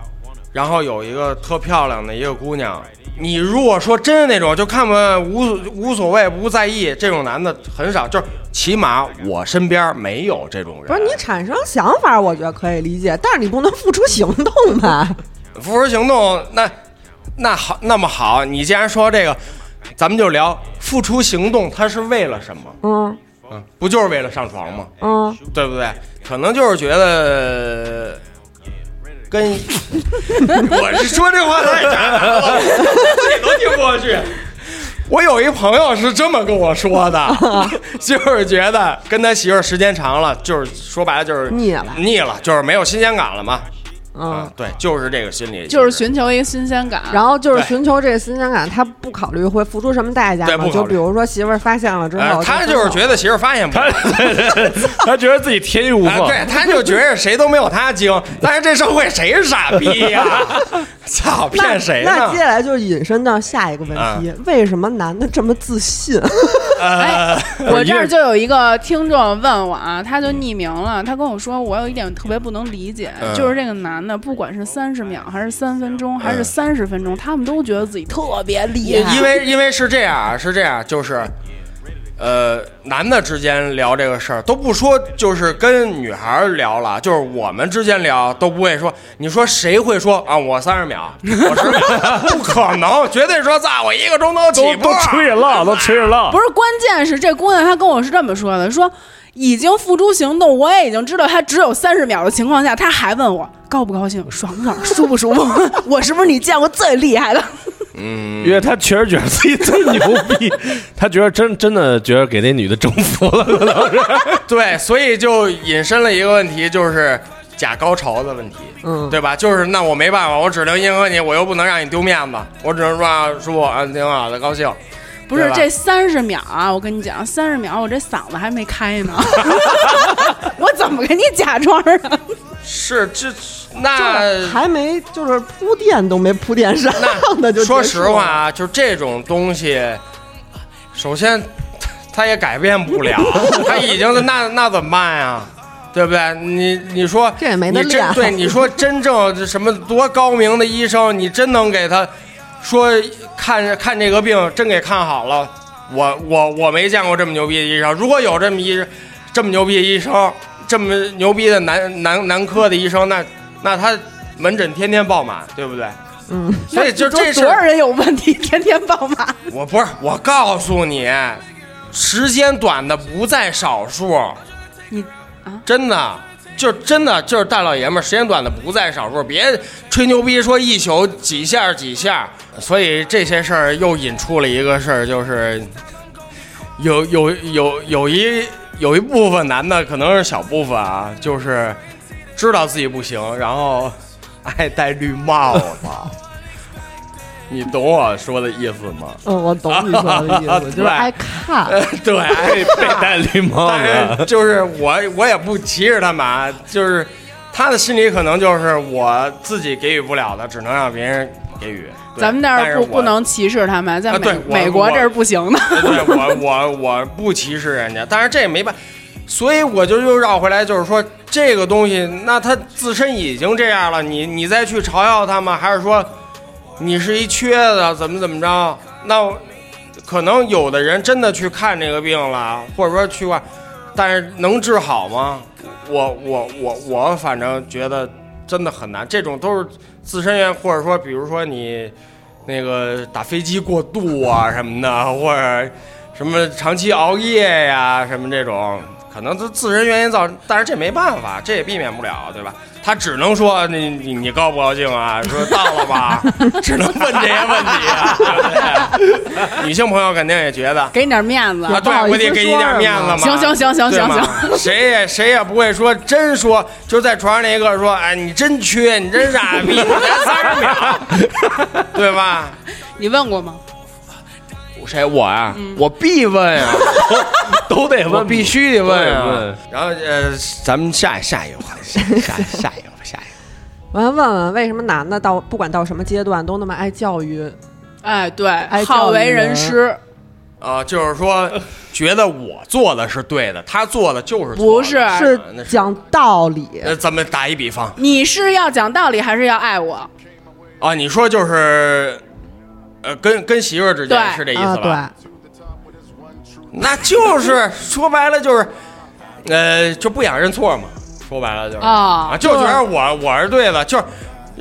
[SPEAKER 3] 然后有一个特漂亮的一个姑娘，你如果说真是那种就看不无所无所谓不在意这种男的很少，就是起码我身边没有这种人。
[SPEAKER 1] 不是你产生想法，我觉得可以理解，但是你不能付出行动吧？
[SPEAKER 3] 付出行动，那那好那么好，你既然说这个，咱们就聊付出行动，它是为了什么？
[SPEAKER 1] 嗯
[SPEAKER 3] 不就是为了上床吗？
[SPEAKER 1] 嗯，
[SPEAKER 3] 对不对？可能就是觉得跟 我是说这话太渣男了，自己都听不过去。我有一朋友是这么跟我说的， 就是觉得跟他媳妇儿时间长了，就是说白了就是
[SPEAKER 1] 腻了
[SPEAKER 3] 腻了，就是没有新鲜感了嘛。啊
[SPEAKER 1] 嗯，，
[SPEAKER 3] 对，就是这个心理，
[SPEAKER 2] 就是寻求一个新鲜感，
[SPEAKER 1] 然后就是
[SPEAKER 3] 对
[SPEAKER 1] 寻求这个新鲜感，他不考虑会付出什么代价
[SPEAKER 3] 对
[SPEAKER 1] 吗？
[SPEAKER 3] 不考
[SPEAKER 1] 就
[SPEAKER 3] 虑
[SPEAKER 1] 比如说媳妇儿发现了之
[SPEAKER 3] 哎
[SPEAKER 1] 后，哦
[SPEAKER 3] 他就是觉得媳妇儿发现不了
[SPEAKER 6] 他 他觉得自己天衣无
[SPEAKER 3] 啊，
[SPEAKER 6] 缝，
[SPEAKER 3] 对，他就觉得谁都没有他精，但是这社会谁是傻逼 呀、操，骗谁呢？啊
[SPEAKER 1] 那那接下来就引申到下一个问题：为什么男的这么自信？
[SPEAKER 3] 呃，
[SPEAKER 2] 我这儿就有一个听众问我啊，他就匿名了，他跟我说我有一点特别不能理解，
[SPEAKER 3] 嗯
[SPEAKER 2] 就是这个男的，不管是三十秒还是三分钟还是三十分钟，他们都觉得自己特别厉害，
[SPEAKER 3] 因为因为是这样啊，是这样，就是，呃，男的之间聊这个事儿都不说，就是跟女孩儿聊了，就是我们之间聊都不会说，你说谁会说啊？我三十秒，我十秒， 不可能，绝对说在我一个钟头起
[SPEAKER 6] 都
[SPEAKER 3] 步啊
[SPEAKER 6] 都。吹着浪，都吹着浪
[SPEAKER 2] 不。是，关键是这姑娘她跟我是这么说的，说已经付诸行动，我也已经知道她只有三十秒的情况下， 她还问我高不高兴，爽不爽，舒不舒服，我是不是你见过最厉害的？
[SPEAKER 3] 嗯，
[SPEAKER 6] 因为他确实觉得自己最牛逼， 他觉得真真的觉得给那女的征服了，可能 是
[SPEAKER 3] 对，所以就引申了一个问题，就是假高潮的问题，
[SPEAKER 1] 嗯
[SPEAKER 3] 对吧？就是那我没办法，我只能迎合你，我又不能让你丢面子，我只能说啊叔啊挺好的，高兴。
[SPEAKER 2] 不是
[SPEAKER 3] 对吧
[SPEAKER 2] 这三十秒啊！我跟你讲，三十秒我这嗓子还没开呢， 我怎么给你假装啊？
[SPEAKER 3] 是这
[SPEAKER 1] 就是
[SPEAKER 3] 那
[SPEAKER 1] 还没就是铺垫都没铺垫上 呢，就结束
[SPEAKER 3] 说实话，啊，就这种东西，首先它它也改变不了，它已经那那怎么办呀？对不对？你你说
[SPEAKER 1] 这也没得
[SPEAKER 3] 你真
[SPEAKER 1] 练
[SPEAKER 3] 对，你说真正这什么多高明的医生，你真能给他说看看这个病，真给看好了。我我我没见过这么牛逼的医生，如果有这么医这么牛逼的医生，这么牛逼的男男男科的医生，那那他门诊天天爆满，对不对？
[SPEAKER 1] 嗯，
[SPEAKER 3] 所以就这事
[SPEAKER 2] 多
[SPEAKER 3] 儿
[SPEAKER 2] 少人有问题，天天爆满。
[SPEAKER 3] 我不是，我告诉你，时间短的不在少数。
[SPEAKER 2] 你啊
[SPEAKER 3] 真的，就真的就是大老爷们儿，时间短的不在少数。别吹牛逼说一宿几下儿几下儿，所以这些事儿又引出了一个事儿，就是有有有有一有一部分男的，可能是小部分啊，就是知道自己不行，然后爱戴绿帽子。你懂我说的意思吗？
[SPEAKER 1] 嗯，我懂你说的 意思，就是
[SPEAKER 3] 对
[SPEAKER 1] 爱看，
[SPEAKER 3] 对，哎
[SPEAKER 6] 被被 戴绿 帽
[SPEAKER 3] 但
[SPEAKER 6] 子。啊
[SPEAKER 3] 是就是我我也不歧视他们啊，就是他的心里可能就是我自己给予不了的，只能让别人给予。对
[SPEAKER 2] 咱们这
[SPEAKER 3] 但
[SPEAKER 2] 儿
[SPEAKER 3] 是
[SPEAKER 2] 不
[SPEAKER 3] 我
[SPEAKER 2] 不能歧视他们，在
[SPEAKER 3] 啊
[SPEAKER 2] 美、
[SPEAKER 3] 对我
[SPEAKER 2] 美国
[SPEAKER 3] 我
[SPEAKER 2] 这是不行的。
[SPEAKER 3] 对我我我不歧视人家，但是这也没办，所以我就又绕回来，就是说这个东西，那他自身已经这样了，你你再去嘲笑他吗？还是说你是一瘸子，怎么怎么着？那我可能有的人真的去看这个病了，或者说去看，但是能治好吗？我我我我反正觉得真的很难，这种都是自身原因，或者说比如说你。那个打飞机过度啊什么的，或者什么长期熬夜呀、什么这种，可能都自身原因造成，但是这没办法，这也避免不了，对吧？他只能说你你你高不高兴啊？说到了 吧，只能问这些问题、啊对不对。女性朋友肯定也觉得
[SPEAKER 2] 给你点面子。
[SPEAKER 3] 啊，对
[SPEAKER 1] 不好意思
[SPEAKER 3] 我得给你点面子嘛。
[SPEAKER 2] 行行行行
[SPEAKER 3] 对
[SPEAKER 2] 行行，
[SPEAKER 3] 吗？谁也谁也不会说真说，就在床上那一刻说，哎，你真缺，你真傻逼，你才三十秒，对吧？
[SPEAKER 2] 你问过吗？
[SPEAKER 3] 谁我呀、我必问 啊，
[SPEAKER 6] 都得
[SPEAKER 3] 我
[SPEAKER 6] 问，
[SPEAKER 3] 必须得问
[SPEAKER 6] 都得
[SPEAKER 3] 啊
[SPEAKER 6] 问。
[SPEAKER 3] 然后呃，咱们下下一个话题，下下一个吧，下一个。
[SPEAKER 1] 我要问问为什么男的到不管到什么阶段都那么爱教育，
[SPEAKER 2] 哎，对，
[SPEAKER 1] 教育
[SPEAKER 2] 好为人
[SPEAKER 1] 人
[SPEAKER 2] 师，
[SPEAKER 3] 啊、就是说，觉得我做的是对的，他做的就是错
[SPEAKER 2] 不
[SPEAKER 3] 的
[SPEAKER 2] 是
[SPEAKER 1] 是
[SPEAKER 3] 哎那是
[SPEAKER 1] 讲道理，
[SPEAKER 3] 呃，咱们打一比方
[SPEAKER 2] 你是要讲道理还是要爱我？
[SPEAKER 3] 啊，你说就是，呃，跟跟媳妇儿之间
[SPEAKER 2] 对
[SPEAKER 3] 是这意
[SPEAKER 1] 啊，
[SPEAKER 3] 思吧？
[SPEAKER 1] 对，
[SPEAKER 3] 那就是说白了就是，呃，就不想认错嘛。说白了就是
[SPEAKER 2] 啊
[SPEAKER 3] 就觉得我我是对的，就是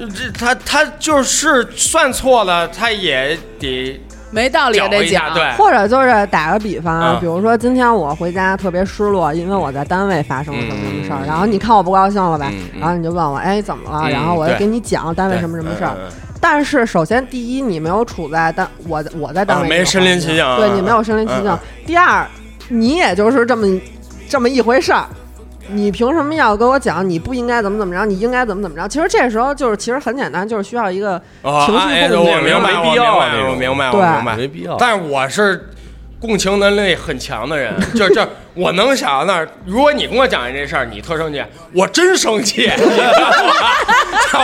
[SPEAKER 3] 这他他就是算错了，他也得
[SPEAKER 2] 没道理也啊
[SPEAKER 3] 搅和
[SPEAKER 2] 得
[SPEAKER 3] 一下，
[SPEAKER 2] 讲。
[SPEAKER 3] 对，
[SPEAKER 1] 或者就是打个比方啊
[SPEAKER 3] 哎嗯，
[SPEAKER 1] 比如说今天我回家特别失落，因为我在单位发生了什么什么事儿，然后你看我不高兴了呗，然后你就问我，哎，怎么了？
[SPEAKER 3] 嗯
[SPEAKER 1] 然后我就
[SPEAKER 3] 对
[SPEAKER 1] 给你讲单位什么什么事儿。
[SPEAKER 3] 嗯嗯嗯
[SPEAKER 1] 但是首先第一，你没有处在单我我在单位
[SPEAKER 3] 啊
[SPEAKER 1] 那
[SPEAKER 3] 没
[SPEAKER 1] 个环
[SPEAKER 3] 身临
[SPEAKER 1] 境
[SPEAKER 3] 其境啊
[SPEAKER 1] 对你没有身临其
[SPEAKER 3] 嗯
[SPEAKER 1] 境
[SPEAKER 3] 嗯。
[SPEAKER 1] 第二，你也就是这么这么一回事儿。你凭什么要跟我讲你不应该怎么怎么着，你应该怎么怎么着？其实这时候就是，其实很简单，就是需要一个
[SPEAKER 3] 啊
[SPEAKER 1] 情绪
[SPEAKER 3] 哎
[SPEAKER 1] 共
[SPEAKER 3] 我
[SPEAKER 1] 鸣。
[SPEAKER 3] 明白，
[SPEAKER 6] 没
[SPEAKER 3] 我
[SPEAKER 6] 必
[SPEAKER 3] 明
[SPEAKER 6] 要
[SPEAKER 3] 白，
[SPEAKER 6] 那
[SPEAKER 3] 我啊
[SPEAKER 6] 种
[SPEAKER 3] 明白，
[SPEAKER 1] 对
[SPEAKER 3] 我明白，
[SPEAKER 6] 没必要啊
[SPEAKER 3] 但是我是共情能力很强的人，就就我能想到那儿，如果你跟我讲这事儿，你特生气，我真生气， 你知道吗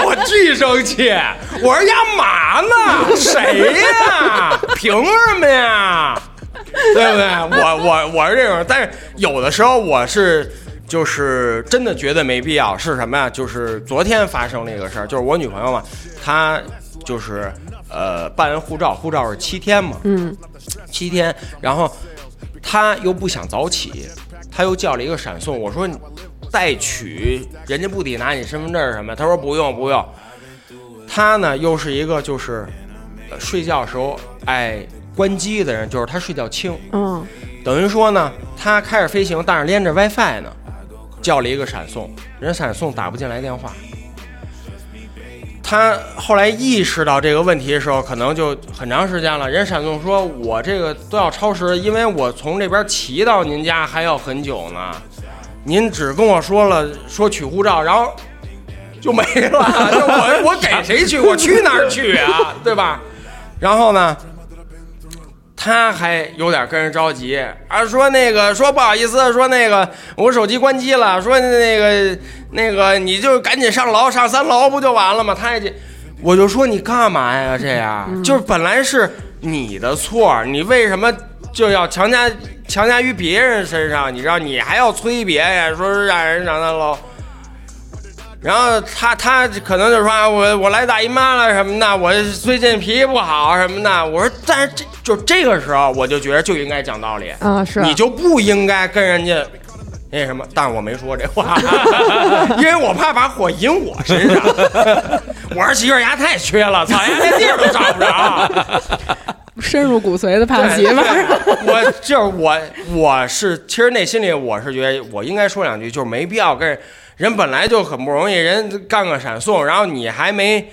[SPEAKER 3] 我巨生气，我说呀嘛呢？谁呀？凭什么呀？ 对不对？我我我是这种，但是有的时候我是。就是真的觉得没必要，是什么呀？就是昨天发生了一个事儿，就是我女朋友嘛，她就是呃办完护照，护照是七天嘛，
[SPEAKER 1] 嗯，
[SPEAKER 3] 七天，然后他又不想早起，他又叫了一个闪送。我说你代取，人家不得拿你身份证儿什么？他说不用不用。他呢又是一个就是、呃睡觉时候爱关机的人，就是他睡觉轻，
[SPEAKER 1] 嗯，
[SPEAKER 3] 等于说呢他开着飞行，但是连着 WiFi 呢，叫了一个闪送，人闪送打不进来电话。他后来意识到这个问题的时候，可能就很长时间了。人闪送说：“我这个都要超时，因为我从这边骑到您家还要很久呢。您只跟我说了说取护照，然后就没了。就我我给谁去？我去哪儿去啊？对吧？然后呢，他还有点跟人着急啊，说那个说不好意思，说那个我手机关机了，说那个那个你就赶紧上楼上三楼不就完了吗？他也这，我就说你干嘛呀？这样、就是本来是你的错，你为什么就要强加强加于别人身上？你知道你还要催别呀？说是让人上三楼。然后他他可能就说啊，我我来大姨妈了什么的，我最近脾气不好什么的。我说，但是这就这个时候，我就觉得就应该讲道理，
[SPEAKER 1] 啊，是
[SPEAKER 3] 你就不应该跟人家那什么。但是我没说这话，因为我怕把火引我身上。我说媳妇儿牙太缺了，操，牙连地儿都找不着。
[SPEAKER 2] 深入骨髓
[SPEAKER 3] 对
[SPEAKER 2] 的怕媳妇儿。
[SPEAKER 3] 我就是我，我是其实内心里我是觉得我应该说两句，就是没必要跟人人本来就很不容易，人干个闪送，然后你还没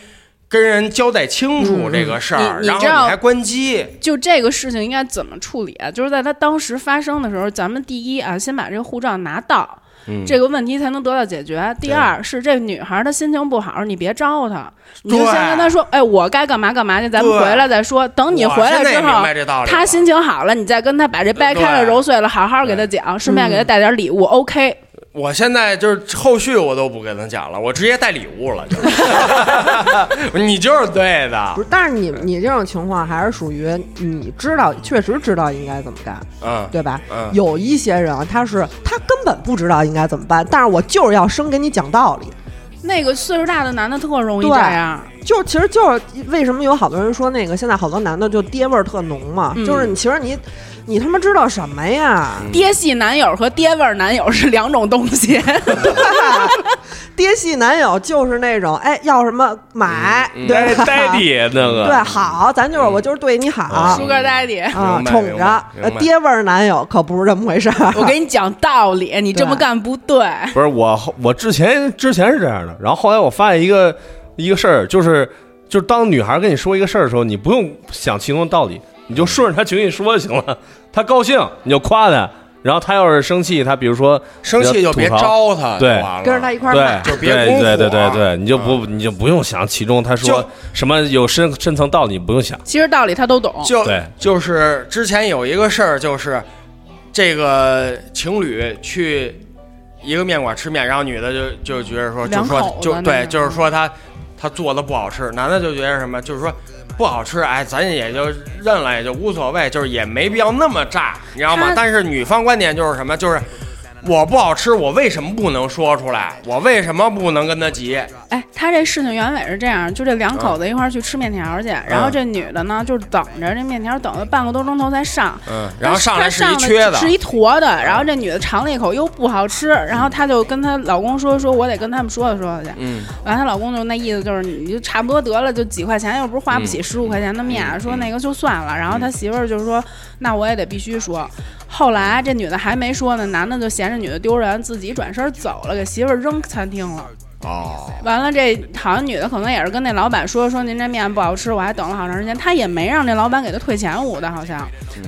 [SPEAKER 3] 跟人交代清楚这个事儿，
[SPEAKER 2] 嗯你你
[SPEAKER 3] 然后
[SPEAKER 2] 知道
[SPEAKER 3] 你还关机，
[SPEAKER 2] 就这个事情应该怎么处理啊？就是在他当时发生的时候，咱们第一啊，先把这个护照拿到，
[SPEAKER 3] 嗯
[SPEAKER 2] 这个问题才能得到解决。第二是这女孩她心情不好，你别招呼她，你就
[SPEAKER 3] 对
[SPEAKER 2] 先跟她说，哎，我该干嘛干嘛去，咱们
[SPEAKER 3] 对
[SPEAKER 2] 回来再说。等哦你
[SPEAKER 3] 我
[SPEAKER 2] 回来
[SPEAKER 3] 现在
[SPEAKER 2] 之
[SPEAKER 3] 也明
[SPEAKER 2] 后
[SPEAKER 3] 白，这道理了。
[SPEAKER 2] 她心情好了，你再跟她把这掰开了
[SPEAKER 3] 对嗯
[SPEAKER 2] 揉碎了，好好给她讲，顺便给她带点礼物。OK，
[SPEAKER 3] 我现在就是后续我都不跟他讲了，我直接带礼物了， 就是。你就是对的
[SPEAKER 1] 不，是？但是你你这种情况还是属于你知道，确实知道应该怎么干，
[SPEAKER 3] 嗯，
[SPEAKER 1] 对吧？
[SPEAKER 3] 嗯
[SPEAKER 1] 有一些人啊，他是他根本不知道应该怎么办，但是我就是要生给你讲道理。
[SPEAKER 2] 那个岁数大的男的特容易
[SPEAKER 1] 对
[SPEAKER 2] 这样，
[SPEAKER 1] 就其实就是为什么有好多人说那个现在好多男的就爹味儿特浓嘛，就是你其实你你他妈知道什么呀？
[SPEAKER 3] 嗯
[SPEAKER 2] 爹系男友和爹味儿男友是两种东 西。
[SPEAKER 1] 爹系男友就是那种哎要什么买，
[SPEAKER 3] 嗯
[SPEAKER 1] 对吧？
[SPEAKER 6] 呆爹那个，
[SPEAKER 1] 对好，咱就是我就是对你好
[SPEAKER 2] Sugar Daddy，
[SPEAKER 1] 啊，
[SPEAKER 3] 嗯明白
[SPEAKER 1] 宠
[SPEAKER 3] 明白
[SPEAKER 1] 着
[SPEAKER 3] 明
[SPEAKER 1] 呃
[SPEAKER 3] 白
[SPEAKER 1] 爹味儿男友可不是这么回事儿。
[SPEAKER 2] 我给你讲道理，你这么干不对。
[SPEAKER 6] 不是我，我之前之前是这样的，然后后来我发现一个一个事儿，就是就是当女孩跟你说一个事儿的时候，你不用想其中的道理，你就顺着她情绪说就行了。 她高兴你就夸她，然后她要是生气，她比如说
[SPEAKER 3] 生气就别
[SPEAKER 6] 吐槽，
[SPEAKER 3] 招他，
[SPEAKER 6] 对
[SPEAKER 3] 就完了
[SPEAKER 1] 跟着他一块儿
[SPEAKER 6] 对
[SPEAKER 1] 买，
[SPEAKER 3] 就别
[SPEAKER 6] 对
[SPEAKER 3] 功夫
[SPEAKER 6] 对对对
[SPEAKER 3] 啊
[SPEAKER 6] 对，你就不你就不用想其中她说
[SPEAKER 3] 就
[SPEAKER 6] 什么有深深层道理，你不用想。
[SPEAKER 2] 其实道理他都懂，
[SPEAKER 3] 就
[SPEAKER 6] 对
[SPEAKER 3] 就是之前有一个事儿，就是这个情侣去一个面馆吃面，然后女的就就觉得说，就
[SPEAKER 2] 两
[SPEAKER 3] 说
[SPEAKER 2] 口子
[SPEAKER 3] 就
[SPEAKER 2] 那
[SPEAKER 3] 对，
[SPEAKER 2] 种嗯
[SPEAKER 3] 就是说她她做的不好吃，男的就觉得什么，就是说。不好吃，哎，咱也就认了，也就无所谓，就是也没必要那么炸，你知道吗
[SPEAKER 2] 他？
[SPEAKER 3] 但是女方观点就是什么，就是我不好吃，我为什么不能说出来？我为什么不能跟他急？
[SPEAKER 2] 哎，他这事情原委是这样，就这两口子一块儿去吃面条去，然后这女的呢，就是等着这面条等了半个多钟头才上，
[SPEAKER 3] 嗯，然后
[SPEAKER 2] 她
[SPEAKER 3] 上来是
[SPEAKER 2] 她
[SPEAKER 3] 一缺的，嗯
[SPEAKER 2] 是一坨的，然后这女的尝了一口又不好吃，然后她就跟她老公说，说我得跟他们说道说道去，
[SPEAKER 3] 嗯，
[SPEAKER 2] 完她老公就那意思就是你就差不多得了，就几块钱又不是花不
[SPEAKER 3] 嗯
[SPEAKER 2] 起十五块钱的面，说那个就算了，然后他媳妇儿就说那我也得必须说，后来这女的还没说呢，男的就嫌这女的丢人，自己转身走了，给媳妇儿扔餐厅了。
[SPEAKER 3] 哦，
[SPEAKER 2] 完了这，好像女的可能也是跟那老板说说您这面不好吃，我还等了好长时间，她也没让这老板给她退钱捂的，好像。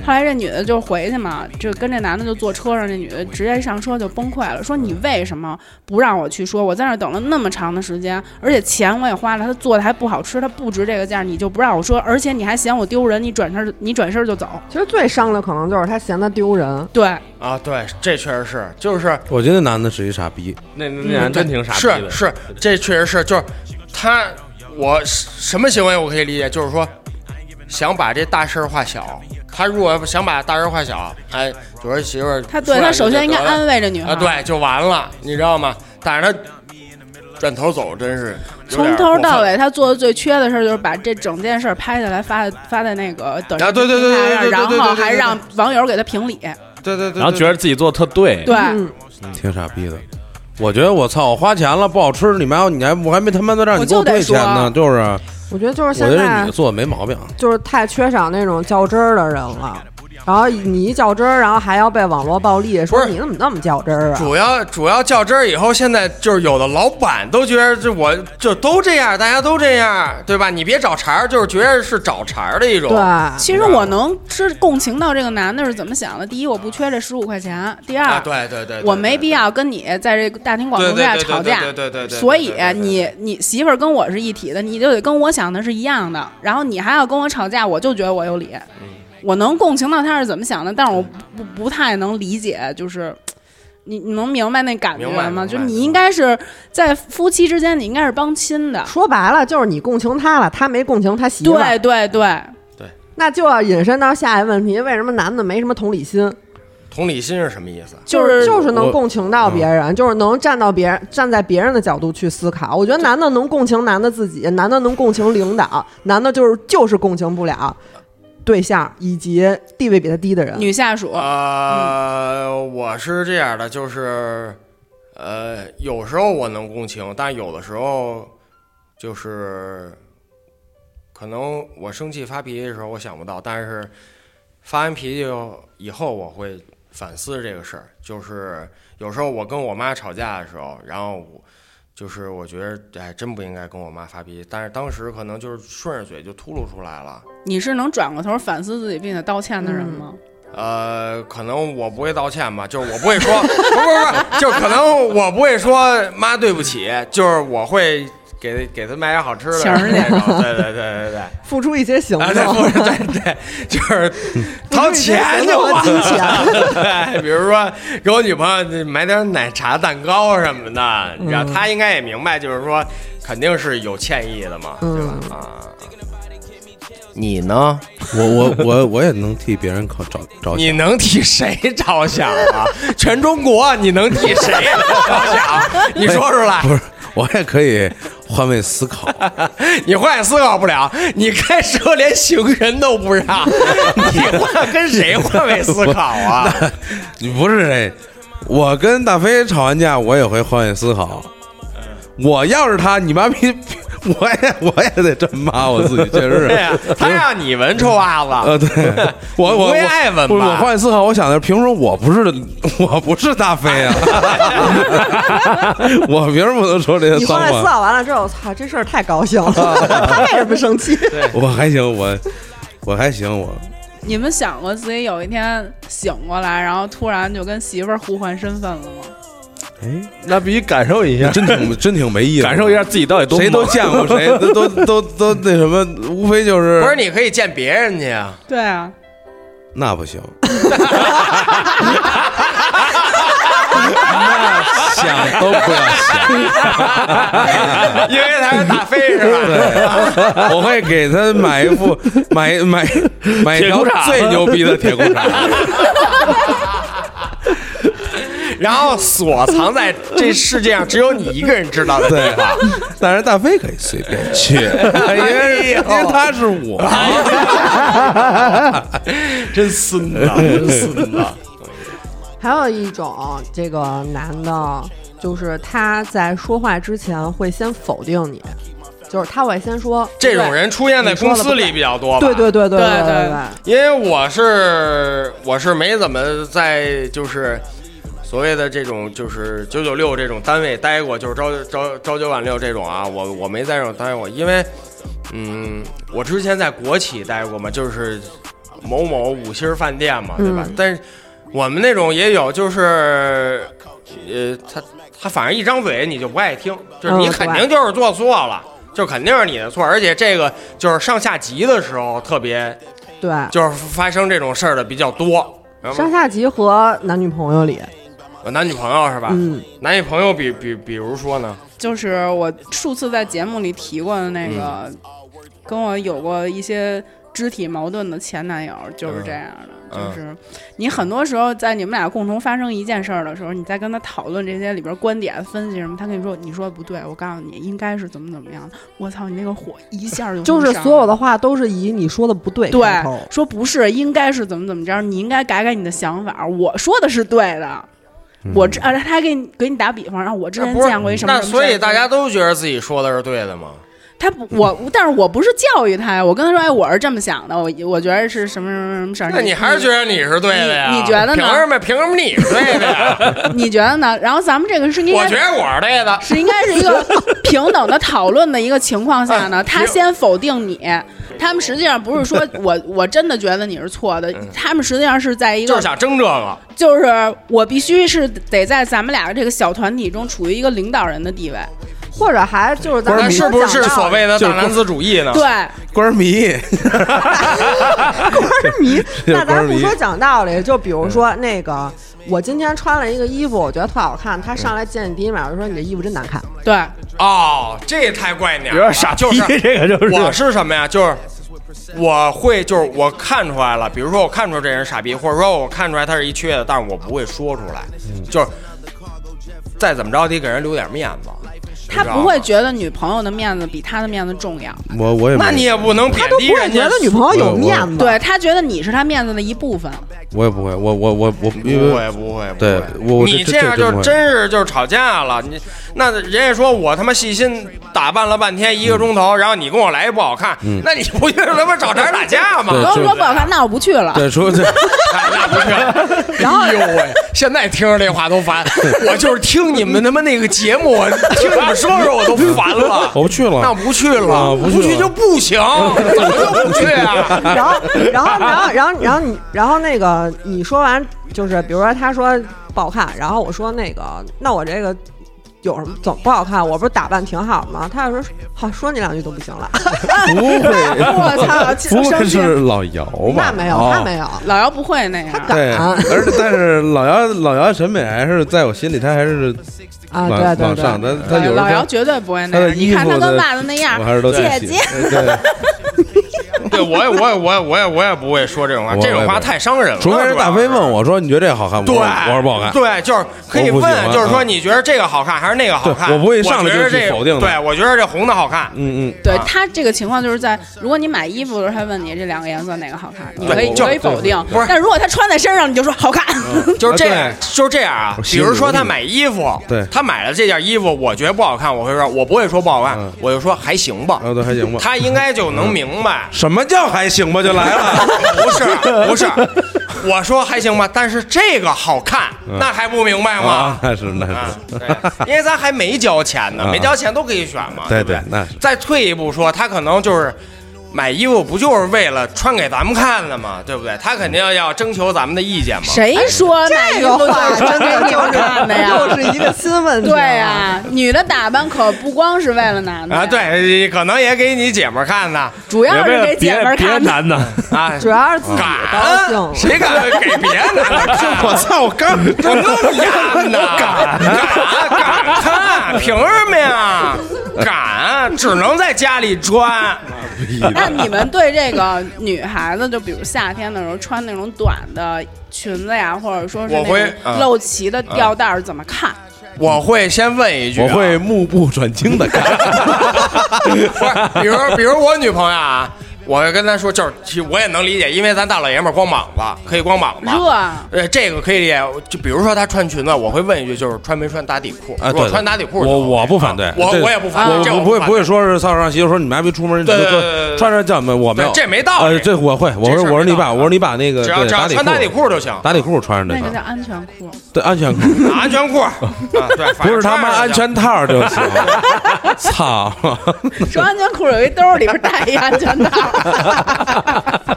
[SPEAKER 2] 后来这女的就回去嘛，就跟这男的就坐车上，这女的直接上车就崩溃了，说你为什么不让我去说？我在那儿等了那么长的时间，而且钱我也花了，他做的还不好吃，他不值这个价，你就不让我说，而且你还嫌我丢人，你转身你转身就走。
[SPEAKER 1] 其实最伤的可能就是他嫌他丢人，
[SPEAKER 2] 对，
[SPEAKER 3] 啊，对，这确实是，就是
[SPEAKER 4] 我觉得男的是一傻逼，
[SPEAKER 6] 那那人真挺傻逼
[SPEAKER 3] 是
[SPEAKER 6] 的，
[SPEAKER 3] 是，这确实是，就是他，我什么行为我可以理解，就是说想把这大事儿化小。他如果想把大事儿化小，哎，就说媳妇儿，
[SPEAKER 2] 他对他首先应该安慰这女孩，
[SPEAKER 3] 啊，，对，就完了，你知道吗？但是他转头走，真是有点
[SPEAKER 2] 从头
[SPEAKER 3] 过分
[SPEAKER 2] 到尾，他做的最缺的事儿就是把这整件事儿拍下来发发在那个短视频
[SPEAKER 3] 啊对对对对对对对对对
[SPEAKER 2] 平台上然后还
[SPEAKER 3] 对对嗯
[SPEAKER 2] 让网友给他评理，
[SPEAKER 3] 对对对，
[SPEAKER 6] 然后觉得自己做的特对，
[SPEAKER 2] 对，
[SPEAKER 1] 嗯
[SPEAKER 4] 挺傻逼的。我觉得我操，我花钱了不好吃，你们还你还我还没他妈的让
[SPEAKER 2] 我
[SPEAKER 4] 你
[SPEAKER 2] 就
[SPEAKER 4] 给我退
[SPEAKER 2] 得说
[SPEAKER 4] 钱呢，就是
[SPEAKER 1] 我觉得就是
[SPEAKER 4] 我觉
[SPEAKER 1] 现
[SPEAKER 4] 得
[SPEAKER 1] 在
[SPEAKER 4] 你做的没毛病。
[SPEAKER 1] 就是太缺少那种较真儿的人了。然后你一较真儿，然后还要被网络暴力
[SPEAKER 3] 不
[SPEAKER 1] 说
[SPEAKER 3] 是
[SPEAKER 1] 你怎么那么较真儿啊？
[SPEAKER 3] 主要主要较真儿以后，现在就是有的老板都觉得这我就都这样，大家都这样，对吧？你别找茬儿，就是觉得是找茬儿的一种。啊
[SPEAKER 1] 对，
[SPEAKER 2] 其实我能知共情到这个男的是怎么想的。第一，我不缺这十五块钱；第二，
[SPEAKER 3] 啊，对对对，对
[SPEAKER 2] 我没必要跟你在这个大庭广众之下
[SPEAKER 3] 对对对
[SPEAKER 2] 吵架
[SPEAKER 3] 对对对对对，对
[SPEAKER 2] 所以
[SPEAKER 3] 对对对
[SPEAKER 2] 你你媳妇儿跟我是一体的，你就得跟我想的是一样的，然后你还要跟我吵架，我就觉得我有理，
[SPEAKER 3] 嗯
[SPEAKER 2] 我能共情到他是怎么想的，但是我不不不太能理解，就是。你你能明白那感觉
[SPEAKER 3] 明白明
[SPEAKER 2] 吗？
[SPEAKER 3] 白
[SPEAKER 2] 就是你应该是在夫妻之间，你应该是帮亲的。
[SPEAKER 1] 说白了就是你共情他了，他没共情他媳妇儿。
[SPEAKER 2] 对对对，
[SPEAKER 1] 那就要引申到下一个问题：为什么男的没什么同理心？
[SPEAKER 3] 同理心是什么意思？
[SPEAKER 2] 就是嗯
[SPEAKER 1] 就是能共情到别人，就是能站到别人站在别人的角度去思考。我觉得男的能共情男的自己，男的能共情领导，男的就是就是共情不了对象以及地位比他低的人。
[SPEAKER 2] 女下属，
[SPEAKER 3] 啊呃，我是这样的，就是，呃，有时候我能共情，但有的时候就是，可能我生气发脾气的时候我想不到，但是发完脾气以后我会反思这个事儿。就是有时候我跟我妈吵架的时候，然后我就是我觉得哎，真不应该跟我妈发脾气，但是当时可能就是顺着嘴就秃噜出来了。
[SPEAKER 2] 你是能转过头反思自己并且道歉的人吗？
[SPEAKER 3] 呃，可能我不会道歉吧，就是我不会说，不 不不，就可能我不会说妈对不起，就是我会给给他买点好吃的
[SPEAKER 2] 请人家
[SPEAKER 3] 那种，对对对对对，
[SPEAKER 1] 付出一些行动，
[SPEAKER 3] 啊对 不是对对，就是掏钱就完
[SPEAKER 1] 付出一些行动和 金钱。
[SPEAKER 3] 了，对，比如说给我女朋友买点奶茶、蛋糕什么的，然后她应该也明白，就是说肯定是有歉意的嘛，对吧？啊，你呢？
[SPEAKER 4] 我我我我也能替别人考 找找
[SPEAKER 3] 你能替谁着想啊？全中国你能替谁着 想？你说出来，
[SPEAKER 4] 不是，我也可以换位思考。
[SPEAKER 3] 你换也思考不了。你开车连行人都不让，你换跟谁换位思考 啊？
[SPEAKER 4] 你不是这，我跟大飞吵完架，我也会换位思考。
[SPEAKER 3] 嗯
[SPEAKER 4] 我要是他，你妈逼， 我也我也得这么骂我自己，确实
[SPEAKER 3] 对呀、
[SPEAKER 4] 是。
[SPEAKER 3] 他让你闻臭袜
[SPEAKER 4] 呃，
[SPEAKER 3] 子，
[SPEAKER 4] 对， 我我
[SPEAKER 3] 不
[SPEAKER 4] 我
[SPEAKER 3] 会爱问吧
[SPEAKER 4] 不是我换位思考，我想的是，凭什么我不是 我不是大飞 啊？我凭什么能说这些
[SPEAKER 1] 你
[SPEAKER 4] 脏
[SPEAKER 1] 后来思
[SPEAKER 4] 话？
[SPEAKER 1] 考完了之后，我操，这事儿太高 兴了，他为什么生气？
[SPEAKER 4] 我还行，我我还行，我
[SPEAKER 2] 你们想过自己有一天醒过来，然后突然就跟媳妇儿互换身份了吗？
[SPEAKER 6] 那必须感受一下，
[SPEAKER 4] 真挺 真挺没意思，
[SPEAKER 6] 感受一下自己到底多
[SPEAKER 4] 谁都
[SPEAKER 6] 猛啊
[SPEAKER 4] 见过谁，都都都都那什么，无非就是
[SPEAKER 3] 不是你可以见别 人去啊。
[SPEAKER 2] 对啊，
[SPEAKER 4] 那 不行，那想都不要想，
[SPEAKER 3] 因为他是大飞是吧？
[SPEAKER 4] 对， 我会给他买一 副买买买一条最牛逼的铁裤 衩，
[SPEAKER 3] 然后锁藏在这世界上只有你一个人知道的地
[SPEAKER 4] 对
[SPEAKER 3] 方。，
[SPEAKER 4] 但是大飞可以随便去，因
[SPEAKER 3] 哎
[SPEAKER 4] 为因为他是我，
[SPEAKER 3] 真孙子，真孙子！
[SPEAKER 1] 还有一种，这个男的，就是他在说话之前会先否定你，就是他会先说
[SPEAKER 3] 这种人出现在公司里比较多吧？
[SPEAKER 1] 对对对对
[SPEAKER 2] 对
[SPEAKER 1] 对
[SPEAKER 2] 对
[SPEAKER 3] 因为我是我是没怎么在就是所谓的这种就是九九六这种单位待过，就是朝朝朝九晚六这种啊，我我没在这种单位过，因为嗯，我之前在国企待过嘛，就是某某五星饭店嘛，对吧？
[SPEAKER 1] 嗯
[SPEAKER 3] 但是我们那种也有，就是呃，他他反正一张嘴你就不爱听，就是你
[SPEAKER 1] 嗯
[SPEAKER 3] 肯
[SPEAKER 1] 对
[SPEAKER 3] 定就是做错了。就肯定是你的错，而且这个就是上下级的时候特别
[SPEAKER 1] 对，
[SPEAKER 3] 就是发生这种事儿的比较多。然
[SPEAKER 1] 上
[SPEAKER 3] 后
[SPEAKER 1] 下级和男女朋友里，
[SPEAKER 3] 我男女朋友是吧？
[SPEAKER 1] 嗯，
[SPEAKER 3] 男女朋友比比比如说呢，
[SPEAKER 2] 就是我数次在节目里提过的那个，跟我有过一些肢体矛盾的前男友就是这样的，
[SPEAKER 3] 嗯
[SPEAKER 2] 就是你很多时候在你们俩共同发生一件事儿的时候，你在跟他讨论这些里边观点分析什么，他跟你说你说的不对，我告诉你应该是怎么怎么样的，我操，你那个火一下就
[SPEAKER 1] 就是
[SPEAKER 2] 冲上
[SPEAKER 1] 所有
[SPEAKER 2] 来
[SPEAKER 1] 的话都是以你说的不对开头
[SPEAKER 2] 对，说不是，应该是怎么怎么着，你应该改改你的想法，我说的是对的。 我这啊，他还给你给你打比方，然后我之前
[SPEAKER 3] 不是
[SPEAKER 2] 见过一什么
[SPEAKER 3] 那
[SPEAKER 2] 什么事儿
[SPEAKER 3] 所以大家都觉得自己说的是对的吗？
[SPEAKER 2] 他不，我但是我不是教育他呀，我跟他说，哎，我是这么想的，我我觉得是什么什么什么事儿。
[SPEAKER 3] 那你还是觉得你是对的呀？
[SPEAKER 2] 嗯你你觉得呢
[SPEAKER 3] 凭什么？凭什么你是对的呀？
[SPEAKER 2] 你觉得呢？然后咱们这个是应
[SPEAKER 3] 我
[SPEAKER 2] 该
[SPEAKER 3] 觉得我是对的。
[SPEAKER 2] 是应该是一个平等的讨论的一个情况下
[SPEAKER 3] 啊
[SPEAKER 2] 呢，他先否定你，他们实际上不是说我我真的觉得你是错的，他们实际上是在一
[SPEAKER 3] 嗯就是
[SPEAKER 2] 个
[SPEAKER 3] 想争这个，
[SPEAKER 2] 就是我必须是得在咱们俩的这个小团体中处于一个领导人的地位，
[SPEAKER 4] 啊
[SPEAKER 1] 或者还就是咱
[SPEAKER 3] 那
[SPEAKER 1] 们
[SPEAKER 3] 是
[SPEAKER 1] 说
[SPEAKER 3] 不是
[SPEAKER 1] 讲道
[SPEAKER 3] 所
[SPEAKER 1] 理
[SPEAKER 3] 谓的大男子主义呢？
[SPEAKER 2] 对，
[SPEAKER 4] 官迷，。
[SPEAKER 1] 官儿迷
[SPEAKER 4] 就是
[SPEAKER 1] 那
[SPEAKER 4] 官儿
[SPEAKER 1] 咱
[SPEAKER 4] 迷嗯
[SPEAKER 1] 不说讲道理，就比如说那个，我今天穿了一个衣服，我觉得特好看。他上来见你第一面，我就说你这衣服真难看。
[SPEAKER 3] 哎
[SPEAKER 2] 对，
[SPEAKER 3] 哦，这也太怪鸟了，
[SPEAKER 6] 有点傻逼
[SPEAKER 3] 就是
[SPEAKER 6] 这个就是
[SPEAKER 3] 我是什么呀？就是我会，就是我看出来了，比如说我看出来这人傻逼，或者说我看出来他是一缺的，但是我不会说出来，就是再怎么着得给人留点面子。你
[SPEAKER 2] 他
[SPEAKER 3] 知道吗
[SPEAKER 2] 不
[SPEAKER 4] 啊
[SPEAKER 2] 会觉得女朋友的面子比他的面子重要，
[SPEAKER 4] 我我也没
[SPEAKER 3] 那你也不能贬
[SPEAKER 1] 他都
[SPEAKER 3] 低
[SPEAKER 1] 不会
[SPEAKER 3] 人
[SPEAKER 1] 觉
[SPEAKER 3] 家
[SPEAKER 1] 得女朋友有面子。，
[SPEAKER 2] 对他觉得你是他面子的一部分，
[SPEAKER 4] 我也不会，我我我我因
[SPEAKER 3] 不
[SPEAKER 4] 为
[SPEAKER 3] 会不会，不
[SPEAKER 4] 对
[SPEAKER 3] 会
[SPEAKER 4] 我我
[SPEAKER 3] 你
[SPEAKER 4] 这
[SPEAKER 3] 这样
[SPEAKER 4] 这
[SPEAKER 3] 就
[SPEAKER 4] 真
[SPEAKER 3] 真是就是吵架了。你那人家说我他妈细心打扮了半天一个钟头，然后你跟我来一不好看，那你不就是他妈找茬打架吗？
[SPEAKER 4] 对
[SPEAKER 2] 然后
[SPEAKER 4] 这
[SPEAKER 2] 说不好看，那我不去了。
[SPEAKER 4] 对说这
[SPEAKER 3] 然后，哎呦喂！现在听着这话都 烦，我就是听你们他妈那个节目，我听你们说说我都烦 了。
[SPEAKER 4] 我不去了，
[SPEAKER 3] 那我不去了，
[SPEAKER 4] 啊不去了
[SPEAKER 3] 去就不行，怎么就不去 啊？
[SPEAKER 1] 然后，然后，然后，然后，然后你，然后那个你说完，就是比如说他说不好看，然后我说那个，那我这个有什么怎么不好看？我不是打扮挺好吗？他就说好，说你两句都不行了。
[SPEAKER 4] 不会，
[SPEAKER 1] 我操，
[SPEAKER 4] 不会
[SPEAKER 1] 生气
[SPEAKER 4] 是老姚
[SPEAKER 1] 那
[SPEAKER 4] 吧？
[SPEAKER 1] 没有，
[SPEAKER 4] 哦
[SPEAKER 1] 那没有，
[SPEAKER 2] 老姚不会那样，
[SPEAKER 1] 他
[SPEAKER 4] 对，
[SPEAKER 1] 敢
[SPEAKER 4] 而且但是老姚老姚审美还是在我心里，他还是
[SPEAKER 1] 啊，
[SPEAKER 4] 往
[SPEAKER 1] 对对
[SPEAKER 4] 往上，
[SPEAKER 1] 对。
[SPEAKER 4] 他他有时候
[SPEAKER 2] 老姚
[SPEAKER 4] 他
[SPEAKER 2] 绝对不会那
[SPEAKER 4] 他的
[SPEAKER 2] 样。你
[SPEAKER 4] 衣
[SPEAKER 2] 看
[SPEAKER 4] 服
[SPEAKER 2] 他
[SPEAKER 4] 的
[SPEAKER 2] 跟袜子那样
[SPEAKER 4] 我，还是都
[SPEAKER 2] 姐
[SPEAKER 4] 喜
[SPEAKER 2] 姐，
[SPEAKER 4] 对，
[SPEAKER 3] 对，我也，我也，我也，我也，我也不会说这种话，
[SPEAKER 4] 我
[SPEAKER 3] 这种话
[SPEAKER 4] 我也不会
[SPEAKER 3] 太伤人了。
[SPEAKER 4] 除非是大飞问我说你觉得这个好看吗？
[SPEAKER 3] 对，
[SPEAKER 4] 我说我说不好看，
[SPEAKER 3] 对，就是可以
[SPEAKER 4] 我不喜
[SPEAKER 3] 问，
[SPEAKER 4] 欢
[SPEAKER 3] 就是说
[SPEAKER 4] 嗯
[SPEAKER 3] 你觉得这个好看还是那个好看？
[SPEAKER 4] 对我不会上来
[SPEAKER 3] 我觉得
[SPEAKER 4] 就去
[SPEAKER 3] 这
[SPEAKER 4] 否定的
[SPEAKER 3] 对，我觉得这红的好看。
[SPEAKER 4] 嗯嗯，
[SPEAKER 2] 对
[SPEAKER 3] 啊
[SPEAKER 2] 他这个情况就是在，如果你买衣服的时候，他问你这两个颜色哪个好看，你可以
[SPEAKER 3] 就
[SPEAKER 2] 可以否定
[SPEAKER 3] 不是。
[SPEAKER 2] 但如果他穿在身上，你就说好看。
[SPEAKER 3] 就是这样
[SPEAKER 4] 啊，
[SPEAKER 3] 就是这样啊。
[SPEAKER 4] 我
[SPEAKER 3] 比
[SPEAKER 4] 心里
[SPEAKER 3] 如说
[SPEAKER 4] 有
[SPEAKER 3] 他
[SPEAKER 4] 你
[SPEAKER 3] 买衣服，
[SPEAKER 4] 对
[SPEAKER 3] 他买了这件衣服，我觉得不好看，我会说，我不会说不好看
[SPEAKER 4] 嗯，
[SPEAKER 3] 我就说还行吧。
[SPEAKER 4] 啊对还行吧嗯
[SPEAKER 3] 他应该就能明白，
[SPEAKER 4] 什么叫还行吧就来了，
[SPEAKER 3] 不是不是，我说还行吧，但是这个好看，那还不明白
[SPEAKER 4] 嗯
[SPEAKER 3] 吗？
[SPEAKER 4] 啊那是那
[SPEAKER 3] 啊
[SPEAKER 4] 是，，
[SPEAKER 3] 对，因为咱还没交钱呢，
[SPEAKER 4] 啊
[SPEAKER 3] 没交钱都可以选嘛，
[SPEAKER 4] 对
[SPEAKER 3] 不对
[SPEAKER 4] 对？那是
[SPEAKER 3] 再退一步说，他可能就是买衣服不就是为了穿给咱们看的嘛，对不对？他肯定要征求咱们的意见嘛。
[SPEAKER 2] 谁说 买衣
[SPEAKER 1] 这
[SPEAKER 2] 服
[SPEAKER 1] 个
[SPEAKER 2] 就
[SPEAKER 1] 话
[SPEAKER 2] 是
[SPEAKER 1] 哎真
[SPEAKER 2] 穿给
[SPEAKER 1] 的
[SPEAKER 2] 你们看的呀？
[SPEAKER 1] 就是 又是一个新
[SPEAKER 3] 啊
[SPEAKER 1] 问题。啊
[SPEAKER 2] 对呀，女的打扮可不光是为了男的
[SPEAKER 3] 啊，， 对，可能也给你姐们儿看呢，
[SPEAKER 2] 主要
[SPEAKER 6] 别
[SPEAKER 2] 是
[SPEAKER 6] 别
[SPEAKER 2] 给姐们儿
[SPEAKER 6] 别
[SPEAKER 2] 看的。
[SPEAKER 6] 男的，
[SPEAKER 3] 啊，
[SPEAKER 1] 主要是自己高兴
[SPEAKER 3] 敢
[SPEAKER 1] 了。
[SPEAKER 3] 谁敢给别人拿 着看？
[SPEAKER 4] 我操，我 刚
[SPEAKER 3] 我那么敢 呢？敢 敢看？凭什么 呀？敢，只能在家里钻。
[SPEAKER 2] 那你们对这个女孩子，就比如夏天的时候穿那种短的裙子呀，或者说是
[SPEAKER 3] 我
[SPEAKER 2] 那
[SPEAKER 3] 会
[SPEAKER 2] 种
[SPEAKER 3] 啊
[SPEAKER 2] 露脐的吊带儿，怎么看？
[SPEAKER 3] 我会先问一句、啊
[SPEAKER 4] 我会，目不转睛的看，
[SPEAKER 3] 不是，比如比如我女朋友啊，我会跟她说，就是其实我也能理解，因为咱大老爷们儿光膀子可以光膀子，
[SPEAKER 2] 热啊，
[SPEAKER 3] 呃，这个可以理解。就比如说她穿裙子，我会问一句，就是穿没穿打底裤？
[SPEAKER 4] 啊，
[SPEAKER 3] 如果
[SPEAKER 4] 对，
[SPEAKER 3] 穿打底裤就 OK
[SPEAKER 4] 我
[SPEAKER 3] 了，
[SPEAKER 4] 我不反对，
[SPEAKER 3] 我
[SPEAKER 4] 这
[SPEAKER 3] 我也不反
[SPEAKER 4] 我
[SPEAKER 3] 对，这
[SPEAKER 4] 我
[SPEAKER 3] 我
[SPEAKER 4] 不会
[SPEAKER 3] 反
[SPEAKER 4] 不
[SPEAKER 3] 对
[SPEAKER 4] 会说是操让媳妇说你妈逼出门，你就
[SPEAKER 3] 对对对对对
[SPEAKER 4] 穿着叫门，我没有，
[SPEAKER 3] 对这没道理
[SPEAKER 4] 呃这我会，我
[SPEAKER 3] 这事儿
[SPEAKER 4] 说
[SPEAKER 3] 没
[SPEAKER 4] 我说你
[SPEAKER 3] 道
[SPEAKER 4] 爸，
[SPEAKER 3] 理
[SPEAKER 4] 我说你把那个
[SPEAKER 3] 只要
[SPEAKER 4] 对
[SPEAKER 3] 只要穿
[SPEAKER 4] 打
[SPEAKER 3] 打底裤就行，
[SPEAKER 4] 打底裤穿上
[SPEAKER 2] 那
[SPEAKER 4] 就
[SPEAKER 2] 个
[SPEAKER 4] 行
[SPEAKER 2] 叫，安全裤。
[SPEAKER 4] 对安全裤，
[SPEAKER 3] 安全 裤，啊，对，
[SPEAKER 4] 不是他妈安
[SPEAKER 3] 全。
[SPEAKER 4] 全套就行， 操，
[SPEAKER 2] 说安全裤有一兜儿，里边带一安全套。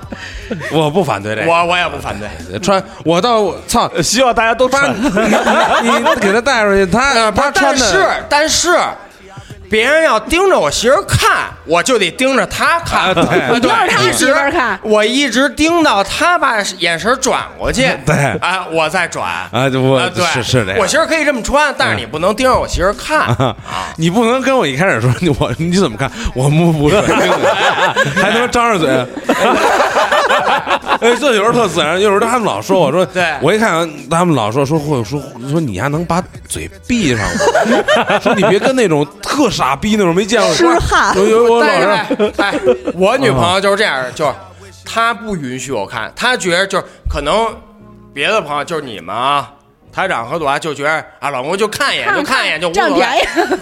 [SPEAKER 4] 我不反对这个
[SPEAKER 3] 我我也不反对，
[SPEAKER 4] 穿，我到操，
[SPEAKER 6] 希望大家都穿。
[SPEAKER 4] 你你给他带出去，他他穿
[SPEAKER 3] 呃但是
[SPEAKER 4] 的。
[SPEAKER 3] 但是，别人要盯着我媳妇儿看，我就得盯着她看，
[SPEAKER 4] 啊
[SPEAKER 3] 啊
[SPEAKER 4] 对
[SPEAKER 2] 盯着她
[SPEAKER 3] 一直
[SPEAKER 2] 媳妇儿看
[SPEAKER 3] 我一直盯到她把眼神转过去，
[SPEAKER 4] 对
[SPEAKER 3] 啊，我再转啊
[SPEAKER 4] 啊就我
[SPEAKER 3] 对
[SPEAKER 4] 是是这样
[SPEAKER 3] 我媳妇儿可以这么穿，但是你不能盯着我媳妇儿 看，啊
[SPEAKER 4] 你不能跟我一开始说你 我你怎么看我目不转睛的， 还他妈张着嘴。 哎，这有时候特自然，有时候他们老说我说，
[SPEAKER 3] 对
[SPEAKER 4] 我一看他们老说说或者说说你还能把嘴闭上吗？ 说你别跟那种特傻逼那种没见过
[SPEAKER 1] 痴汉
[SPEAKER 4] 有有我老
[SPEAKER 3] 但
[SPEAKER 4] 让
[SPEAKER 3] 是哎， 我女朋友就是这样，就是她不允许我看，她觉得就是可能别的朋友就是你们啊，台长和朵拉就觉得啊，老公就看一眼，
[SPEAKER 2] 看
[SPEAKER 3] 就看一眼，就无所
[SPEAKER 2] 占
[SPEAKER 3] 谓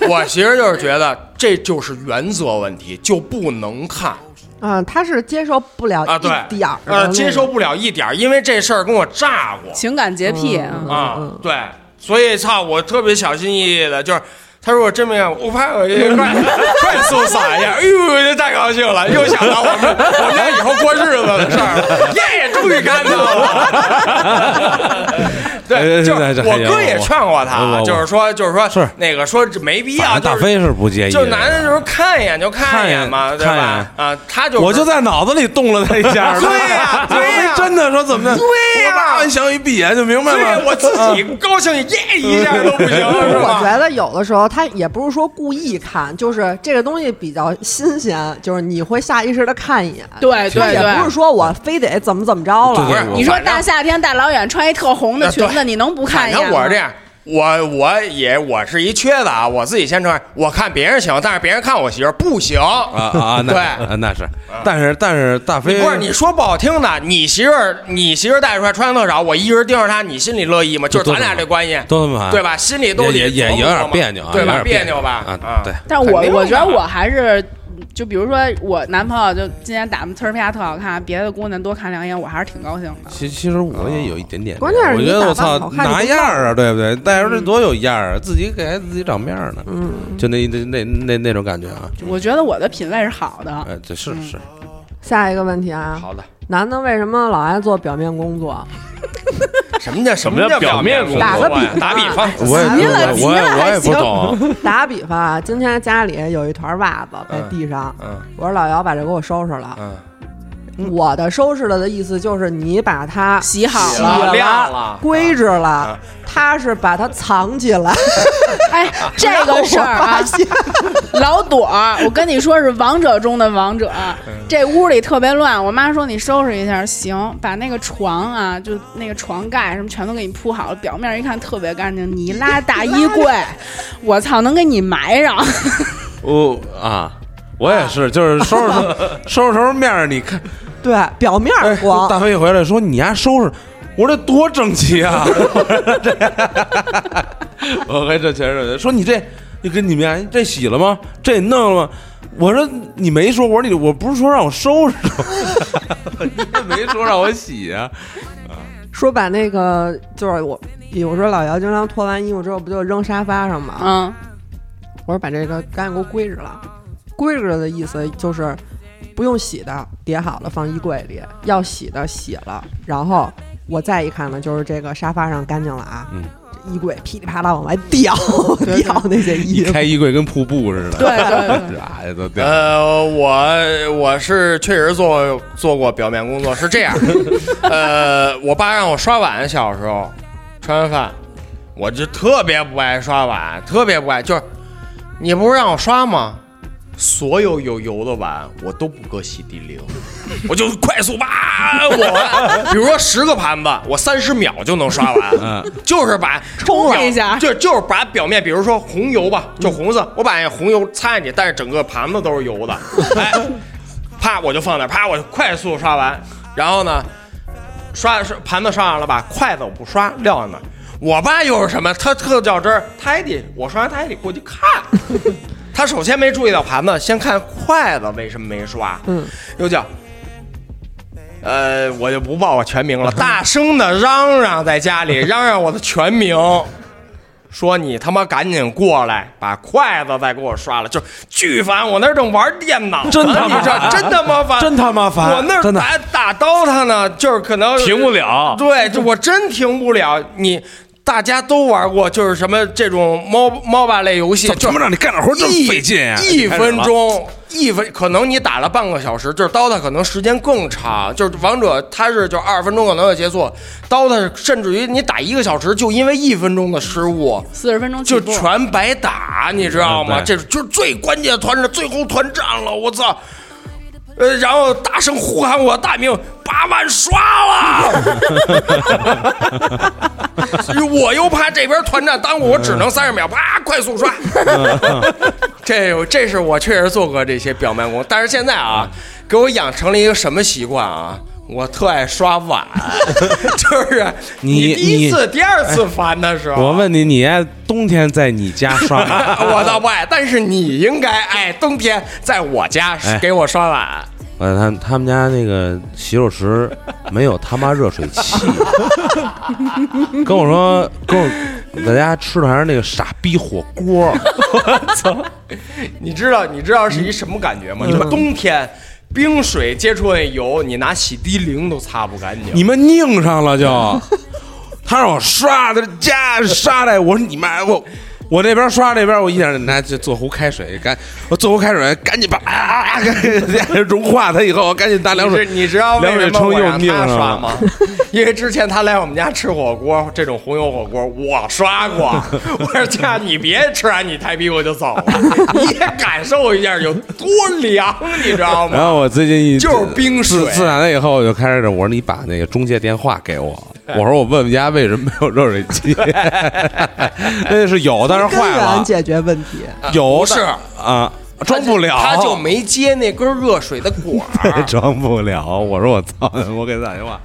[SPEAKER 2] 便。
[SPEAKER 3] 我其实就是觉得这就是原则问题，就不能看
[SPEAKER 1] 啊，他是接受不了
[SPEAKER 3] 啊，对，
[SPEAKER 1] 一点儿的那
[SPEAKER 3] 呃，
[SPEAKER 1] 个
[SPEAKER 3] 接受不了一点儿，因为这事儿跟我炸过，
[SPEAKER 2] 情感洁癖啊，
[SPEAKER 4] 嗯
[SPEAKER 3] 啊，对，所以操，我特别小心翼翼的，就是他说我真没看，我怕我 快快速撒一下，哎呦，这太高兴了，又想到我 们我们以后过日子的事儿了，耶，终于看到了。
[SPEAKER 4] 哎
[SPEAKER 3] 对，就是我哥也劝过他，就是说，就是说，
[SPEAKER 4] 是
[SPEAKER 3] 那个说没必要，
[SPEAKER 4] 反正大飞是不介意
[SPEAKER 3] 就
[SPEAKER 4] 的，
[SPEAKER 3] 是就男的时候看一眼就看一眼嘛，
[SPEAKER 4] 看一眼
[SPEAKER 3] 对吧？啊，他就是
[SPEAKER 4] 我就在脑子里动了他一下，
[SPEAKER 3] 对呀对呀
[SPEAKER 4] 我真的说怎么的，
[SPEAKER 3] 对呀
[SPEAKER 4] 我爸爸一想一闭眼就明白
[SPEAKER 3] 对
[SPEAKER 4] 了，
[SPEAKER 3] 我自己高兴耶一下都不行，是
[SPEAKER 1] 我
[SPEAKER 3] 吧？
[SPEAKER 1] 觉得有的时候他也不是说故意看，就是这个东西比较新鲜，就是你会下意识的看一眼。
[SPEAKER 2] 对对
[SPEAKER 1] 他也不是
[SPEAKER 2] 对。
[SPEAKER 1] 说我非得怎么怎么着
[SPEAKER 4] 对
[SPEAKER 1] 了
[SPEAKER 3] 不。是
[SPEAKER 2] 你说
[SPEAKER 3] 反正
[SPEAKER 2] 大夏天大老远穿一特红的裙子，你能不
[SPEAKER 3] 啊
[SPEAKER 2] 看
[SPEAKER 3] 反
[SPEAKER 2] 一眼
[SPEAKER 3] 正
[SPEAKER 2] 吗？
[SPEAKER 3] 我是这样，我我也我是一缺子啊，我自己先穿，我看别人行，但是别人看我媳妇儿不行。
[SPEAKER 4] 啊 啊，那
[SPEAKER 3] 对
[SPEAKER 4] 啊那是，但是但是大
[SPEAKER 3] 你
[SPEAKER 4] 飞
[SPEAKER 3] 不是你说不好听的，你媳妇儿你媳妇儿带出来穿的特少，我一人盯着她，你心里乐意吗？就是咱俩这关系，
[SPEAKER 4] 都这么烦
[SPEAKER 3] 对吧？心里都得
[SPEAKER 4] 也也也有
[SPEAKER 3] 琢磨琢磨
[SPEAKER 4] 点别扭啊，
[SPEAKER 3] 对
[SPEAKER 4] 有
[SPEAKER 3] 吧？
[SPEAKER 4] 点别
[SPEAKER 3] 扭吧？嗯
[SPEAKER 4] 啊，对，，
[SPEAKER 2] 但我
[SPEAKER 3] 肯定的
[SPEAKER 2] 我觉得我还是，就比如说我男朋友就今天打扮呲儿啪特好看，别的姑娘多看两眼，我还是挺高兴的。
[SPEAKER 4] 其其实我也有一点点这
[SPEAKER 1] 关
[SPEAKER 4] 样，
[SPEAKER 1] 键是
[SPEAKER 4] 我
[SPEAKER 1] 你
[SPEAKER 4] 觉得我
[SPEAKER 1] 打扮
[SPEAKER 4] 操
[SPEAKER 1] 好看你嗯
[SPEAKER 4] 拿
[SPEAKER 1] 不
[SPEAKER 4] 样儿啊，对不对？戴着这多有样儿啊，自己给自己长面儿呢，嗯，就那那那那那种感觉啊，
[SPEAKER 2] 我觉得我的品味是好的，
[SPEAKER 4] 呃，这
[SPEAKER 1] 嗯
[SPEAKER 4] 是是
[SPEAKER 1] 下一个问题啊，
[SPEAKER 4] 好的，
[SPEAKER 1] 男的为什么老爱做表面工作？
[SPEAKER 3] 什么叫什么
[SPEAKER 6] 什么
[SPEAKER 3] 叫
[SPEAKER 6] 叫表面
[SPEAKER 3] 工
[SPEAKER 6] 工
[SPEAKER 1] 打
[SPEAKER 3] 作呀？
[SPEAKER 6] 作
[SPEAKER 1] 个比方
[SPEAKER 3] 啊打比方，
[SPEAKER 4] 我也
[SPEAKER 1] 急了急
[SPEAKER 4] 我也
[SPEAKER 1] 了
[SPEAKER 4] 我也不
[SPEAKER 1] 还
[SPEAKER 6] 哦
[SPEAKER 4] 懂，
[SPEAKER 1] 打比方啊，今天家里有一团袜子在地上，
[SPEAKER 3] 嗯
[SPEAKER 1] 我说老姚把这给我收拾了。
[SPEAKER 3] 嗯，
[SPEAKER 1] 我的收拾了的意思就是你把它
[SPEAKER 2] 洗好
[SPEAKER 1] 洗
[SPEAKER 2] 啊了
[SPEAKER 1] 了、
[SPEAKER 3] 晾了
[SPEAKER 1] 归置了，
[SPEAKER 3] 嗯
[SPEAKER 1] 他是把它藏起来。
[SPEAKER 2] 哎，这个 事儿啊， 老朵儿，我跟你说是王者中的王者。
[SPEAKER 3] 嗯
[SPEAKER 2] 这屋里特别乱，我妈说你收拾一下，行，把那个床啊，就那个床盖什么全都给你铺好了，表面一看特别干净。你拉大衣 柜，我操，能给你埋上。
[SPEAKER 4] 我啊。我也是，就是收拾收拾收拾面儿，你看，
[SPEAKER 1] 对，表面
[SPEAKER 4] 哎，
[SPEAKER 1] 光。
[SPEAKER 4] 大飞一回来说你丫收拾，我说这多整齐啊！ 我跟这 前任说你这，你跟你们家这洗了吗？这你弄了吗？我说你没说，我说你我不是说让我收拾吗， 你也没说让我洗 啊。
[SPEAKER 1] 说把那个就是我，有时候老姚经常脱完衣服之后不就扔沙发上吗？
[SPEAKER 2] 嗯，
[SPEAKER 1] 我说把这个赶紧给我归置了。归置的意思就是不用洗的，叠好了放衣柜里；要洗的洗了，然后我再一看呢，就是这个沙发上干净了啊。
[SPEAKER 4] 嗯。
[SPEAKER 1] 衣柜噼里啪啦往外掉掉那些衣
[SPEAKER 4] 一
[SPEAKER 1] 服，
[SPEAKER 4] 开衣柜跟瀑布似的，
[SPEAKER 2] 对对对，
[SPEAKER 4] 啊，都掉。
[SPEAKER 3] 呃，我我是确实做做过表面工作，是这样。呃，我爸让我刷碗，小时候吃完饭，我就特别不爱刷碗，特别不爱，就是你不是让我刷吗？所有有油的碗我都不搁洗涤灵， 我就快速吧，我 比如说十个盘子，我三十秒就能刷完，
[SPEAKER 4] 嗯
[SPEAKER 3] 就是把
[SPEAKER 2] 冲了一下
[SPEAKER 3] 就就是把表面，比如说红油吧，就红色，我把那红油擦进去，但是整个盘子都是油的，哎，啪我就放那儿，啪我就快速刷完，然后呢，刷刷盘子刷完了吧，筷子我不刷，撂在那儿。我爸又是什么？他特较真儿，他还得我刷完他还得过 去看。他首先没注意到盘子，先看筷子为什么没刷。嗯，又叫，呃，我就不报我全名 了，大声的嚷嚷在家里嚷嚷我的全名，说你他妈赶紧过来，把筷子再给我刷了，就是巨烦。我那儿正玩电脑呢，
[SPEAKER 4] 真他妈
[SPEAKER 3] 你知道
[SPEAKER 4] 烦
[SPEAKER 3] 真他妈烦，
[SPEAKER 4] 真他妈烦
[SPEAKER 3] 我那儿
[SPEAKER 4] 真的
[SPEAKER 3] 打打 DOTA 呢，就是可能
[SPEAKER 6] 停不了。
[SPEAKER 3] 对，就我真停不了。你大家都玩过，就是什么这种猫猫吧类游戏，
[SPEAKER 4] 怎
[SPEAKER 3] 就
[SPEAKER 4] 么让你干点活这么
[SPEAKER 3] 呃一
[SPEAKER 4] 费劲啊？
[SPEAKER 3] 一分钟，一分可能你打了半个小时，就是 DOTA 可能时间更长，就是王者它是就二十分钟可能就结束，DOTA 甚至于你打一个小时，就因为一分钟的失误。
[SPEAKER 2] 四十分钟起
[SPEAKER 3] 就
[SPEAKER 2] 步。
[SPEAKER 3] 全白打，你知道吗？
[SPEAKER 4] 嗯
[SPEAKER 3] 这
[SPEAKER 4] 对
[SPEAKER 3] 是就是最关键的团战，最后团战了，我操！呃，然后大声呼喊我的大名，八万刷了！ 我又怕这边团战耽误，我只能三十秒，啪，快速 刷。这这是我确实做过这些表面工，但是现在啊，给我养成了一个什么习惯啊？我特爱刷碗， 就是
[SPEAKER 4] 你
[SPEAKER 3] 第一
[SPEAKER 4] 你
[SPEAKER 3] 次、第二次烦的时候，
[SPEAKER 4] 我问你，你爱冬天在你家 刷碗？
[SPEAKER 3] 我倒不爱，但是你应该爱冬天在我家
[SPEAKER 4] 哎
[SPEAKER 3] 给我刷碗。
[SPEAKER 4] 呃，他他们家那个洗手池没有他妈热水器，跟我说跟我在家吃的还是那个傻逼火锅，
[SPEAKER 3] 你知道你知道是一什么感觉
[SPEAKER 4] 嗯
[SPEAKER 3] 吗？你们冬天冰水接触那油，你拿洗涤灵都擦不干净。
[SPEAKER 4] 你们拧上了就。他让我刷的家刷来，我说你妈我。我那边刷那边，我一点拿就做壶开水，赶我做壶开水，赶紧把啊，赶紧融化它以后，我赶紧拿凉水。
[SPEAKER 3] 你知你知道为什
[SPEAKER 4] 凉水
[SPEAKER 3] 么
[SPEAKER 4] 冲
[SPEAKER 3] 我
[SPEAKER 4] 又
[SPEAKER 3] 让
[SPEAKER 4] 拧
[SPEAKER 3] 他
[SPEAKER 4] 上
[SPEAKER 3] 刷
[SPEAKER 4] 了
[SPEAKER 3] 吗？ 因为之前他来我们家吃火锅，这种红油火锅我刷过。 我说家你别吃啊完你抬屁股就走了， 你也感受一下有多凉，你知道
[SPEAKER 4] 然
[SPEAKER 3] 吗？
[SPEAKER 4] 后我最近一
[SPEAKER 3] 就是冰水
[SPEAKER 4] 自自打那以后，我就开始我说你把那个中介电话给 我，我说我问问家为什么没有热水 器，那是有，但
[SPEAKER 1] 根
[SPEAKER 4] 是 坏
[SPEAKER 1] 源
[SPEAKER 4] 了，
[SPEAKER 1] 解决问题。
[SPEAKER 4] 有
[SPEAKER 3] 不是
[SPEAKER 4] 但啊，装不了，。
[SPEAKER 3] 他就没接那根热水的管儿
[SPEAKER 4] 装不了。我说我操，我给他打电话，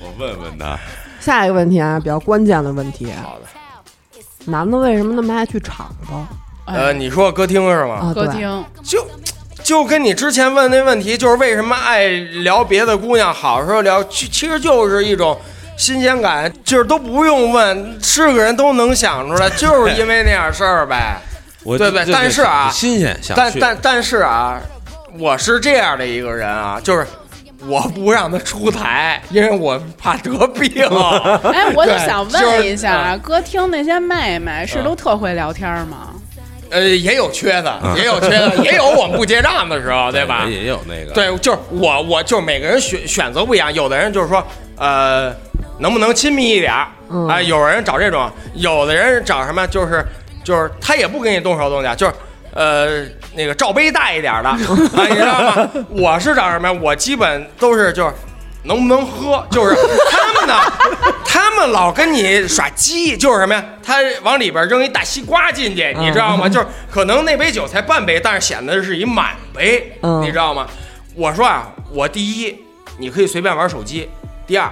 [SPEAKER 4] 我问问他，
[SPEAKER 1] 下一个问题啊，比较关键的问题。好的。男的为什么那么爱去厂子
[SPEAKER 3] 呃，你说歌厅是吗？
[SPEAKER 1] 啊？
[SPEAKER 2] 歌
[SPEAKER 1] 对，
[SPEAKER 2] 厅
[SPEAKER 3] 就就跟你之前问那问题，就是为什么爱聊别的姑娘，好时候聊，其其实就是一种新鲜感，就是都不用问，是个人都能想出来，就是因为那点事儿呗。
[SPEAKER 4] 我
[SPEAKER 3] 对对
[SPEAKER 4] 这
[SPEAKER 3] 但是啊
[SPEAKER 4] 新鲜 想
[SPEAKER 3] 但
[SPEAKER 4] 去
[SPEAKER 3] 但但是啊，我是这样的一个人啊，就是。我不让他出台，因为我怕得病。
[SPEAKER 2] 哎，我就
[SPEAKER 3] 对
[SPEAKER 2] 想
[SPEAKER 3] 就是嗯
[SPEAKER 2] 问一下，歌厅那些妹妹是都特会聊天吗？
[SPEAKER 3] 呃，也有缺的，也有缺的，也有我们不结账的时候，对吧？
[SPEAKER 4] 也有那个，
[SPEAKER 3] 对，就是我，我就是每个人选选择不一样，有的人就是说，呃，能不能亲密一点儿啊、
[SPEAKER 1] 嗯
[SPEAKER 3] 有人找这种，有的人找什么，就是就是他也不跟你动手动脚，就是。呃，那个罩杯大一点儿的啊，你知道吗？我是找什么呀？我基本都是就是能不能喝，就是他们呢，他们老跟你耍鸡，就是什么呀？他往里边扔一大西瓜进去，你知道吗？就是可能那杯酒才半杯，但是显得是一满杯，
[SPEAKER 1] 嗯
[SPEAKER 3] 你知道吗？我说啊，我第一，你可以随便玩手机；第二，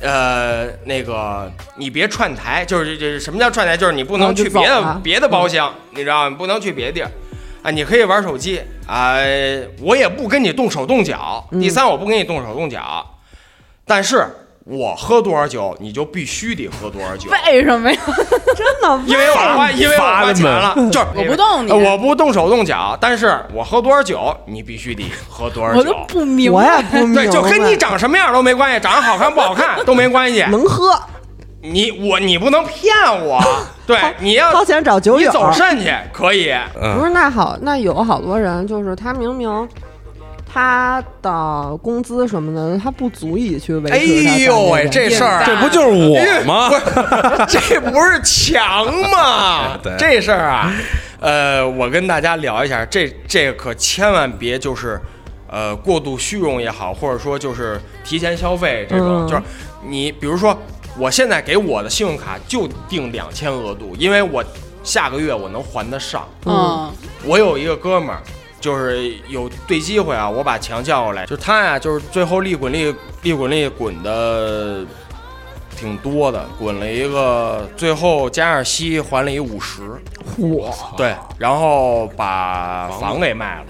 [SPEAKER 3] 呃，那个你别串台，就是这这什么叫串台？就是你不能
[SPEAKER 1] 哦就
[SPEAKER 3] 去别
[SPEAKER 1] 走
[SPEAKER 3] 的、
[SPEAKER 1] 了嗯
[SPEAKER 3] 别的包厢，你知道吗？你不能去别的地儿。啊，你可以玩手机啊、我也不跟你动手动脚。
[SPEAKER 1] 嗯
[SPEAKER 3] 第三，我不跟你动手动脚，但是我喝多少酒，你就必须得喝多少酒，
[SPEAKER 2] 为什么呀？
[SPEAKER 1] 真的
[SPEAKER 3] 因为我花，因为我
[SPEAKER 6] 罚
[SPEAKER 3] 花
[SPEAKER 6] 了
[SPEAKER 3] 钱
[SPEAKER 6] 吗
[SPEAKER 3] 了，就是
[SPEAKER 2] 我不动你
[SPEAKER 3] 呃我不动手动脚，但是我喝多少酒，你必须得喝多少
[SPEAKER 2] 我都
[SPEAKER 3] 酒。
[SPEAKER 2] 不明
[SPEAKER 1] 我也
[SPEAKER 2] 白。
[SPEAKER 1] 不明白。
[SPEAKER 3] 对，就跟你长什么样都没关系，长得好看不好看都没关系。
[SPEAKER 1] 能喝，
[SPEAKER 3] 你我你不能骗我，对，你要
[SPEAKER 1] 掏钱找酒
[SPEAKER 3] 你
[SPEAKER 1] 友。
[SPEAKER 3] 走肾去可以，
[SPEAKER 4] 嗯
[SPEAKER 1] 不是那好，那有好多人就是他明明他的工资什么的，他不足以去维持他
[SPEAKER 3] 哎
[SPEAKER 1] 在那边。
[SPEAKER 3] 呦喂，这事儿啊
[SPEAKER 4] 这不就是我吗？
[SPEAKER 3] 这不是强吗
[SPEAKER 4] 对？
[SPEAKER 3] 这事儿啊，呃，我跟大家聊一下，这这可千万别就是，呃，过度虚荣也好，或者说就是提前消费这种，
[SPEAKER 1] 嗯
[SPEAKER 3] 就是你比如说，我现在给我的信用卡就定两千额度，因为我下个月我能还得上。
[SPEAKER 2] 嗯，
[SPEAKER 3] 我有一个哥们儿，就是有对机会啊，我把强叫过来，就是他呀、就是最后利滚利利滚利滚的挺多的，滚了一个，最后加上息还了一五十，
[SPEAKER 1] 我
[SPEAKER 3] 对，然后把房给卖了。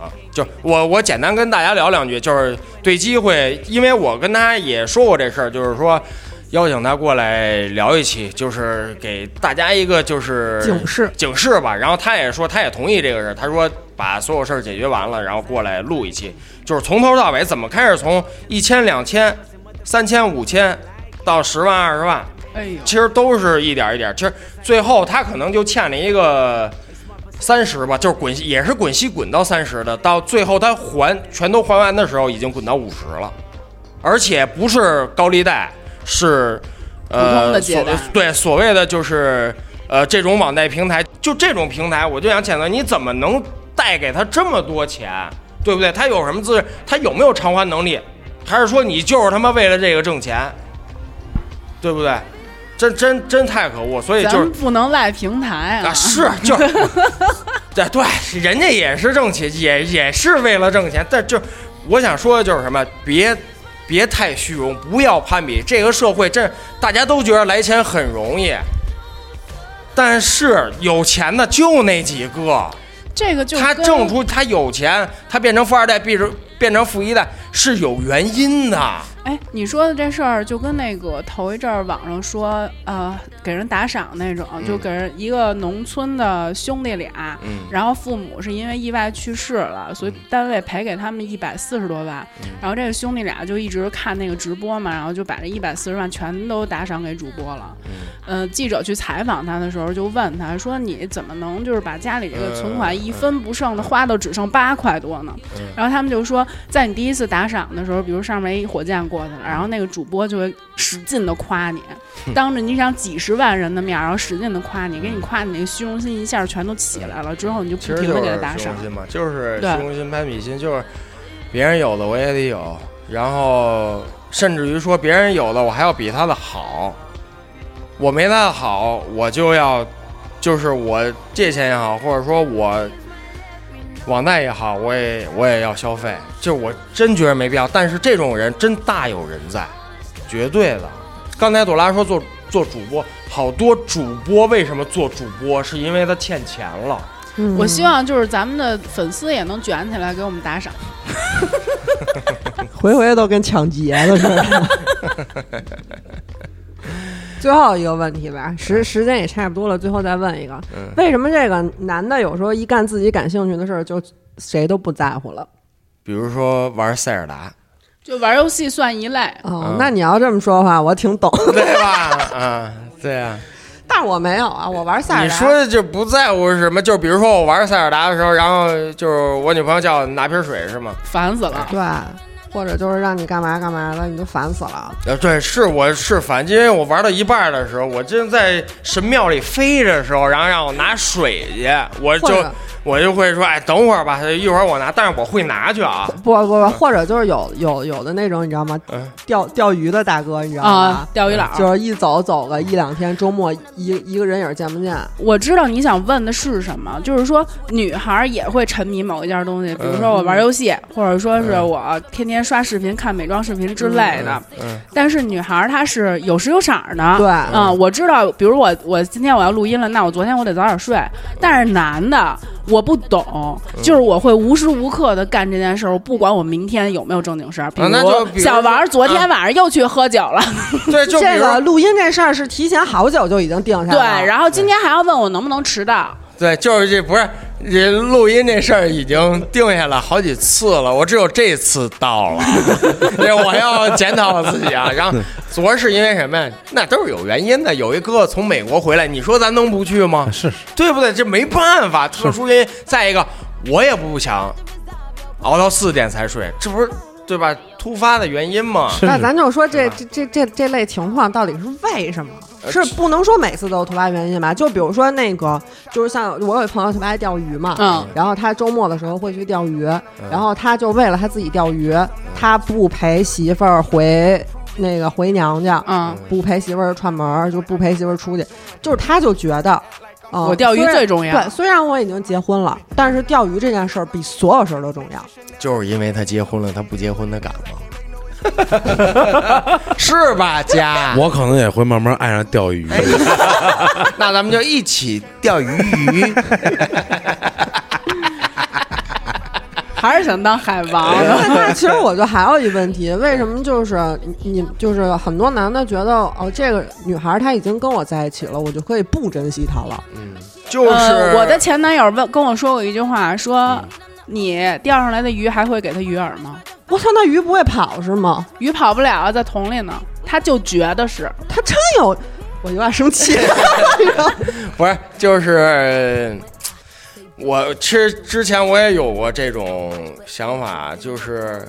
[SPEAKER 3] 啊，就我我简单跟大家聊两句，就是对机会，因为我跟他也说过这事儿，就是说邀请他过来聊一期，就是给大家一个就是
[SPEAKER 1] 警示
[SPEAKER 3] 警示吧。然后他也说他也同意这个事儿，他说把所有事儿解决完了，然后过来录一期，就是从头到尾怎么开始从一千、两千、三千、五千到十万、二十万，
[SPEAKER 2] 哎呦，
[SPEAKER 3] 其实都是一点儿一点儿，其实最后他可能就欠了一个三十吧，就是滚也是滚息滚到三十的，到最后他还全都还完的时候，已经滚到五十了，而且不是高利贷，是呃
[SPEAKER 2] 普通的借贷
[SPEAKER 3] 所对所谓的就是呃这种网贷平台，就这种平台，我就想谴责你怎么能贷给他这么多钱，对不对？他有什么资质？他有没有偿还能力？还是说你就是他妈为了这个挣钱，对不对？真真真太可恶，所以
[SPEAKER 2] 咱
[SPEAKER 3] 就是
[SPEAKER 2] 们不能赖平台
[SPEAKER 3] 啊，是 就是，对对，人家也是挣钱，也也是为了挣钱，但就我想说的就是什么，别别太虚荣，不要攀比。这个社会真，大家都觉得来钱很容易，但是有钱的就那几个，
[SPEAKER 2] 这个就
[SPEAKER 3] 他
[SPEAKER 2] 跟
[SPEAKER 3] 挣出他有钱，他变成富二代，变成变成富一代是有原因的。
[SPEAKER 2] 哎，你说的这事儿就跟那个头一阵儿网上说，呃，给人打赏那种，
[SPEAKER 3] 嗯
[SPEAKER 2] 就给人一个农村的兄弟俩，然后父母是因为意外去世了，所以
[SPEAKER 3] 嗯
[SPEAKER 2] 单位赔给他们一百四十多万，然后这个兄弟俩就一直看那个直播嘛，然后就把这一百四十万全都打赏给主播了。呃，记者去采访他的时候就问他说：“你怎么能就是把家里这个存款一分不剩的花到只剩八块多呢？”然后他们就说，在你第一次打赏的时候，比如上面一火箭过去了，然后那个主播就会使劲的夸你，当着你想几十万人的面，然后使劲的夸你，给你夸你那个虚荣心一下全都起来了，之后你就
[SPEAKER 3] 其
[SPEAKER 2] 不
[SPEAKER 3] 实
[SPEAKER 2] 停
[SPEAKER 3] 就
[SPEAKER 2] 的给
[SPEAKER 3] 是
[SPEAKER 2] 他打
[SPEAKER 3] 虚
[SPEAKER 2] 赏
[SPEAKER 3] 荣。心嘛，就是虚
[SPEAKER 2] 对
[SPEAKER 3] 荣心、攀比心，就是别人有的我也得有，然后甚至于说别人有的我还要比他的好，我没他的好，我就要就是我借钱也好，或者说我网贷也好，我也我也要消费，就我真觉得没必要。但是这种人真大有人在，绝对的。刚才朵拉说做做主播，好多主播为什么做主播，是因为他欠钱了。
[SPEAKER 1] 嗯
[SPEAKER 2] 我希望就是咱们的粉丝也能卷起来给我们打赏。
[SPEAKER 1] 回回都跟抢劫了似的。 最后一个问题吧，时时间也差不多了，最后再问一个，
[SPEAKER 3] 嗯
[SPEAKER 1] 为什么这个男的有时候一干自己感兴趣的事儿就谁都不在乎了？
[SPEAKER 3] 比如说玩塞 尔达，
[SPEAKER 2] 就玩游戏算一类，
[SPEAKER 3] 嗯
[SPEAKER 1] 哦，那你要这么说的话，我挺懂，
[SPEAKER 3] 对吧？啊，对啊。
[SPEAKER 1] 但我没有啊，我玩塞尔达。
[SPEAKER 3] 你说的就不在乎是什么？就比如说我玩塞尔达的时候，然后就是我女朋友叫我拿瓶水是吗？
[SPEAKER 2] 烦死了。
[SPEAKER 1] 对，或者就是让你干嘛干嘛的，你就烦死了。啊
[SPEAKER 3] 呃，对，是我是反，因为我玩到一半的时候，我真在神庙里飞的时候，然后让我拿水去，我
[SPEAKER 1] 或
[SPEAKER 3] 就
[SPEAKER 1] 者
[SPEAKER 3] 我就会说，哎，等会儿吧，一会儿我拿，但是我会拿 去啊。
[SPEAKER 1] 不不不，或者就是有有有的那种，你知道吗
[SPEAKER 3] 嗯？
[SPEAKER 1] 钓钓鱼的大哥，你知道
[SPEAKER 2] 啊
[SPEAKER 1] 吗？，
[SPEAKER 2] 钓鱼佬，
[SPEAKER 1] 就是一走走个一两天，周末一一个人影儿见不见。
[SPEAKER 2] 我知道你想问的是什么，就是说女孩儿也会沉迷某一件
[SPEAKER 3] 嗯
[SPEAKER 2] 东西，比如说我玩游戏，或者说是我天天刷视频、看美妆视频之类的。
[SPEAKER 3] 嗯
[SPEAKER 2] 但是女孩儿她是有时有色儿的。
[SPEAKER 1] 对
[SPEAKER 2] 嗯，我知道，比如我我今天我要录音了，那我昨天我得早点睡。但是男的我不懂，
[SPEAKER 3] 嗯
[SPEAKER 2] 就是我会无时无刻的干这件事儿，我不管我明天有没有正经事儿。比
[SPEAKER 3] 啊那就比
[SPEAKER 2] 如
[SPEAKER 3] 如
[SPEAKER 2] 小王儿昨天晚上又去喝酒了，
[SPEAKER 3] 对，就比
[SPEAKER 1] 这
[SPEAKER 3] 如
[SPEAKER 1] 个录音这事儿是提前好久就已经定下来
[SPEAKER 2] 对，
[SPEAKER 1] 了。
[SPEAKER 2] 然后今天还要问我能不能迟到。
[SPEAKER 3] 对，就是这不是这录音这事儿已经定下来好几次了， 我只有这次到了， 这我要检讨我自己啊。然后昨儿是因为什么呀？那都是有原因的。有一哥哥从美国回来，你说咱能不去吗？
[SPEAKER 4] 啊是是
[SPEAKER 3] 对不对？这没办法，特殊原因。再一个，我也不想熬到四点才睡，这不是对吧？突发的原因嘛。
[SPEAKER 1] 那咱就说这
[SPEAKER 3] 嗯
[SPEAKER 1] 这这这这类情况到底是为什么？
[SPEAKER 3] 呃
[SPEAKER 1] 是不能说每次都有突发原因吧？就比如说那个，就是像我有一朋友特别爱钓鱼嘛，
[SPEAKER 2] 嗯
[SPEAKER 1] 然后他周末的时候会去钓鱼，
[SPEAKER 3] 嗯
[SPEAKER 1] 然后他就为了他自己钓鱼，他不陪媳妇儿回那个回娘家，
[SPEAKER 2] 嗯，
[SPEAKER 1] 不陪媳妇儿串门儿，就不陪媳妇儿出去，就是他就觉得。嗯
[SPEAKER 2] 我钓鱼
[SPEAKER 1] 虽然
[SPEAKER 2] 最重要
[SPEAKER 1] 对，虽然我已经结婚了，但是钓鱼这件事儿比所有事儿都重要。
[SPEAKER 3] 就是因为他结婚了，他不结婚他敢吗？ 是吧，家？
[SPEAKER 4] 我可能也会慢慢爱上钓鱼。
[SPEAKER 3] 哎 那咱们就一起钓鱼鱼。
[SPEAKER 2] 还是想当海王。啊
[SPEAKER 1] 那 那其实我就还有一问题，为什么就是你你就是很多男的觉得哦，这个女孩她已经跟我在一起了，我就可以不珍惜她了。
[SPEAKER 3] 就是、
[SPEAKER 2] 呃、我的前男友问跟我说过一句话，说你钓上来的鱼还会给它鱼饵吗？
[SPEAKER 1] 我操，那鱼不会跑是吗？
[SPEAKER 2] 鱼跑不了啊，在桶里呢。他就觉得是，
[SPEAKER 1] 她真有，我有点生气。
[SPEAKER 3] 不是就是我其实之前我也有过这种想法，就是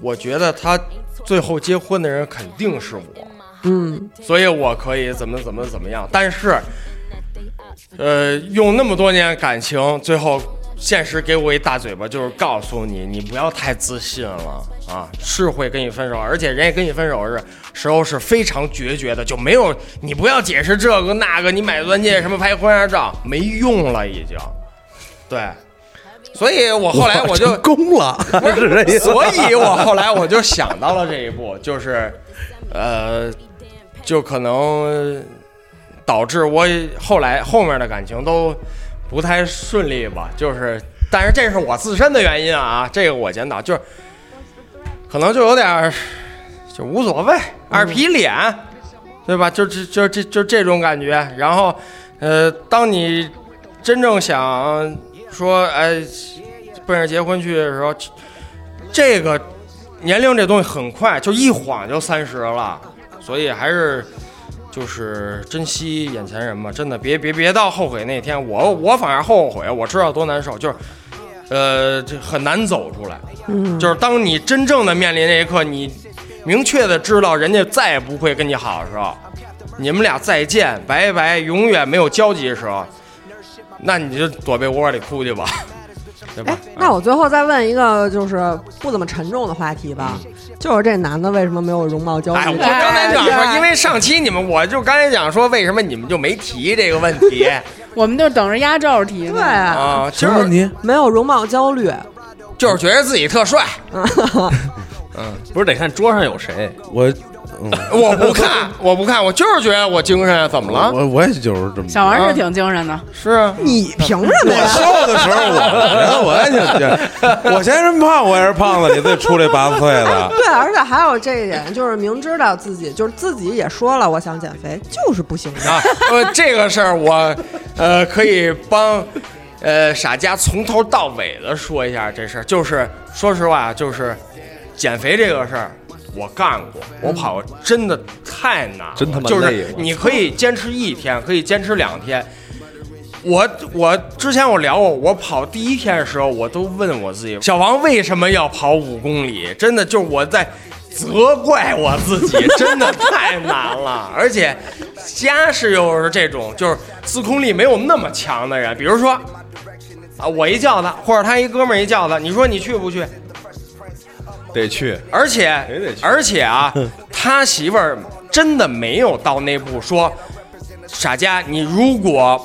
[SPEAKER 3] 我觉得他最后结婚的人肯定是我，
[SPEAKER 1] 嗯，
[SPEAKER 3] 所以我可以怎么怎么怎么样，但是呃，用那么多年感情，最后。现实给我一大嘴巴，就是告诉你，你不要太自信了啊！是会跟你分手，而且人家跟你分手是时候是非常决绝的，就没有你不要解释这个那个，你买钻戒什么拍婚纱照没用了已经。对，所以我后来 我就
[SPEAKER 4] 攻了，是这意思。
[SPEAKER 3] 所以我后来我就想到了这一步，就是，呃，就可能导致我后来后面的感情都不太顺利吧。就是，但是这是我自身的原因啊，这个我检讨，就是可能就有点儿就无所
[SPEAKER 4] 嗯
[SPEAKER 3] 谓，二皮脸，对吧？就这就这就这种感觉。然后，呃，当你真正想说，哎，奔着结婚去的时候，这个年龄这东西很快，就一晃就三十了，所以还是就是珍惜眼前人吧，真的别别别到后悔那天，我我反而后悔，我知道多难受，就是。呃，这很难走出来，嗯，就是当你真正的面临那一刻，你明确的知道人家再也不会跟你好的时候，你们俩再见，拜拜，永远没有交集的时候，那你就躲被窝里哭去吧，对吧
[SPEAKER 1] 哎？， 那我最后再问一个，就是不怎么沉重的话题吧，
[SPEAKER 3] 嗯
[SPEAKER 1] 就是这男的为什么没有容貌焦虑？
[SPEAKER 3] 哎，我刚才就想
[SPEAKER 1] 哎
[SPEAKER 3] 说，因为上期你们，我就刚才想说，为什么你们就没提这个问题
[SPEAKER 2] 我们就等着压轴题呢。
[SPEAKER 1] 对 啊，
[SPEAKER 3] 啊？
[SPEAKER 4] 什
[SPEAKER 3] 就
[SPEAKER 4] 么问
[SPEAKER 3] 是
[SPEAKER 4] 题？
[SPEAKER 1] 没有容貌焦虑，
[SPEAKER 3] 嗯就是觉得自己特帅，
[SPEAKER 6] 不是得看桌上有谁，
[SPEAKER 4] 我
[SPEAKER 3] 我不看，我不看，我就是觉得我精神，怎么了？
[SPEAKER 4] 我我也就是这么
[SPEAKER 2] 小王是挺精神的，
[SPEAKER 3] 是啊，
[SPEAKER 1] 你凭什么
[SPEAKER 4] 我
[SPEAKER 1] 呀？
[SPEAKER 4] 瘦的时候，我我也挺健，我嫌人胖，我也是胖子，你自己出来八岁的。
[SPEAKER 1] 对，而且还有这一点，就是明知道自己，就是自己也说了，我想减肥，就是不行。
[SPEAKER 3] 啊，呃，这个事儿我，呃，可以帮，呃，傻家从头到尾的说一下这事儿。就是说实话，就是减肥这个事儿，我干过，我跑过真的太难了，
[SPEAKER 8] 真他妈
[SPEAKER 3] 就
[SPEAKER 8] 累
[SPEAKER 3] 是
[SPEAKER 8] 我
[SPEAKER 3] 你可以坚持一天，可以坚持两天。我我之前我聊过，我跑第一天的时候，我都问我自己，小王为什么要跑五公里？真的就是我在责怪我自己，真的太难了。而且家是又是这种就是自控力没有那么强的人，比如说啊，我一叫他，或者他一哥们儿一叫他，你说你去不去？
[SPEAKER 6] 得去。
[SPEAKER 3] 而且
[SPEAKER 6] 谁得去
[SPEAKER 3] 而且 啊，他媳妇儿真的没有到那步说，傻家，你如果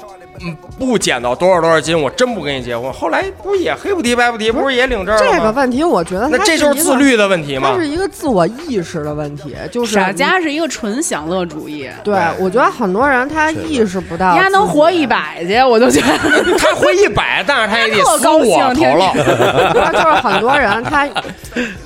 [SPEAKER 3] 嗯不减到多少多少斤，我真不跟你结婚。后来不是也黑不提白不提，不是也领证了吗？
[SPEAKER 1] 这个问题，我觉得
[SPEAKER 3] 那
[SPEAKER 1] 它
[SPEAKER 3] 这
[SPEAKER 1] 是
[SPEAKER 3] 就是
[SPEAKER 1] 一
[SPEAKER 3] 自
[SPEAKER 1] 个，
[SPEAKER 3] 律的问题
[SPEAKER 1] 它
[SPEAKER 3] 嘛
[SPEAKER 1] 是。一个自我意识的问题，就是
[SPEAKER 2] 傻
[SPEAKER 1] 你啊
[SPEAKER 2] 家是一个纯享乐主义，
[SPEAKER 1] 对，我觉得很多人他意识不到，
[SPEAKER 2] 丫能活一，百去，我就觉得
[SPEAKER 3] 他活一百，但是他也得
[SPEAKER 2] 特
[SPEAKER 3] 撕
[SPEAKER 2] 高兴
[SPEAKER 3] 我头
[SPEAKER 2] 天
[SPEAKER 3] 了。
[SPEAKER 1] 就是很多人他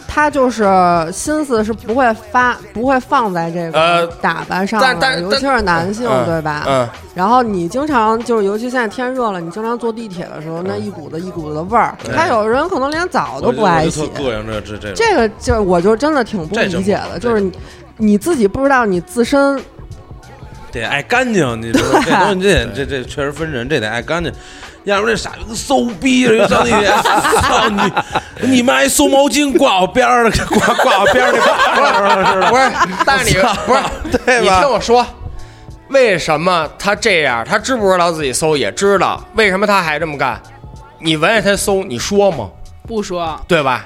[SPEAKER 1] 他就是心思是不会发，不会放在这
[SPEAKER 3] 呃
[SPEAKER 1] 个打扮上
[SPEAKER 3] 但但
[SPEAKER 1] 的，尤其是男性，
[SPEAKER 3] 嗯
[SPEAKER 1] 对吧？
[SPEAKER 3] 嗯，
[SPEAKER 1] 然后你经常就是，尤其现在天热了，你经常坐地铁的时候，那一股子一股子的味儿，他有人可能连澡都不爱洗
[SPEAKER 4] 嗯我，就特膈应这这这种。
[SPEAKER 1] 这个就我就真的挺不
[SPEAKER 4] 这真
[SPEAKER 1] 理解
[SPEAKER 4] 不好
[SPEAKER 1] 的，就是你你自己不知道你自身
[SPEAKER 4] 得爱干净，你知道吗这东西 这这这确实分人，这得爱干净。要不然这傻逼馊逼了，上地铁， 操你！你妈一馊毛巾挂我边儿了， 挂挂我边儿 那挂
[SPEAKER 3] 不是，但是你不是，
[SPEAKER 4] 对
[SPEAKER 3] 你
[SPEAKER 4] 吧
[SPEAKER 3] 听我说，为什么他这样？他知不知道自己搜？也知道，为什么他还这么干？你闻着他搜，你说吗？
[SPEAKER 2] 不说
[SPEAKER 3] 对吧？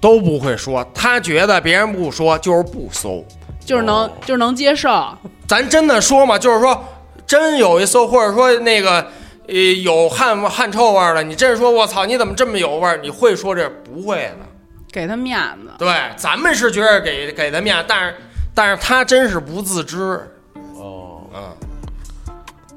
[SPEAKER 3] 都不会说，他觉得别人不说就是不搜。
[SPEAKER 2] 就是能就是能接受，
[SPEAKER 3] 咱真的说嘛，就是说真有一搜，或者说那个呃有汗汗臭味儿了，你真说我操，你怎么这么有味儿？你会说这不会的？
[SPEAKER 2] 给他面子。
[SPEAKER 3] 对，咱们是觉得给给他面子，但是但是他真是不自知。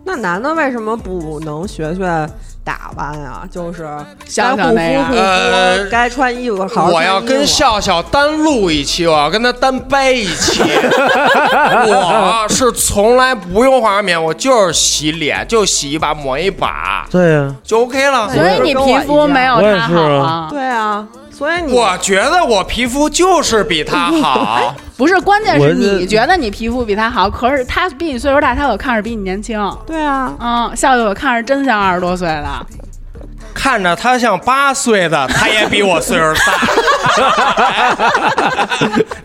[SPEAKER 1] 那男的为什么不能学学打扮呀？就是
[SPEAKER 2] 想想那
[SPEAKER 1] 该护
[SPEAKER 2] 个
[SPEAKER 1] 肤护肤，
[SPEAKER 3] 呃
[SPEAKER 1] 该穿衣服好好穿衣服。
[SPEAKER 3] 我要跟笑笑单录一期，我要跟他单掰一期。 我是从来不用化妆品，我就是洗脸，就洗一把抹一把
[SPEAKER 4] 对呀，
[SPEAKER 3] 就 OK 了。
[SPEAKER 2] 所以你皮肤没有
[SPEAKER 4] 我也
[SPEAKER 2] 他
[SPEAKER 4] 是
[SPEAKER 2] 好
[SPEAKER 4] 啊
[SPEAKER 2] 啊，
[SPEAKER 1] 对啊，所以你
[SPEAKER 3] 我觉得我皮肤就是比他好，
[SPEAKER 2] 不是关键
[SPEAKER 4] 我
[SPEAKER 2] 是
[SPEAKER 4] 是
[SPEAKER 2] 你觉得你皮肤比他好，可是他比你岁数大，他可看着比你年轻。
[SPEAKER 1] 对啊，
[SPEAKER 2] 嗯，笑笑我看着真像二十多岁的，
[SPEAKER 3] 看着他像八岁的，他也比我岁数大。哎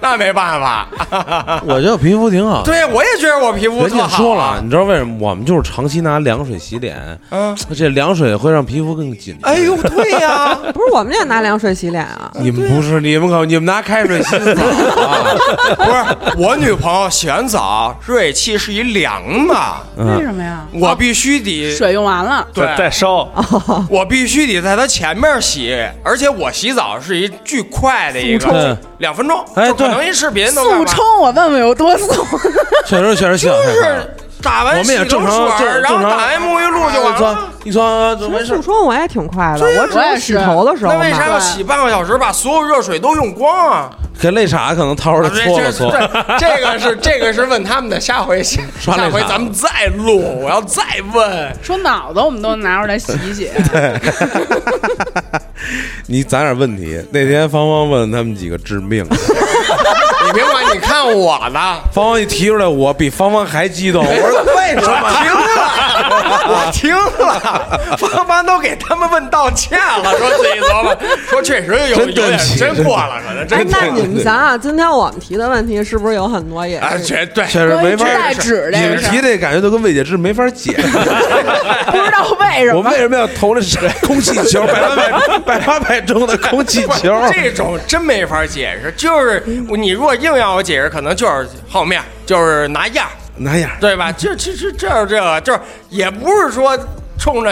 [SPEAKER 3] 那没办 法。
[SPEAKER 4] 我觉得我皮肤挺好。
[SPEAKER 3] 对，我也觉得我皮肤
[SPEAKER 4] 人
[SPEAKER 3] 特
[SPEAKER 4] 家
[SPEAKER 3] 好。啊
[SPEAKER 4] 说了，，你知道为什么？我们就是长期拿凉水洗脸，
[SPEAKER 3] 嗯，
[SPEAKER 4] 这凉水会让皮肤更紧。
[SPEAKER 3] 哎呦，对呀、
[SPEAKER 1] 不是我们也拿凉水洗脸啊？
[SPEAKER 4] 你们不是你们可你们拿开水洗澡啊？
[SPEAKER 3] 不是我女朋友洗完澡，热水器是一凉的，
[SPEAKER 4] 啊嗯
[SPEAKER 2] 为什么呀？
[SPEAKER 3] 我必须得，
[SPEAKER 2] 水用完了，
[SPEAKER 3] 对
[SPEAKER 6] 再再烧，
[SPEAKER 2] 哦
[SPEAKER 3] 我必须得在她前面洗，而且我洗澡是一巨快的一
[SPEAKER 4] 速冲
[SPEAKER 3] 个，两分钟，
[SPEAKER 4] 哎
[SPEAKER 3] 就可
[SPEAKER 4] 对
[SPEAKER 3] 能一视频都干嘛
[SPEAKER 2] 速冲，我问问有多速？
[SPEAKER 4] 确实确实洗澡太快
[SPEAKER 3] 是
[SPEAKER 4] 了。
[SPEAKER 3] 打完
[SPEAKER 4] 我们也
[SPEAKER 3] 洗头
[SPEAKER 4] 正常
[SPEAKER 3] 水
[SPEAKER 4] 正
[SPEAKER 3] 然后
[SPEAKER 4] 正常哎
[SPEAKER 3] 打完沐浴露就完了。
[SPEAKER 4] 一穿就没事
[SPEAKER 1] 速。冲我也挺快的，
[SPEAKER 3] 啊
[SPEAKER 1] 我只
[SPEAKER 2] 我
[SPEAKER 1] 有
[SPEAKER 2] 也
[SPEAKER 1] 洗
[SPEAKER 2] 是
[SPEAKER 1] 头的时候
[SPEAKER 3] 那为啥
[SPEAKER 1] 嘛。
[SPEAKER 3] 要洗半个小时，把所有热水都用光 啊？
[SPEAKER 4] 给肋叉可能掏出来
[SPEAKER 3] 这
[SPEAKER 4] 搓了搓。
[SPEAKER 3] 这这个是这个是问他们的，下回下
[SPEAKER 4] 刷那
[SPEAKER 3] 下回
[SPEAKER 4] 啥
[SPEAKER 3] 咱们再录，我要再问。
[SPEAKER 2] 说脑子我们都拿出来洗一 洗，
[SPEAKER 4] 你攒点问题。那天芳芳问他们几个致命的，
[SPEAKER 3] 你别管，你看我的，
[SPEAKER 4] 芳芳一提出来，我比芳芳还激动。我说为什
[SPEAKER 3] 我
[SPEAKER 4] 么？
[SPEAKER 3] 听了，我听了，芳芳都给他们问道歉了，说自己琢磨，说确实有有
[SPEAKER 4] 真对不
[SPEAKER 3] 点
[SPEAKER 4] 起
[SPEAKER 3] 真过了，可能
[SPEAKER 1] 哎，
[SPEAKER 3] 真过
[SPEAKER 1] 那
[SPEAKER 3] 了。
[SPEAKER 1] 你们想想，今天我们提的问题是不是有很多也
[SPEAKER 3] 哎，
[SPEAKER 1] 是
[SPEAKER 3] 绝 对
[SPEAKER 4] 确实没法
[SPEAKER 2] 关于带纸
[SPEAKER 4] 你
[SPEAKER 2] 这
[SPEAKER 4] 们
[SPEAKER 2] 个事儿
[SPEAKER 4] 提这感觉就跟未解之没法解。
[SPEAKER 2] 不知道为什
[SPEAKER 4] 我
[SPEAKER 2] 么
[SPEAKER 4] 为。什么要投那啥空气球？百 发百百发百中的空气
[SPEAKER 3] 不
[SPEAKER 4] 球。
[SPEAKER 3] 这种真没法解释，就是你如果硬要我解释，可能就是好面，就是拿样儿，
[SPEAKER 4] 哪样？
[SPEAKER 3] 对 吧？这这这这这个就是也不是说冲着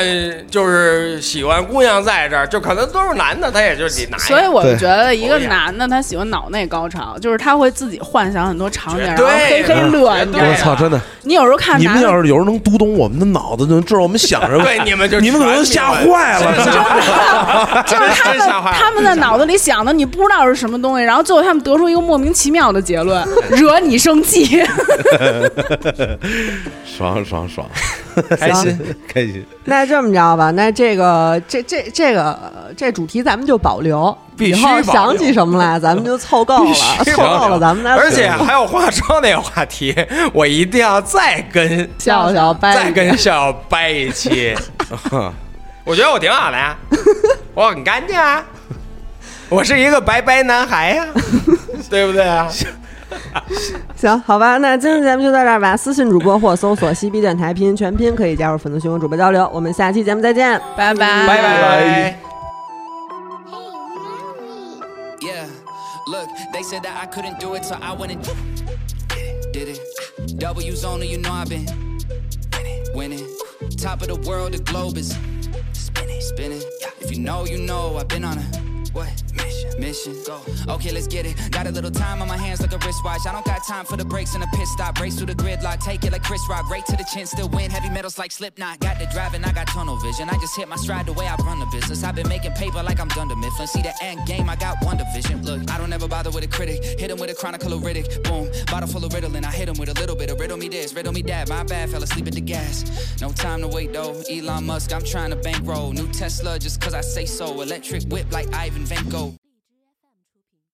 [SPEAKER 3] 就是喜欢姑娘在这儿，就可能都是男的，他也就得拿一个。
[SPEAKER 2] 所以我
[SPEAKER 4] 对
[SPEAKER 2] 觉得一个
[SPEAKER 3] 同意
[SPEAKER 2] 男的他喜欢脑内高潮，就是他会自己幻想很多场景，
[SPEAKER 3] 绝
[SPEAKER 2] 然后
[SPEAKER 3] 对
[SPEAKER 2] 嘿嘿
[SPEAKER 3] 的
[SPEAKER 2] 乐，
[SPEAKER 3] 绝
[SPEAKER 2] 你知
[SPEAKER 3] 对
[SPEAKER 2] 道吗
[SPEAKER 4] 我操，真的！
[SPEAKER 2] 你有时候看
[SPEAKER 4] 你
[SPEAKER 2] 男
[SPEAKER 4] 们
[SPEAKER 2] 的
[SPEAKER 4] 要是有人能读懂我们的脑子，就能知道我们想什 么。
[SPEAKER 3] 对你们就
[SPEAKER 4] 你们可能吓 坏
[SPEAKER 3] 真吓
[SPEAKER 4] 了。
[SPEAKER 3] 坏了，
[SPEAKER 2] 就是他
[SPEAKER 3] 真
[SPEAKER 2] 们
[SPEAKER 3] 吓坏了
[SPEAKER 2] 他们在脑子里想的，你不知道是什么东西，然后最后他们得出一个莫名其妙的结论，惹你生气。
[SPEAKER 4] 爽爽爽，
[SPEAKER 1] 开心。
[SPEAKER 4] 开心。
[SPEAKER 1] 那这么着吧，那这个这这这个这主题咱们就保留，
[SPEAKER 3] 必须
[SPEAKER 1] 以后
[SPEAKER 3] 保留
[SPEAKER 1] 想起什么来，咱们就凑 够了，凑够了咱们再
[SPEAKER 3] 啊而且啊还有化妆那个话题，我一定要再 跟
[SPEAKER 1] 笑笑掰
[SPEAKER 3] 再跟笑掰一期。 我觉得我挺好的呀，我很干净啊，我是一个白白男孩 呀、对不对啊？
[SPEAKER 1] 行，好吧，那今天节目就到这儿吧。私信主播或搜索“西 B 电台”拼音全拼，可以加入粉丝群和主播交流。我们下期节目再见，
[SPEAKER 2] 拜拜
[SPEAKER 3] 拜拜
[SPEAKER 9] Hey, mommy.
[SPEAKER 10] Yeah, look, they said that I couldn't do it, so I went and did it. W's only, you know I've been winning. Top of the world, the globe is spinning, spinning. If you know, you know, I've been on a what mission? Mission. Go. Okay, let's get it. Got a little time on my hands like a wristwatch. I don't got time for the breaks and the pit stop. Race through the gridlock, take it like Chris Rock. Right to the chin, still win. Heavy metals like Slipknot. Got the driving, I got tunnel vision. I just hit my stride the way I run the business. I've been making paper like I'm Dunder Mifflin. See the end game, I got one division. Look, I don't ever bother with a critic. Hit him with a chronicle of Riddick. Boom, bottle full of Ritalin. I hit him with a little bit of riddle me this, riddle me that. My bad, fell asleep at the gas. No time to wait though. Elon Musk, I'm trying to bankroll. New Tesla, just cause I say so. Electric whip like Ivan Van Gogh.